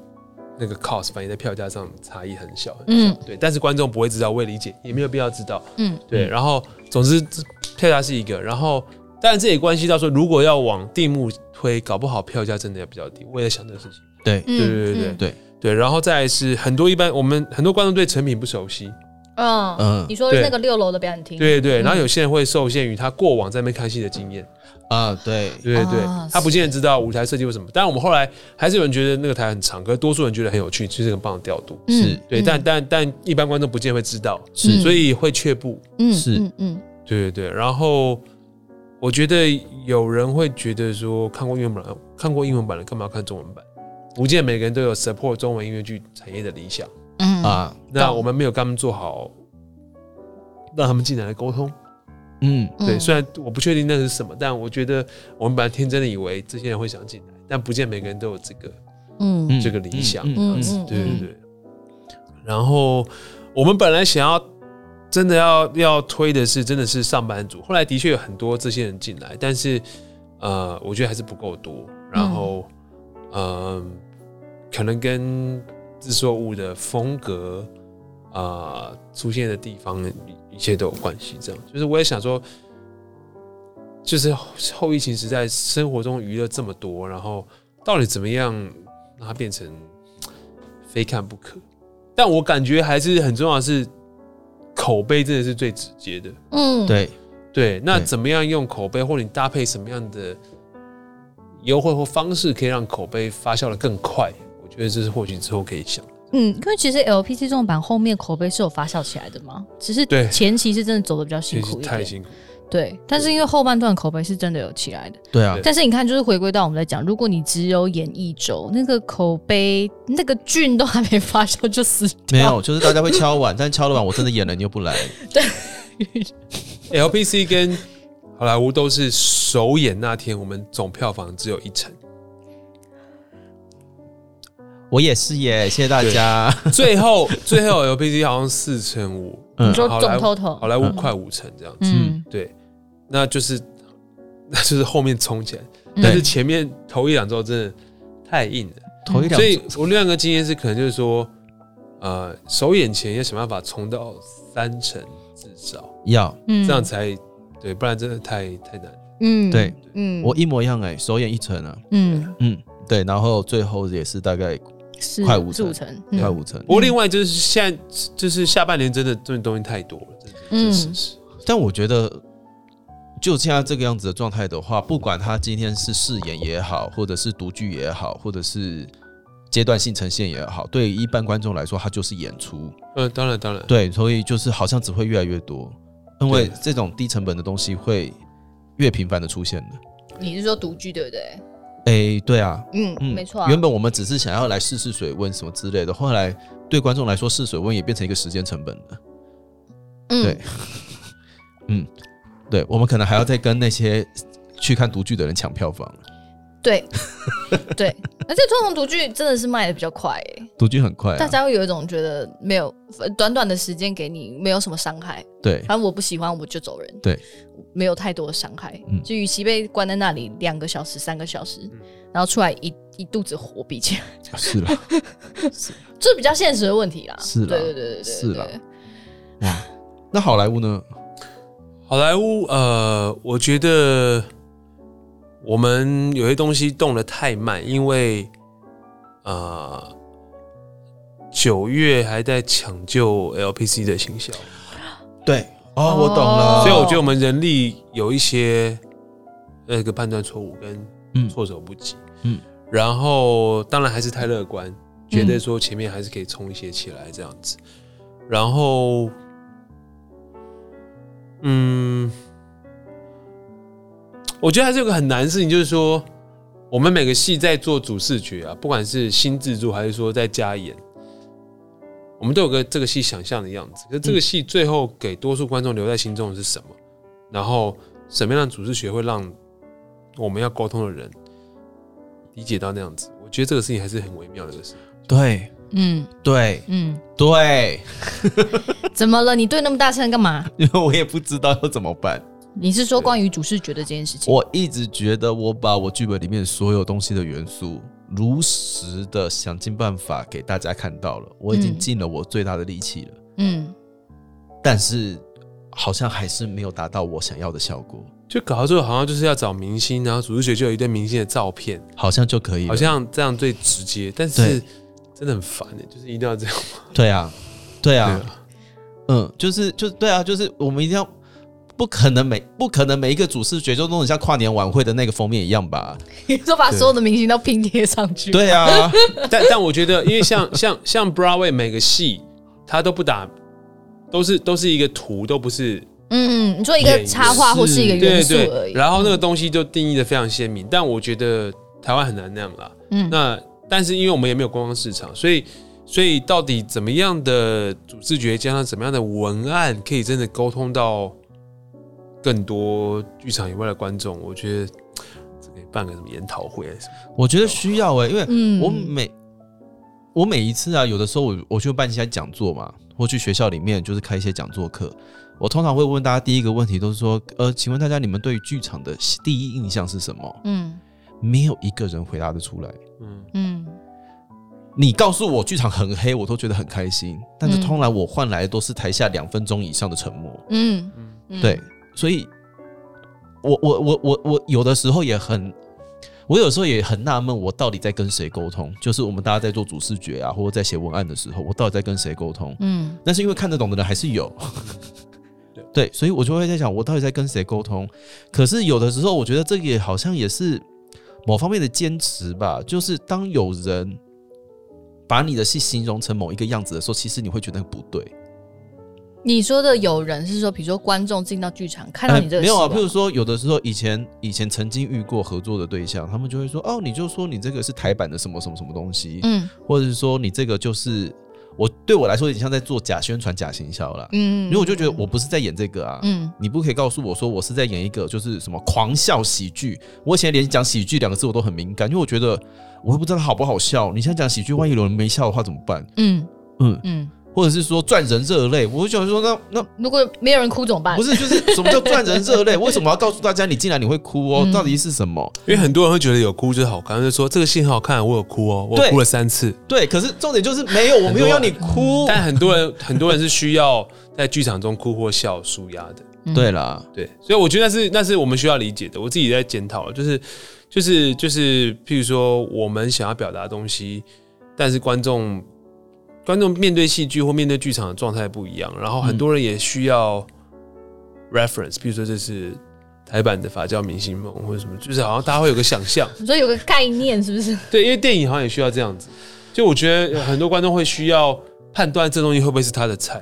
Speaker 4: 那个 cost 反映在票价上差异很小，
Speaker 2: 嗯
Speaker 4: 对。但是观众不会知道，我也理解，也没有必要知道，
Speaker 2: 嗯，
Speaker 4: 对。
Speaker 1: 嗯
Speaker 4: 然后，总之这票价是一个，然后当然这也关系到说，如果要往定目推，搞不好票价真的要比较低。我也在想这个事情。
Speaker 1: 对，
Speaker 2: 嗯
Speaker 4: 对对对对
Speaker 2: 嗯
Speaker 1: 对
Speaker 4: 对，然后再来是很多一般我们很多观众对成品不熟悉，
Speaker 2: 嗯
Speaker 1: 嗯
Speaker 2: 你说
Speaker 4: 对
Speaker 2: 那个六楼的表演厅，
Speaker 4: 对对，
Speaker 2: 嗯
Speaker 4: 然后有些人会受限于他过往在那边看戏的经验，
Speaker 1: 啊、对，
Speaker 4: 对对
Speaker 2: 啊
Speaker 4: 对，他不见得知道舞台设计为什么。当然我们后来还是有人觉得那个台很长，可是多数人觉得很有趣，就是很棒的调度。
Speaker 2: 嗯
Speaker 1: 是
Speaker 4: 对，但但但一般观众不见得会知道，
Speaker 1: 是
Speaker 4: 所以会却步。
Speaker 2: 嗯
Speaker 1: 是
Speaker 2: 嗯嗯
Speaker 4: 对对对，然后我觉得有人会觉得说，看过英文版，看过英文版的，干嘛看中文版？不见得每个人都有 support 中文音乐剧产业的理想。
Speaker 2: 嗯
Speaker 1: 啊，
Speaker 4: 那
Speaker 2: 懂
Speaker 4: 我们没有跟他们做好让他们进来的沟通。
Speaker 1: 嗯，
Speaker 4: 对，
Speaker 2: 嗯
Speaker 4: 虽然我不确定那是什么，但我觉得我们本来天真的以为这些人会想进来，但不见每个人都有这个。
Speaker 2: 嗯
Speaker 1: 嗯
Speaker 4: 这个理想
Speaker 1: 嗯
Speaker 2: 嗯嗯
Speaker 4: 对对对。然后我们本来想要真的要要推的是真的是上班族，后来的确有很多这些人进来，但是呃，我觉得还是不够多。然后嗯、呃可能跟制作物的风格啊、呃出现的地方一切都有关系。这样就是我也想说。就是后疫情时代，生活中娱乐这么多，然后到底怎么样让它变成非看不可？但我感觉还是很重要的是，口碑真的是最直接的。
Speaker 2: 嗯，
Speaker 1: 对，
Speaker 4: 对，那
Speaker 1: 对
Speaker 4: 怎么样用口碑，或你搭配什么样的优惠或方式，可以让口碑发酵的更快？我觉得这是或许之后可以想。
Speaker 2: 嗯，因为其实 LPC 这种版后面口碑是有发酵起来的嘛，只是
Speaker 4: 对
Speaker 2: 前期是真的走的比较辛
Speaker 4: 其实
Speaker 2: 苦一
Speaker 4: 太
Speaker 2: 点，
Speaker 4: 辛苦，
Speaker 2: 对，但是因为后半段口碑是真的有起来的。
Speaker 1: 对啊
Speaker 4: 对，
Speaker 2: 但是你看，就是回归到我们在讲，如果你只有演一周，那个口碑、那个菌都还没发酵就死
Speaker 1: 没
Speaker 2: 掉，
Speaker 1: 有，就是大家会敲碗， 但敲了碗我真的演了，你又不来，
Speaker 4: LPC 跟好莱坞都是首演那天，我们总票房只有 一成，
Speaker 1: 我也是 耶，谢谢大家。
Speaker 4: 最后最后 LPC 好像四成五，
Speaker 1: 嗯
Speaker 2: 你说
Speaker 4: 好
Speaker 2: 总
Speaker 4: 莱坞
Speaker 2: total
Speaker 4: 好莱坞快五成这样子。
Speaker 2: 嗯，
Speaker 4: 对，那就是 那就是后面冲起来，
Speaker 2: 嗯
Speaker 4: 但是前面头一两周真的太硬了，
Speaker 1: 头一两
Speaker 4: 所，以我另外一个经验是，可能就是说，呃，首演前要想办法冲到三成至少，
Speaker 1: 要
Speaker 2: 嗯
Speaker 4: 这样才对，不然真的太太难。
Speaker 2: 嗯
Speaker 1: 对，
Speaker 2: 嗯
Speaker 1: 我一模一样哎，首演一层啊，
Speaker 2: 嗯
Speaker 1: 嗯，对，然后最后也是大概
Speaker 2: 是
Speaker 1: 快五成
Speaker 2: 组成嗯
Speaker 1: 快五成，
Speaker 4: 不嗯过另外就是现在就是下半年真的真的东西太多了，这
Speaker 2: 嗯
Speaker 4: 这是事实。
Speaker 1: 但我觉得。就现在这个样子的状态的话，不管他今天是饰演也好，或者是独剧也好，或者是阶段性呈现也好，对于一般观众来说，它就是演出。
Speaker 4: 嗯，当然当然，
Speaker 1: 对，所以就是好像只会越来越多，因为
Speaker 4: 对
Speaker 1: 这种低成本的东西会越频繁的出现的。
Speaker 2: 你是说独居对不对？
Speaker 1: 诶，对啊，
Speaker 2: 嗯，没错啊，
Speaker 1: 原本我们只是想要来试试水温什么之类的，后来对观众来说，试水温也变成一个时间成本了。
Speaker 2: 嗯
Speaker 1: 对 嗯对我们可能还要再跟那些去看独剧的人抢票房。
Speaker 2: 对 对，而且传统读剧真的是卖的比较快、欸，
Speaker 1: 读剧很快、啊，
Speaker 2: 大家会有一种觉得没有呃短短的时间给你没有什么伤害，
Speaker 1: 对
Speaker 2: 反正我不喜欢我就走人，
Speaker 1: 哎对，
Speaker 2: 没有太多的伤害，
Speaker 1: 嗯
Speaker 2: 就与其被关在那里两个小时、三个小时，然后出来一一肚子火，比起来，
Speaker 1: 是了，
Speaker 2: 这比较现实的问题啦，
Speaker 1: 是啦
Speaker 2: 对对对对对，
Speaker 1: 是啦
Speaker 2: 对
Speaker 1: 哇，那好莱坞呢？
Speaker 4: 好莱坞，呃，我觉得我们有些东西动得太慢，因为呃，九月还在抢救 LPC 的行销，
Speaker 1: 对，哦，
Speaker 2: 哦
Speaker 1: 我懂了，
Speaker 4: 所以我觉得我们人力有一些那个判断错误跟
Speaker 1: 嗯
Speaker 4: 措手不及，
Speaker 1: 嗯
Speaker 4: 嗯，然后当然还是太乐观，觉得说前面还是可以冲一些起来这样子，然后，嗯，我觉得还是有个很难的事情，就是说我们每个戏在做主视觉啊，不管是新制作还是说在加演。我们都有个这个戏想象的样子，可是这个戏最后给多数观众留在心中的是什么？然后什么样的组织学会让我们要沟通的人理解到那样子？我觉得这个事情还是很微妙的一个事。
Speaker 1: 对
Speaker 2: 嗯
Speaker 1: 对
Speaker 2: 嗯，
Speaker 1: 对，
Speaker 2: 怎么了？你对那么大声干嘛？
Speaker 1: 因为我也不知道要怎么办。
Speaker 2: 你是说关于主视觉的这件事情？
Speaker 1: 我一直觉得我把我剧本里面所有东西的元素，如实的想尽办法给大家看到了，我已经
Speaker 2: 嗯
Speaker 1: 尽了我最大的力气了，
Speaker 2: 嗯，
Speaker 1: 但是好像还是没有达到我想要的效果，
Speaker 4: 就搞到最后，好像就是要找明星，然后组织学就有一堆明星的照片，
Speaker 1: 好像就可以了，
Speaker 4: 好像这样最直接，但是真的很烦的、就是一定要这样。
Speaker 1: 对啊，对啊，
Speaker 4: 对
Speaker 1: 嗯，就是就对啊，就是我们一定要。不可能每不可能每一个主视觉就弄得像跨年晚会的那个封面一样吧？
Speaker 2: 你说把所有的明星都拼贴上去？
Speaker 1: 对啊，
Speaker 4: 但但我觉得，因为像像像 Broadway 每个戏，他都不打，都是都是一个图，都不是
Speaker 2: 嗯，嗯，你说一
Speaker 4: 演
Speaker 2: 个
Speaker 4: 员
Speaker 2: 插画或是一个元
Speaker 4: 对
Speaker 2: 素而
Speaker 4: 对，
Speaker 2: 已。嗯
Speaker 4: 然后那个东西就定义的非常鲜明，但我觉得台湾很难那样啦。
Speaker 2: 嗯
Speaker 4: 那但是因为我们也没有观光市场，所以所以到底怎么样的主视觉加上怎么样的文案，可以真的沟通到更多剧场以外的观众？我觉得这可以办个什么研讨会还是什么？
Speaker 1: 我觉得需要哎、因为
Speaker 2: 嗯
Speaker 1: 我每、我每一次啊，有的时候我我去办一些讲座嘛，或去学校里面就是开一些讲座课，我通常会问大家第一个问题都是说，呃，请问大家你们对于剧场的第一印象是什么？
Speaker 2: 嗯
Speaker 1: 没有一个人回答得出来。
Speaker 4: 嗯，
Speaker 2: 嗯
Speaker 1: 你告诉我剧场很黑，我都觉得很开心，但是
Speaker 2: 嗯
Speaker 1: 通常我换来的都是台下两分钟以上的沉默。
Speaker 2: 嗯
Speaker 4: 嗯
Speaker 2: 嗯，
Speaker 1: 对，所以我我我我我有的时候也很，我有时候也很纳闷，我到底在跟谁沟通？就是我们大家在做主视觉啊，或者在写文案的时候，我到底在跟谁沟通？
Speaker 2: 嗯
Speaker 1: 但是因为看得懂的人还是有， 对，所以我就会在想，我到底在跟谁沟通？可是有的时候，我觉得这个也好像也是某方面的坚持吧，就是当有人把你的戏形容成某一个样子的时候，其实你会觉得不对。
Speaker 2: 你说的有人是说，比如说观众进到剧场看到你这个
Speaker 1: 没有啊，
Speaker 2: 戏
Speaker 1: 譬如说，有的时候以前以前曾经遇过合作的对象，他们就会说，哦，你就说你这个是台版的什么什么什么东西，
Speaker 2: 嗯
Speaker 1: 或者是说你这个就是我对我来说，有点像在做假宣传、假行销啦。
Speaker 2: 嗯，
Speaker 1: 因为我就觉得我不是在演这个啊，
Speaker 2: 嗯
Speaker 1: 你不可以告诉我说我是在演一个就是什么狂笑喜剧。我以前连讲喜剧两个字我都很敏感，因为我觉得我又不知道好不好笑。你现在讲喜剧，万一有人没笑的话怎么办？
Speaker 2: 嗯
Speaker 1: 嗯，
Speaker 2: 嗯，
Speaker 1: 或者是说赚人热泪，我就想说那那
Speaker 2: 如果没有人哭怎么办？
Speaker 1: 不是，就是什么叫赚人热泪？为 什么要告诉大家你进来你会哭哦？
Speaker 2: 嗯
Speaker 1: 到底是什么？
Speaker 4: 因为很多人会觉得有哭就是好看，就说这个戏很好看，我有哭哦，我
Speaker 1: 对
Speaker 4: 哭了三次。
Speaker 1: 对，可是重点就是没有，我没有要你
Speaker 2: 嗯
Speaker 1: 哭。
Speaker 4: 但很多人很多人是需要在剧场中哭或笑舒压的。
Speaker 2: 嗯
Speaker 1: 对啦，
Speaker 4: 对，所以我觉得那是那是我们需要理解的。我自己在检讨，就是就是就是，譬如说我们想要表达的东西，但是观众观众面对戏剧或面对剧场的状态不一样，然后很多人也需要 reference，比如说这是台版的《法教明星梦》或者什么，就是好像大家会有个想象，
Speaker 2: 你说有个概念是 不是？
Speaker 4: 对，因为电影好像也需要这样子。就我觉得很多观众会需要判断这东西会不会是他的菜。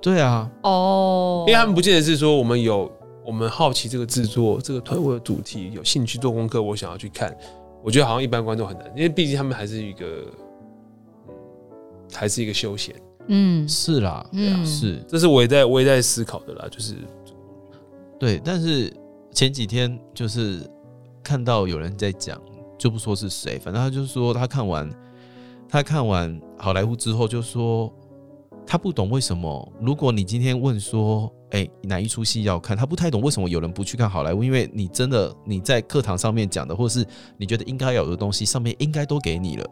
Speaker 1: 对啊，
Speaker 2: 哦，
Speaker 4: 因为他们不见得是说我们有我们好奇这个制作这个团我的主题有兴趣做功课，我想要去看。我觉得好像一般观众很难，因为毕竟他们还是一个，嗯还是一个休闲。
Speaker 2: 嗯
Speaker 1: 是啦，
Speaker 2: 嗯
Speaker 1: 是
Speaker 4: 这是我也在我也在思考的啦，就是
Speaker 1: 对。但是前几天就是看到有人在讲，就不说是谁，反正他就说他看完他看完好莱坞之后就说他不懂为什么，如果你今天问说，哎、哪一出戏要看，他不太懂为什么有人不去看好莱坞，因为你真的你在课堂上面讲的，或是你觉得应该要有的东西，上面应该都给你了。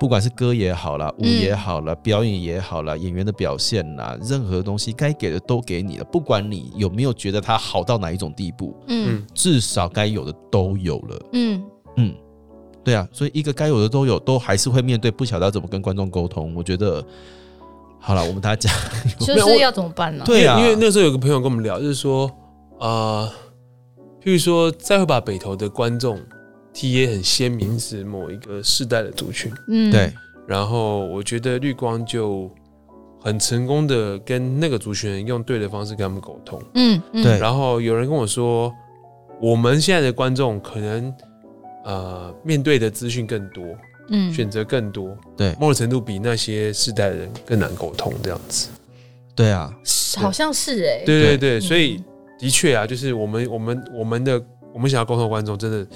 Speaker 1: 不管是歌也好啦，舞也好啦，表演也好啦，演员的表现啦，任何东西该给的都给你了，不管你有没有觉得它好到哪一种地步，
Speaker 3: 嗯
Speaker 1: 至少该有的都有了。
Speaker 3: 嗯
Speaker 1: 嗯，对啊，所以一个该有的都有，都还是会面对不晓得要怎么跟观众沟通。我觉得，好了，我们大家
Speaker 3: 就
Speaker 4: 没有我
Speaker 3: 是要怎么 办呢？
Speaker 1: 对啊，
Speaker 4: 因为因为那时候有个朋友跟我们聊，就是说，呃，譬如说，再会把北投的观众 T A 很鲜明是某一个世代的族群，
Speaker 3: 嗯，
Speaker 1: 对，
Speaker 4: 然后我觉得绿光就很成功的跟那个族群人用对的方式跟他们沟通。
Speaker 3: 嗯嗯
Speaker 1: 对
Speaker 4: 然后有人跟我说，我们现在的观众可能呃面对的资讯更多，
Speaker 3: 嗯
Speaker 4: 选择更多，
Speaker 1: 对
Speaker 4: 某种程度比那些世代的人更难沟通这样子。
Speaker 1: 对啊，
Speaker 3: 好像是
Speaker 2: 欸
Speaker 3: 哎，
Speaker 4: 对
Speaker 1: 对
Speaker 4: 对对，
Speaker 3: 嗯
Speaker 4: 所以的确啊，就是我们我们我们的我们想要沟通的观众，真的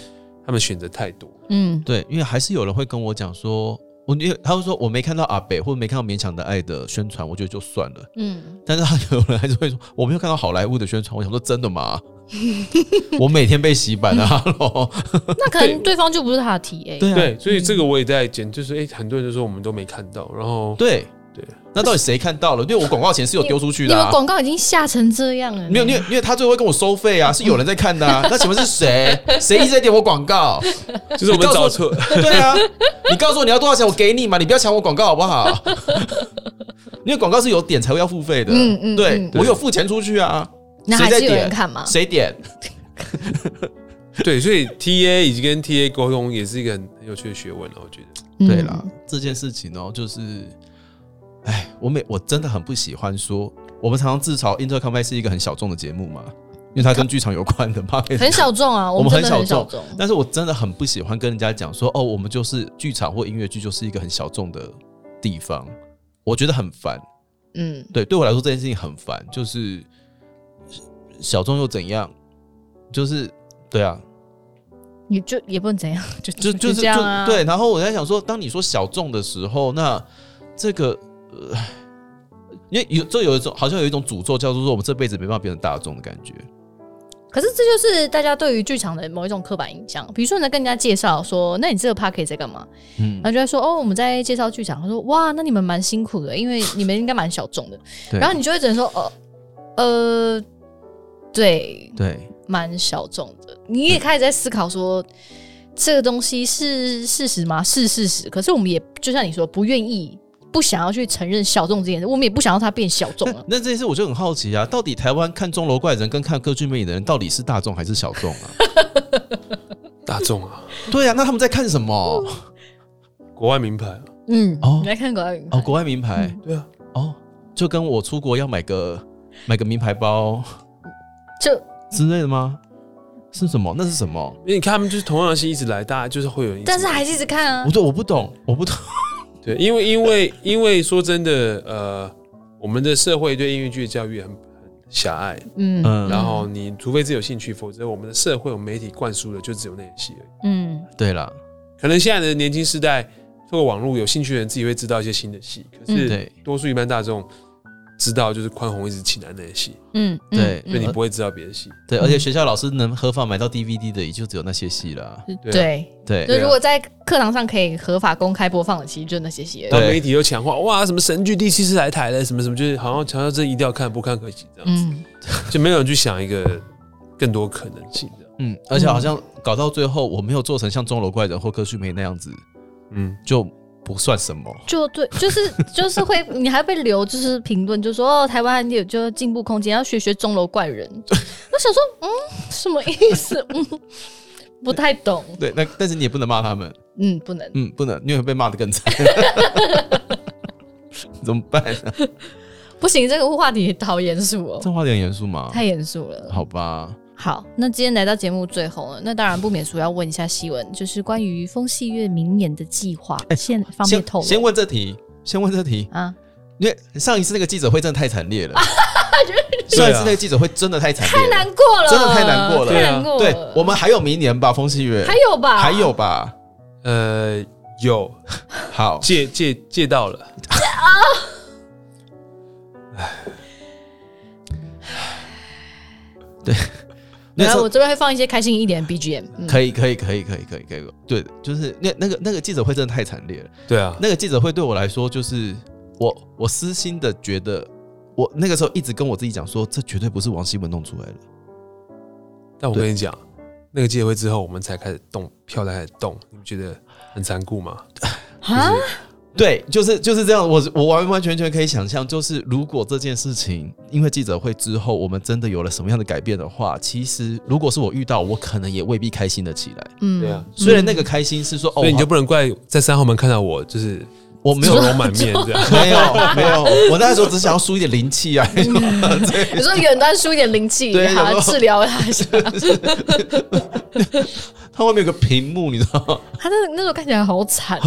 Speaker 4: 他们选择太多。
Speaker 3: 嗯
Speaker 1: 对，因为还是有人会跟我讲说，我因为他会说我没看到阿北或者没看到勉强的爱的宣传，我觉得就算了。
Speaker 3: 嗯，
Speaker 1: 但是他有人还是会说，我没有看到好莱坞的宣传，我想说真的 吗？我每天被洗版啊，喽
Speaker 2: 那可能对方就不是他的 TA。
Speaker 1: 对啊，
Speaker 4: 对，所以这个我也在检，就是哎、很多人就说我们都没看到，然后
Speaker 1: 对
Speaker 4: 对，
Speaker 1: 那到底谁看到了？因为我广告钱是有丢出去
Speaker 3: 你
Speaker 1: 的、啊
Speaker 3: 们，广告已经下成这样了，
Speaker 1: 没有，因为因为他最后会跟我收费啊，是有人在看的、啊。那 请问是谁？谁一直在点我广告？
Speaker 4: 就是我们找错，
Speaker 1: 对啊，你告诉我你要多少钱，我给你嘛，你不要抢我广告好不好？因为广告是有点才会要付费的，
Speaker 3: 嗯嗯
Speaker 1: 对
Speaker 3: 嗯
Speaker 1: 我有付钱出去啊，
Speaker 3: 那
Speaker 1: 谁
Speaker 3: 还
Speaker 1: 在
Speaker 3: 是有人
Speaker 1: 点？
Speaker 3: 看嘛？
Speaker 1: 谁点？
Speaker 4: 对，所以 T A 以及跟 T A 沟通也是一个很很有趣的学问啊了，我觉得。
Speaker 3: 嗯
Speaker 1: 对啦，，这件事情哦，就是，哎，我每我真的很不喜欢说，我们常常自嘲 Inter c o m p a 是一个很小众的节目嘛，因为它跟剧场有关的嘛。
Speaker 3: 很小众啊，
Speaker 1: 我们
Speaker 3: 们真的
Speaker 1: 很
Speaker 3: 很
Speaker 1: 小
Speaker 3: 小众，
Speaker 1: 但是我真的很不喜欢跟人家讲说，哦，我们就是剧场或音乐剧，就是一个很小众的地方，我觉得很烦。
Speaker 3: 嗯
Speaker 1: 对，对我来说这件事情很烦，就是小众又怎样？就是对啊，
Speaker 3: 也就也不能怎样， 就
Speaker 1: 就就是
Speaker 3: 这样啊，
Speaker 1: 就对。然后我在想说，当你说小众的时候，那这个呃，因为有这有一种好像有一种诅咒，叫做说我们这辈子没办法变成大众的感觉。
Speaker 3: 可是这就是大家对于剧场的某一种刻板印象，比如说你在跟人家介绍说，那你这个 p a r k 在干嘛？
Speaker 1: 嗯
Speaker 3: 然，后就在说哦，我们在介绍剧场。他说哇，那你们蛮辛苦的，因为你们应该蛮小众的。
Speaker 1: 对
Speaker 3: 然后你就会只能说哦，呃，对，
Speaker 1: 对
Speaker 3: 蛮小众的。你也开始在思考说，这个东西是事实吗？是事实。可是我们也就像你说，不愿意。不想要去承认小众这件事，我们也不想要它变小众啊
Speaker 1: 那 那
Speaker 3: 了。
Speaker 1: 这件事我就很好奇啊，到底台湾看钟楼怪人跟看歌剧魅影的人到底是大众还是小众 啊？
Speaker 4: 大众啊，
Speaker 1: 对啊，那他们在看什 么？
Speaker 4: 国外名牌啊，
Speaker 3: 嗯，
Speaker 1: 哦
Speaker 3: 你来看国外语
Speaker 1: 哦，国外名牌、
Speaker 3: 嗯
Speaker 4: 对啊，
Speaker 1: 哦，就跟我出国要买个买个名牌包
Speaker 3: 就
Speaker 1: 之类的吗？是什么？那是什么？
Speaker 4: 因为你看他们就是同样的戏一直来，大家就是会有人一直
Speaker 3: 但是还是一直看啊
Speaker 1: 我。对我不懂，我不懂。
Speaker 4: 对，因为因为因为说真的，呃，我们的社会对音乐剧的教育很很狭隘，
Speaker 3: 嗯
Speaker 1: 嗯，
Speaker 4: 然后你除非自己有兴趣，否则我们的社会、我们媒体灌输的就只有那些戏而已。
Speaker 3: 嗯
Speaker 1: 对了，
Speaker 4: 可能现在的年轻世代，透过网络有兴趣的人自己会知道一些新的戏，可
Speaker 3: 嗯
Speaker 4: 是
Speaker 1: 对
Speaker 4: 多数一般大众知道就是宽宏一直起南那些戏，
Speaker 3: 嗯，嗯
Speaker 1: 对
Speaker 3: 嗯
Speaker 4: 所以你不会知道别的戏。
Speaker 1: 对，而且学校老师能合法买到 DVD 的，也就只有那些戏了。
Speaker 3: 嗯
Speaker 4: 对啊
Speaker 3: 对，
Speaker 1: 对
Speaker 3: 就
Speaker 4: 对啊
Speaker 3: 如果在课堂上可以合法公开播放的，其实就那些戏而已。
Speaker 4: 然后
Speaker 1: 对
Speaker 4: 媒体又强化，哇，什么神剧第七次来台了，什么什么，就是好像强调这一定要看，不看可惜这样子，
Speaker 3: 嗯，
Speaker 4: 就没有人去想一个更多可能性的。
Speaker 1: 嗯，而且好像搞到最后，我没有做成像钟楼怪人或歌剧魅那样子，
Speaker 4: 嗯，
Speaker 1: 就不算什么。
Speaker 3: 就对，就是就是会， 你还被留就是评论，就说哦，台湾有就进步空间，要学学钟楼怪人。 我想说，嗯，什么意思？嗯，不太懂。
Speaker 1: 对，那但是你也不能骂他们，
Speaker 3: 嗯，不能。
Speaker 1: 嗯，不能，因为会被骂的更 惨。怎么办、啊？
Speaker 3: 不行，这个话题好严肃哦，
Speaker 1: 这话点严肃吗？
Speaker 3: 太严肃了。
Speaker 1: 好吧，
Speaker 3: 好，那今天来到节目最后了，那当然不免俗要问一下希文，就是关于风戏月明年的计划，现方便
Speaker 1: 哎先
Speaker 3: 透露
Speaker 1: 先问这题，先问这题，
Speaker 3: 啊？
Speaker 1: 因为上一次那个记者会真的太惨烈了。上一次那个记者会真的太惨烈
Speaker 3: 啊太
Speaker 1: 了，
Speaker 3: 难过了，
Speaker 1: 真的太难过了
Speaker 3: 太难过了。
Speaker 1: 对我们还有明年吧，风西月
Speaker 3: 还有啊吧，
Speaker 1: 还有吧，
Speaker 4: 呃，有
Speaker 1: 好，
Speaker 4: 借借借到了，
Speaker 1: 那
Speaker 3: 然
Speaker 1: 时
Speaker 3: 后
Speaker 1: 候
Speaker 3: 我这边会放一些开心一点的 BGM，嗯，
Speaker 1: 可以可以可以可以可以可以，对，就是那那个那个记者会真的太惨烈了。
Speaker 4: 对啊，
Speaker 1: 那个记者会对我来说，就是我我私心的觉得，我那个时候一直跟我自己讲说，这绝对不是王希文弄出来的。
Speaker 4: 但我跟你讲，那个记者会之后，我们才开始动，票才开始动，你们觉得很残酷吗？
Speaker 3: 啊，
Speaker 1: 对，就是就是这样，我我完完全全可以想象，就是如果这件事情因为记者会之后，我们真的有了什么样的改变的话，其实如果是我遇到，我可能也未必开心的起来。
Speaker 3: 嗯，
Speaker 4: 对啊
Speaker 1: 虽然那个开心是说，哦，
Speaker 4: 所以你就不能怪在三号门看到我，就是
Speaker 1: 我没
Speaker 4: 愁
Speaker 1: 有。
Speaker 4: 容满面这样。
Speaker 1: 没有 没有，我那时候只想要输一点灵气啊，
Speaker 3: 你说远端输一点灵气，
Speaker 1: 对有
Speaker 3: 好
Speaker 1: 没有
Speaker 3: 治疗他 一下。
Speaker 1: 它外面有个屏幕，你知道 吗？
Speaker 3: 他那那时候看起来好惨，啊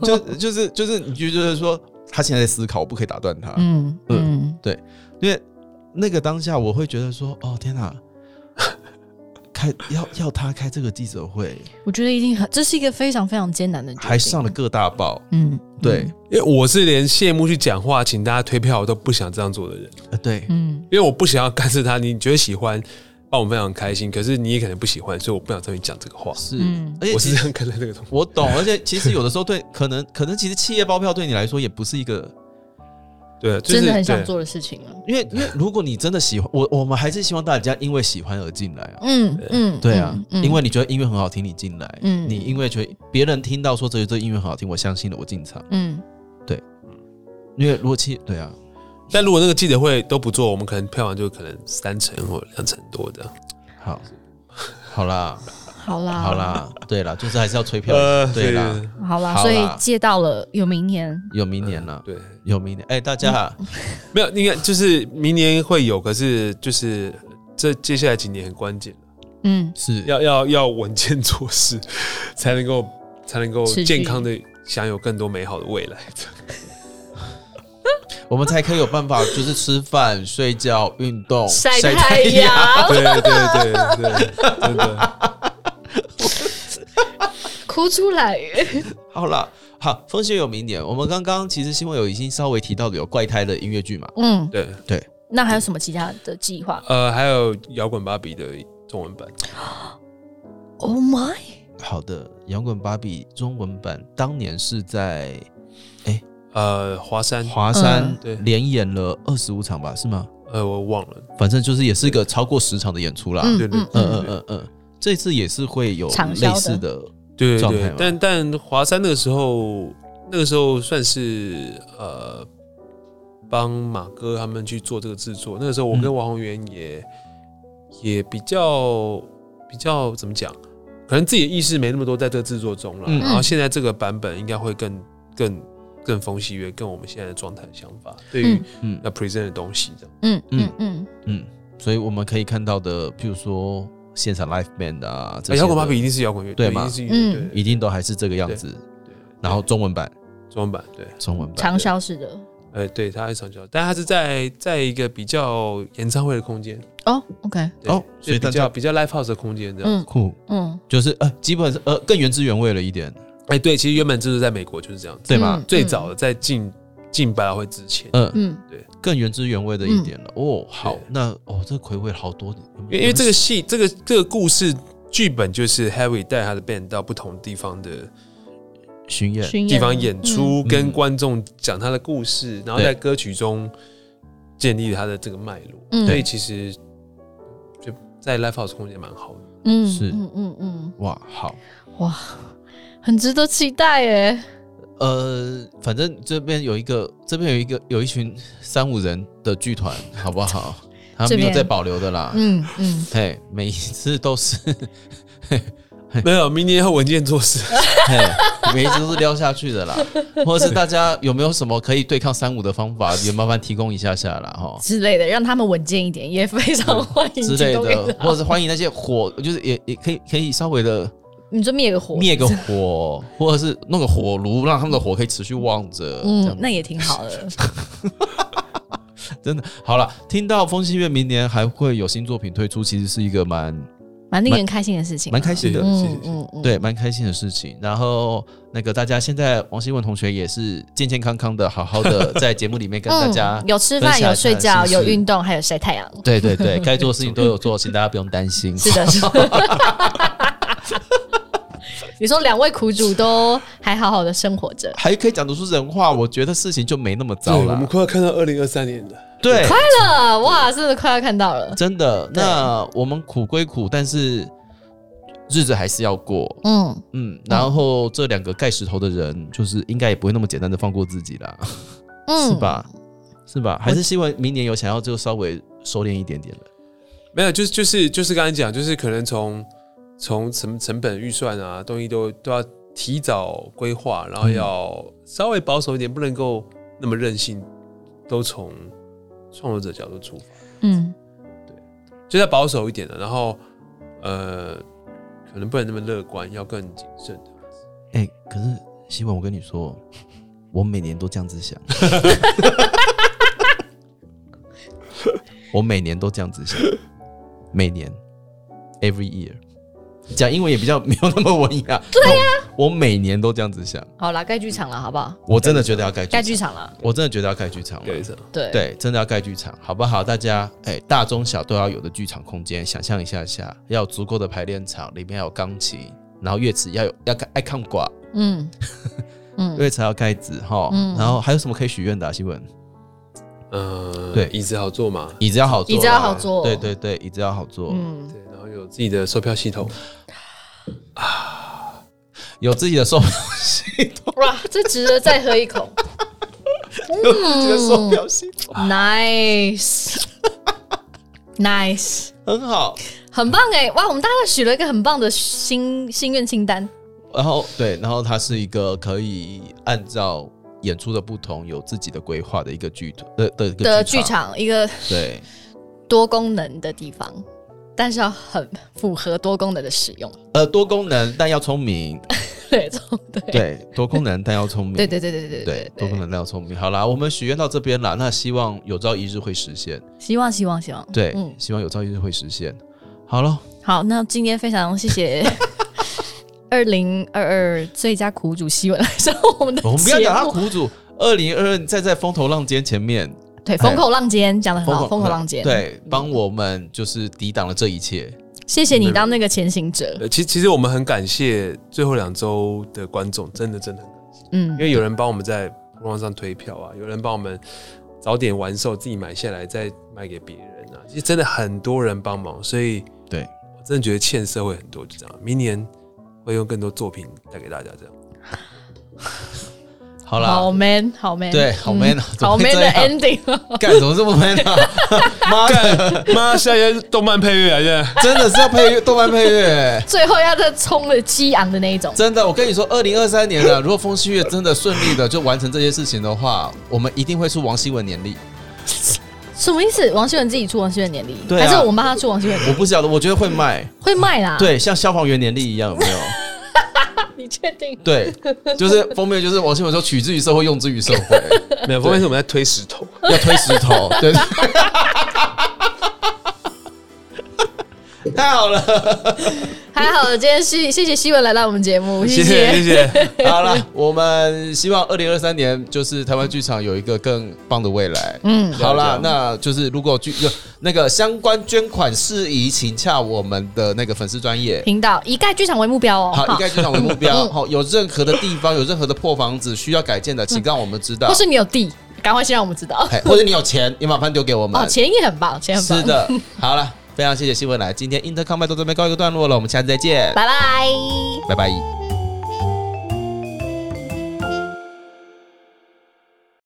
Speaker 1: 就就是就是，你就觉得说他现在在思考，我不可以打断他，
Speaker 3: 嗯嗯，
Speaker 1: 因为那个当下我会觉得说，哦天哪，开要要他开这个记者会，
Speaker 3: 我觉得一定很，这是一个非常非常艰难的决定，
Speaker 1: 还上了各大报，
Speaker 3: 嗯，
Speaker 1: 对，
Speaker 4: 因为我是连谢幕去讲话，请大家推票，我都不想这样做的人，
Speaker 1: 呃对，
Speaker 3: 嗯，
Speaker 4: 因为我不想要干涉他。你觉得喜欢，那我们非常开心，可是你也可能不喜欢，所以我不想跟你讲这个话。
Speaker 1: 是
Speaker 3: 嗯，
Speaker 1: 而且
Speaker 4: 我
Speaker 1: 其
Speaker 4: 是这
Speaker 1: 实
Speaker 4: 样看待这个东西。
Speaker 1: 我懂，而且其实有的时候对，可能可能其实企业包票对你来说也不是一个
Speaker 4: 对，啊就是
Speaker 3: 真的很想
Speaker 4: 对
Speaker 3: 做的事情啊了。
Speaker 1: 因为因为如果你真的喜欢我，我们还是希望大家因为喜欢而进来啊。
Speaker 3: 嗯嗯，
Speaker 1: 对啊，
Speaker 3: 嗯
Speaker 1: 因为你觉得音乐很好听，你进来，
Speaker 3: 嗯
Speaker 1: 你因为觉得别人听到说这这音乐很好听，我相信了，我进场。
Speaker 3: 嗯
Speaker 1: 因为如果其 对啊，
Speaker 4: 但如果那个记者会都不做，我们可能票房就可能三成或两成多这样。
Speaker 1: 好，好啦，
Speaker 3: 好啦
Speaker 1: 好啦，对啦，就是还是要吹票一下，对啦，
Speaker 3: 好啦，
Speaker 1: 好啦
Speaker 3: 所以借到了有明年，
Speaker 1: 有明年啦，
Speaker 4: 对，
Speaker 1: 有明年，哎，大
Speaker 3: 嗯
Speaker 1: 家啊
Speaker 4: 没有，应该就是明年会有，可是就是这接下来几年很关键，
Speaker 3: 嗯
Speaker 1: 是
Speaker 4: 要要要稳健做事，才能够才能够
Speaker 3: 持续
Speaker 4: 健康的享有更多美好的未来。
Speaker 1: 我们才可以有办法，就是吃饭、睡觉、运动、
Speaker 3: 晒
Speaker 1: 太
Speaker 3: 太阳，
Speaker 4: 对对对对，真的。
Speaker 3: 哭出来，
Speaker 1: 好啦，好，风险有明年。我们刚刚其实新闻有已经稍微提到了有怪胎的音乐剧嘛，
Speaker 3: 嗯，
Speaker 4: 对，
Speaker 3: 那还有什么其他的计划
Speaker 4: 呃，还有摇滚芭比的中文版，
Speaker 3: ？Oh my，
Speaker 1: 好的，摇滚芭比中文版当年是在
Speaker 4: 呃，华山，
Speaker 1: 华
Speaker 3: 嗯
Speaker 1: 山
Speaker 4: 对
Speaker 1: 连演了二十五场吧，是吗？
Speaker 4: 呃，我忘了，
Speaker 1: 反正就是也是一个超过十场的演出啦。
Speaker 3: 嗯
Speaker 1: 嗯
Speaker 4: 对对
Speaker 3: 嗯
Speaker 1: 嗯嗯嗯，这次也是会有
Speaker 3: 畅销
Speaker 1: 类
Speaker 3: 的
Speaker 1: 似的，
Speaker 4: 对
Speaker 1: 状态
Speaker 4: 对
Speaker 1: 嘛，
Speaker 4: 但但华山那个时候，那个时候算是呃帮马哥他们去做这个制作。那个时候我跟
Speaker 1: 嗯
Speaker 4: 王宏源也、也比较比较怎么讲，可能自己的意识没那么多在这个制作中了。
Speaker 1: 嗯
Speaker 4: 然后现在这个版本应该会更更更风细约，跟我们现在的状态的想法，对于
Speaker 3: 嗯
Speaker 1: 嗯
Speaker 4: 要 present 的东西这样。
Speaker 3: 嗯
Speaker 1: 嗯
Speaker 3: 嗯嗯，
Speaker 1: 嗯，所以我们可以看到的，譬如说现场 live band 啊，这
Speaker 4: 啊
Speaker 1: 些
Speaker 4: 摇滚芭
Speaker 1: 的
Speaker 4: 比一定是摇滚乐，
Speaker 1: 对
Speaker 4: 一
Speaker 1: 嘛
Speaker 4: 定是
Speaker 3: 嗯
Speaker 4: 对
Speaker 1: 一定都还是这个样子。
Speaker 4: 对
Speaker 1: 然后中文版，
Speaker 4: 中文版对。
Speaker 1: 中文版
Speaker 3: 长销式的
Speaker 4: 呃，对，他是长焦，但他是在在一个比较演唱会的空间
Speaker 3: 哦，OK，
Speaker 4: 对
Speaker 1: 哦所
Speaker 4: 所
Speaker 1: 以
Speaker 4: 以
Speaker 1: 大
Speaker 4: 比
Speaker 1: 家
Speaker 4: 较比较 live house 的空间
Speaker 1: 啊
Speaker 4: 这样。哎、
Speaker 3: 嗯
Speaker 1: 酷，
Speaker 3: 嗯，
Speaker 1: 就是呃，基本上呃更原汁原味了一点，
Speaker 4: 对，其实原本就是在美国就是这样子，
Speaker 1: 对吧？
Speaker 3: 嗯
Speaker 4: 最早的在进进百老汇之前，
Speaker 1: 嗯，
Speaker 3: 嗯
Speaker 1: 更原汁原味的一点了。哦，好
Speaker 4: 对，
Speaker 1: 那哦，这回味好多，有没
Speaker 4: 因
Speaker 1: 有
Speaker 4: 为因为这个戏这个这个故事剧本就是 Harry 带他的 band 到不同地方的
Speaker 1: 巡演，
Speaker 3: 巡
Speaker 4: 地方演出，
Speaker 1: 嗯
Speaker 4: 跟观众讲他的故事，然后
Speaker 1: 对
Speaker 4: 在歌曲中建立他的这个脉络，
Speaker 3: 嗯
Speaker 4: 所以其实就在 live house 空间蛮好的。
Speaker 3: 嗯
Speaker 1: 是
Speaker 3: 嗯嗯嗯，
Speaker 1: 哇，好，
Speaker 3: 哇，很值得期待耶，
Speaker 1: 呃，反正这边有一个，这边有一个，有一群三五人的剧团，好不 好？他们没有
Speaker 3: 这边
Speaker 1: 在保留的啦。
Speaker 3: 嗯嗯，
Speaker 1: 嘿，每一次都是，
Speaker 4: 没有，明年要文件做事。
Speaker 1: 嘿，每一次都是撩下去的啦。或者是大家有没有什么可以对抗三五的方法，也麻烦提供一下下啦，哈。
Speaker 3: 之类的，让他们稳健一点，也非常欢迎
Speaker 1: 哦嗯之类
Speaker 3: 提供给
Speaker 1: 的，
Speaker 3: 他
Speaker 1: 或者是欢迎那些火，就是也也可以可以稍微的
Speaker 3: 你说灭个火，
Speaker 1: 灭个火，或者是弄个火炉，让他们的火可以持续旺着。这
Speaker 3: 嗯
Speaker 1: 样，
Speaker 3: 那也挺好的。
Speaker 1: 真的好了，听到风信月明年还会有新作品推出，其实是一个蛮
Speaker 3: 蛮令人开心的事情啊，
Speaker 1: 蛮开心的，
Speaker 4: 谢谢
Speaker 3: 嗯
Speaker 4: 谢谢
Speaker 3: 嗯嗯，
Speaker 1: 对，蛮开心的事情。然后那个大家现在王希文同学也是健健康康的，好好 的在节目里面跟大家
Speaker 3: 嗯、，有吃
Speaker 1: 分
Speaker 3: 饭，
Speaker 1: 享
Speaker 3: 有
Speaker 1: 一下
Speaker 3: 睡觉，
Speaker 1: 是
Speaker 3: 有
Speaker 1: 是
Speaker 3: 运动，还有晒太阳。
Speaker 1: 对对 对，该做的事情都有做，请大家不用担心。
Speaker 3: 是 的，是的。你说两位苦主都还好好的生活着，
Speaker 1: 还可以讲得出人话，我觉得事情就没那么
Speaker 4: 对，
Speaker 1: 糟
Speaker 4: 我们
Speaker 1: 了。
Speaker 4: 快要看到二零二三年了。
Speaker 1: 对，
Speaker 3: 快乐哇，真的快要看到了。
Speaker 1: 真的。那我们苦归苦，但是日子还是要过。
Speaker 3: 嗯，
Speaker 1: 嗯，然后这两个盖石头的人，就是应该也不会那么简单的放过自己啦，
Speaker 3: 嗯
Speaker 1: 是吧？是吧？还是希望明年有想要就稍微收敛一点点了。
Speaker 4: 没有，就是就是就是刚才讲，就是可能从从成成本预算啊，东西都都要提早规划，然后要稍微保守一点，不能够那么任性，都从创作者角度出发，
Speaker 3: 嗯，
Speaker 4: 就再保守一点的，然后呃，可能不能那么乐观，要更谨慎的。
Speaker 1: 哎、可是希望我跟你说，我每年都这样子想，我每年都这样子想，每年，every year，讲英文也比较没有那么文雅。对呀、我每年都这样子想，
Speaker 3: 好啦，盖剧场了，好不好？
Speaker 1: 我真的觉得要盖
Speaker 3: 盖
Speaker 1: 剧
Speaker 3: 剧
Speaker 1: 场，
Speaker 3: 场了，
Speaker 1: 我真的觉得要盖剧场了。
Speaker 4: 对，
Speaker 3: 对，
Speaker 1: 对，真的要盖剧场，好不好？大家，哎、大中小都要有的剧场空间，想象一下下，要有足够的排练场，里面要有钢琴，然后乐池要有要盖爱看挂，
Speaker 3: 嗯
Speaker 1: 乐池要盖子哈，
Speaker 3: 嗯
Speaker 1: 然后还有什么可以许愿的、啊？新闻
Speaker 4: 呃，
Speaker 1: 对
Speaker 4: 椅子好坐嘛，
Speaker 1: 椅子要好坐，啊
Speaker 3: 椅子要好坐哦
Speaker 1: 对对对，椅子要好坐，
Speaker 3: 嗯，
Speaker 4: 对，然后有自己的售票系统，
Speaker 1: 有自己的售票，
Speaker 3: 哇，这值得再喝一口。
Speaker 1: 有
Speaker 3: 嗯
Speaker 1: 自己的售票系统，
Speaker 3: Nice，Nice，
Speaker 1: 很好。
Speaker 3: 很棒哎！哇，我们大家许了一个很棒的心心愿清单。
Speaker 1: 然后对，然后它是一个可以按照演出的不同有自己的规划的一个剧团呃的的一个
Speaker 3: 的剧，场，一个
Speaker 1: 对
Speaker 3: 多功能的地方，但是要很符合多功能的使用。
Speaker 1: 呃，多功能但要聪明，
Speaker 3: 对，这种对，
Speaker 1: 对，多功能但要聪明，
Speaker 3: 对对对对对
Speaker 1: 对
Speaker 3: 对，
Speaker 1: 多功能但要聪明。好啦，我们许愿到这边啦，那希望有朝一日会实现，
Speaker 3: 希望希望希望。
Speaker 1: 对，
Speaker 3: 嗯，
Speaker 1: 希望有朝一日会实现。好了，
Speaker 3: 好，那今天非常谢谢二零二二最佳苦主希文来上我们的 节
Speaker 1: 我
Speaker 3: 目，
Speaker 1: 们不要讲他苦主，二零二二站在风头浪尖前面，
Speaker 3: 对风口浪尖讲的嗯很好，风口浪尖，，
Speaker 1: 哎对，帮我们就是抵挡了这一切。
Speaker 3: 谢谢你当那个前行者，
Speaker 4: 呃，其其实我们很感谢最后两周的观众，真的真的很感谢。
Speaker 3: 嗯
Speaker 4: 因，为有人帮我们在网络上推票啊，有人帮我们早点完售，自己买下来再卖给别人啊。其实真的很多人帮忙，所以
Speaker 1: 对，
Speaker 4: 我真的觉得欠社会很多，就这样。明年会用更多作品带给大家， 这样。
Speaker 1: 好
Speaker 3: 好
Speaker 1: 啦，
Speaker 3: man，好 man，
Speaker 1: 对，好
Speaker 3: 嗯
Speaker 1: man 啊，怎么
Speaker 3: 好
Speaker 1: 会
Speaker 3: man
Speaker 1: 这
Speaker 3: 的
Speaker 1: 样
Speaker 3: ending，
Speaker 1: 干怎么这么 man 啊？妈的，
Speaker 4: 妈，下一个动漫配乐啊，现在
Speaker 1: 真的是要配乐动漫配乐。
Speaker 3: 最后要再冲了激昂的那一种，
Speaker 1: 真的，我跟你说，二零二三年啊了，如果风七月真的顺利的就完成这些事情的话，我们一定会出王希文年历。
Speaker 3: 什么意思？王希文自己出王希文年历，
Speaker 1: 对啊
Speaker 3: 还是我们帮他出王希文年历
Speaker 1: 我不晓得，我觉得会卖，
Speaker 3: 会卖啦？，
Speaker 1: 对，像消防员年历一样，有没有？
Speaker 3: 你确定？
Speaker 1: 对，就是封面就是王希文说取之于社会，用之于社会，
Speaker 4: 没有，后面是我们在推石头。
Speaker 1: 要推石头， 对。太好了，
Speaker 3: 还好，今天是谢谢希文来到我们节目，
Speaker 4: 谢
Speaker 3: 谢
Speaker 4: 谢谢，
Speaker 1: 好了，我们希望二零二三年就是台湾剧场有一个更棒的未来。
Speaker 3: 嗯，
Speaker 1: 好啦，那就是如果剧有那个相关捐款事宜，请洽我们的那个粉丝专业。
Speaker 3: 频道以盖剧场为目标哦，
Speaker 1: 好，以
Speaker 3: 哈
Speaker 1: 该剧场为目标。好，有任何的地方，有任何的破房子需要改建的，请让我们知道
Speaker 3: 或。是你有地，赶快先让我们知道。
Speaker 1: 嘿或者你有钱，你把饭丢给我们
Speaker 3: 哦，。钱也很棒，钱很棒，
Speaker 1: 是，的，好了，非常谢谢新闻来，今天 Intercom 麦到这边告一个段落了，我们下次再见，
Speaker 3: 拜拜。
Speaker 1: 拜拜。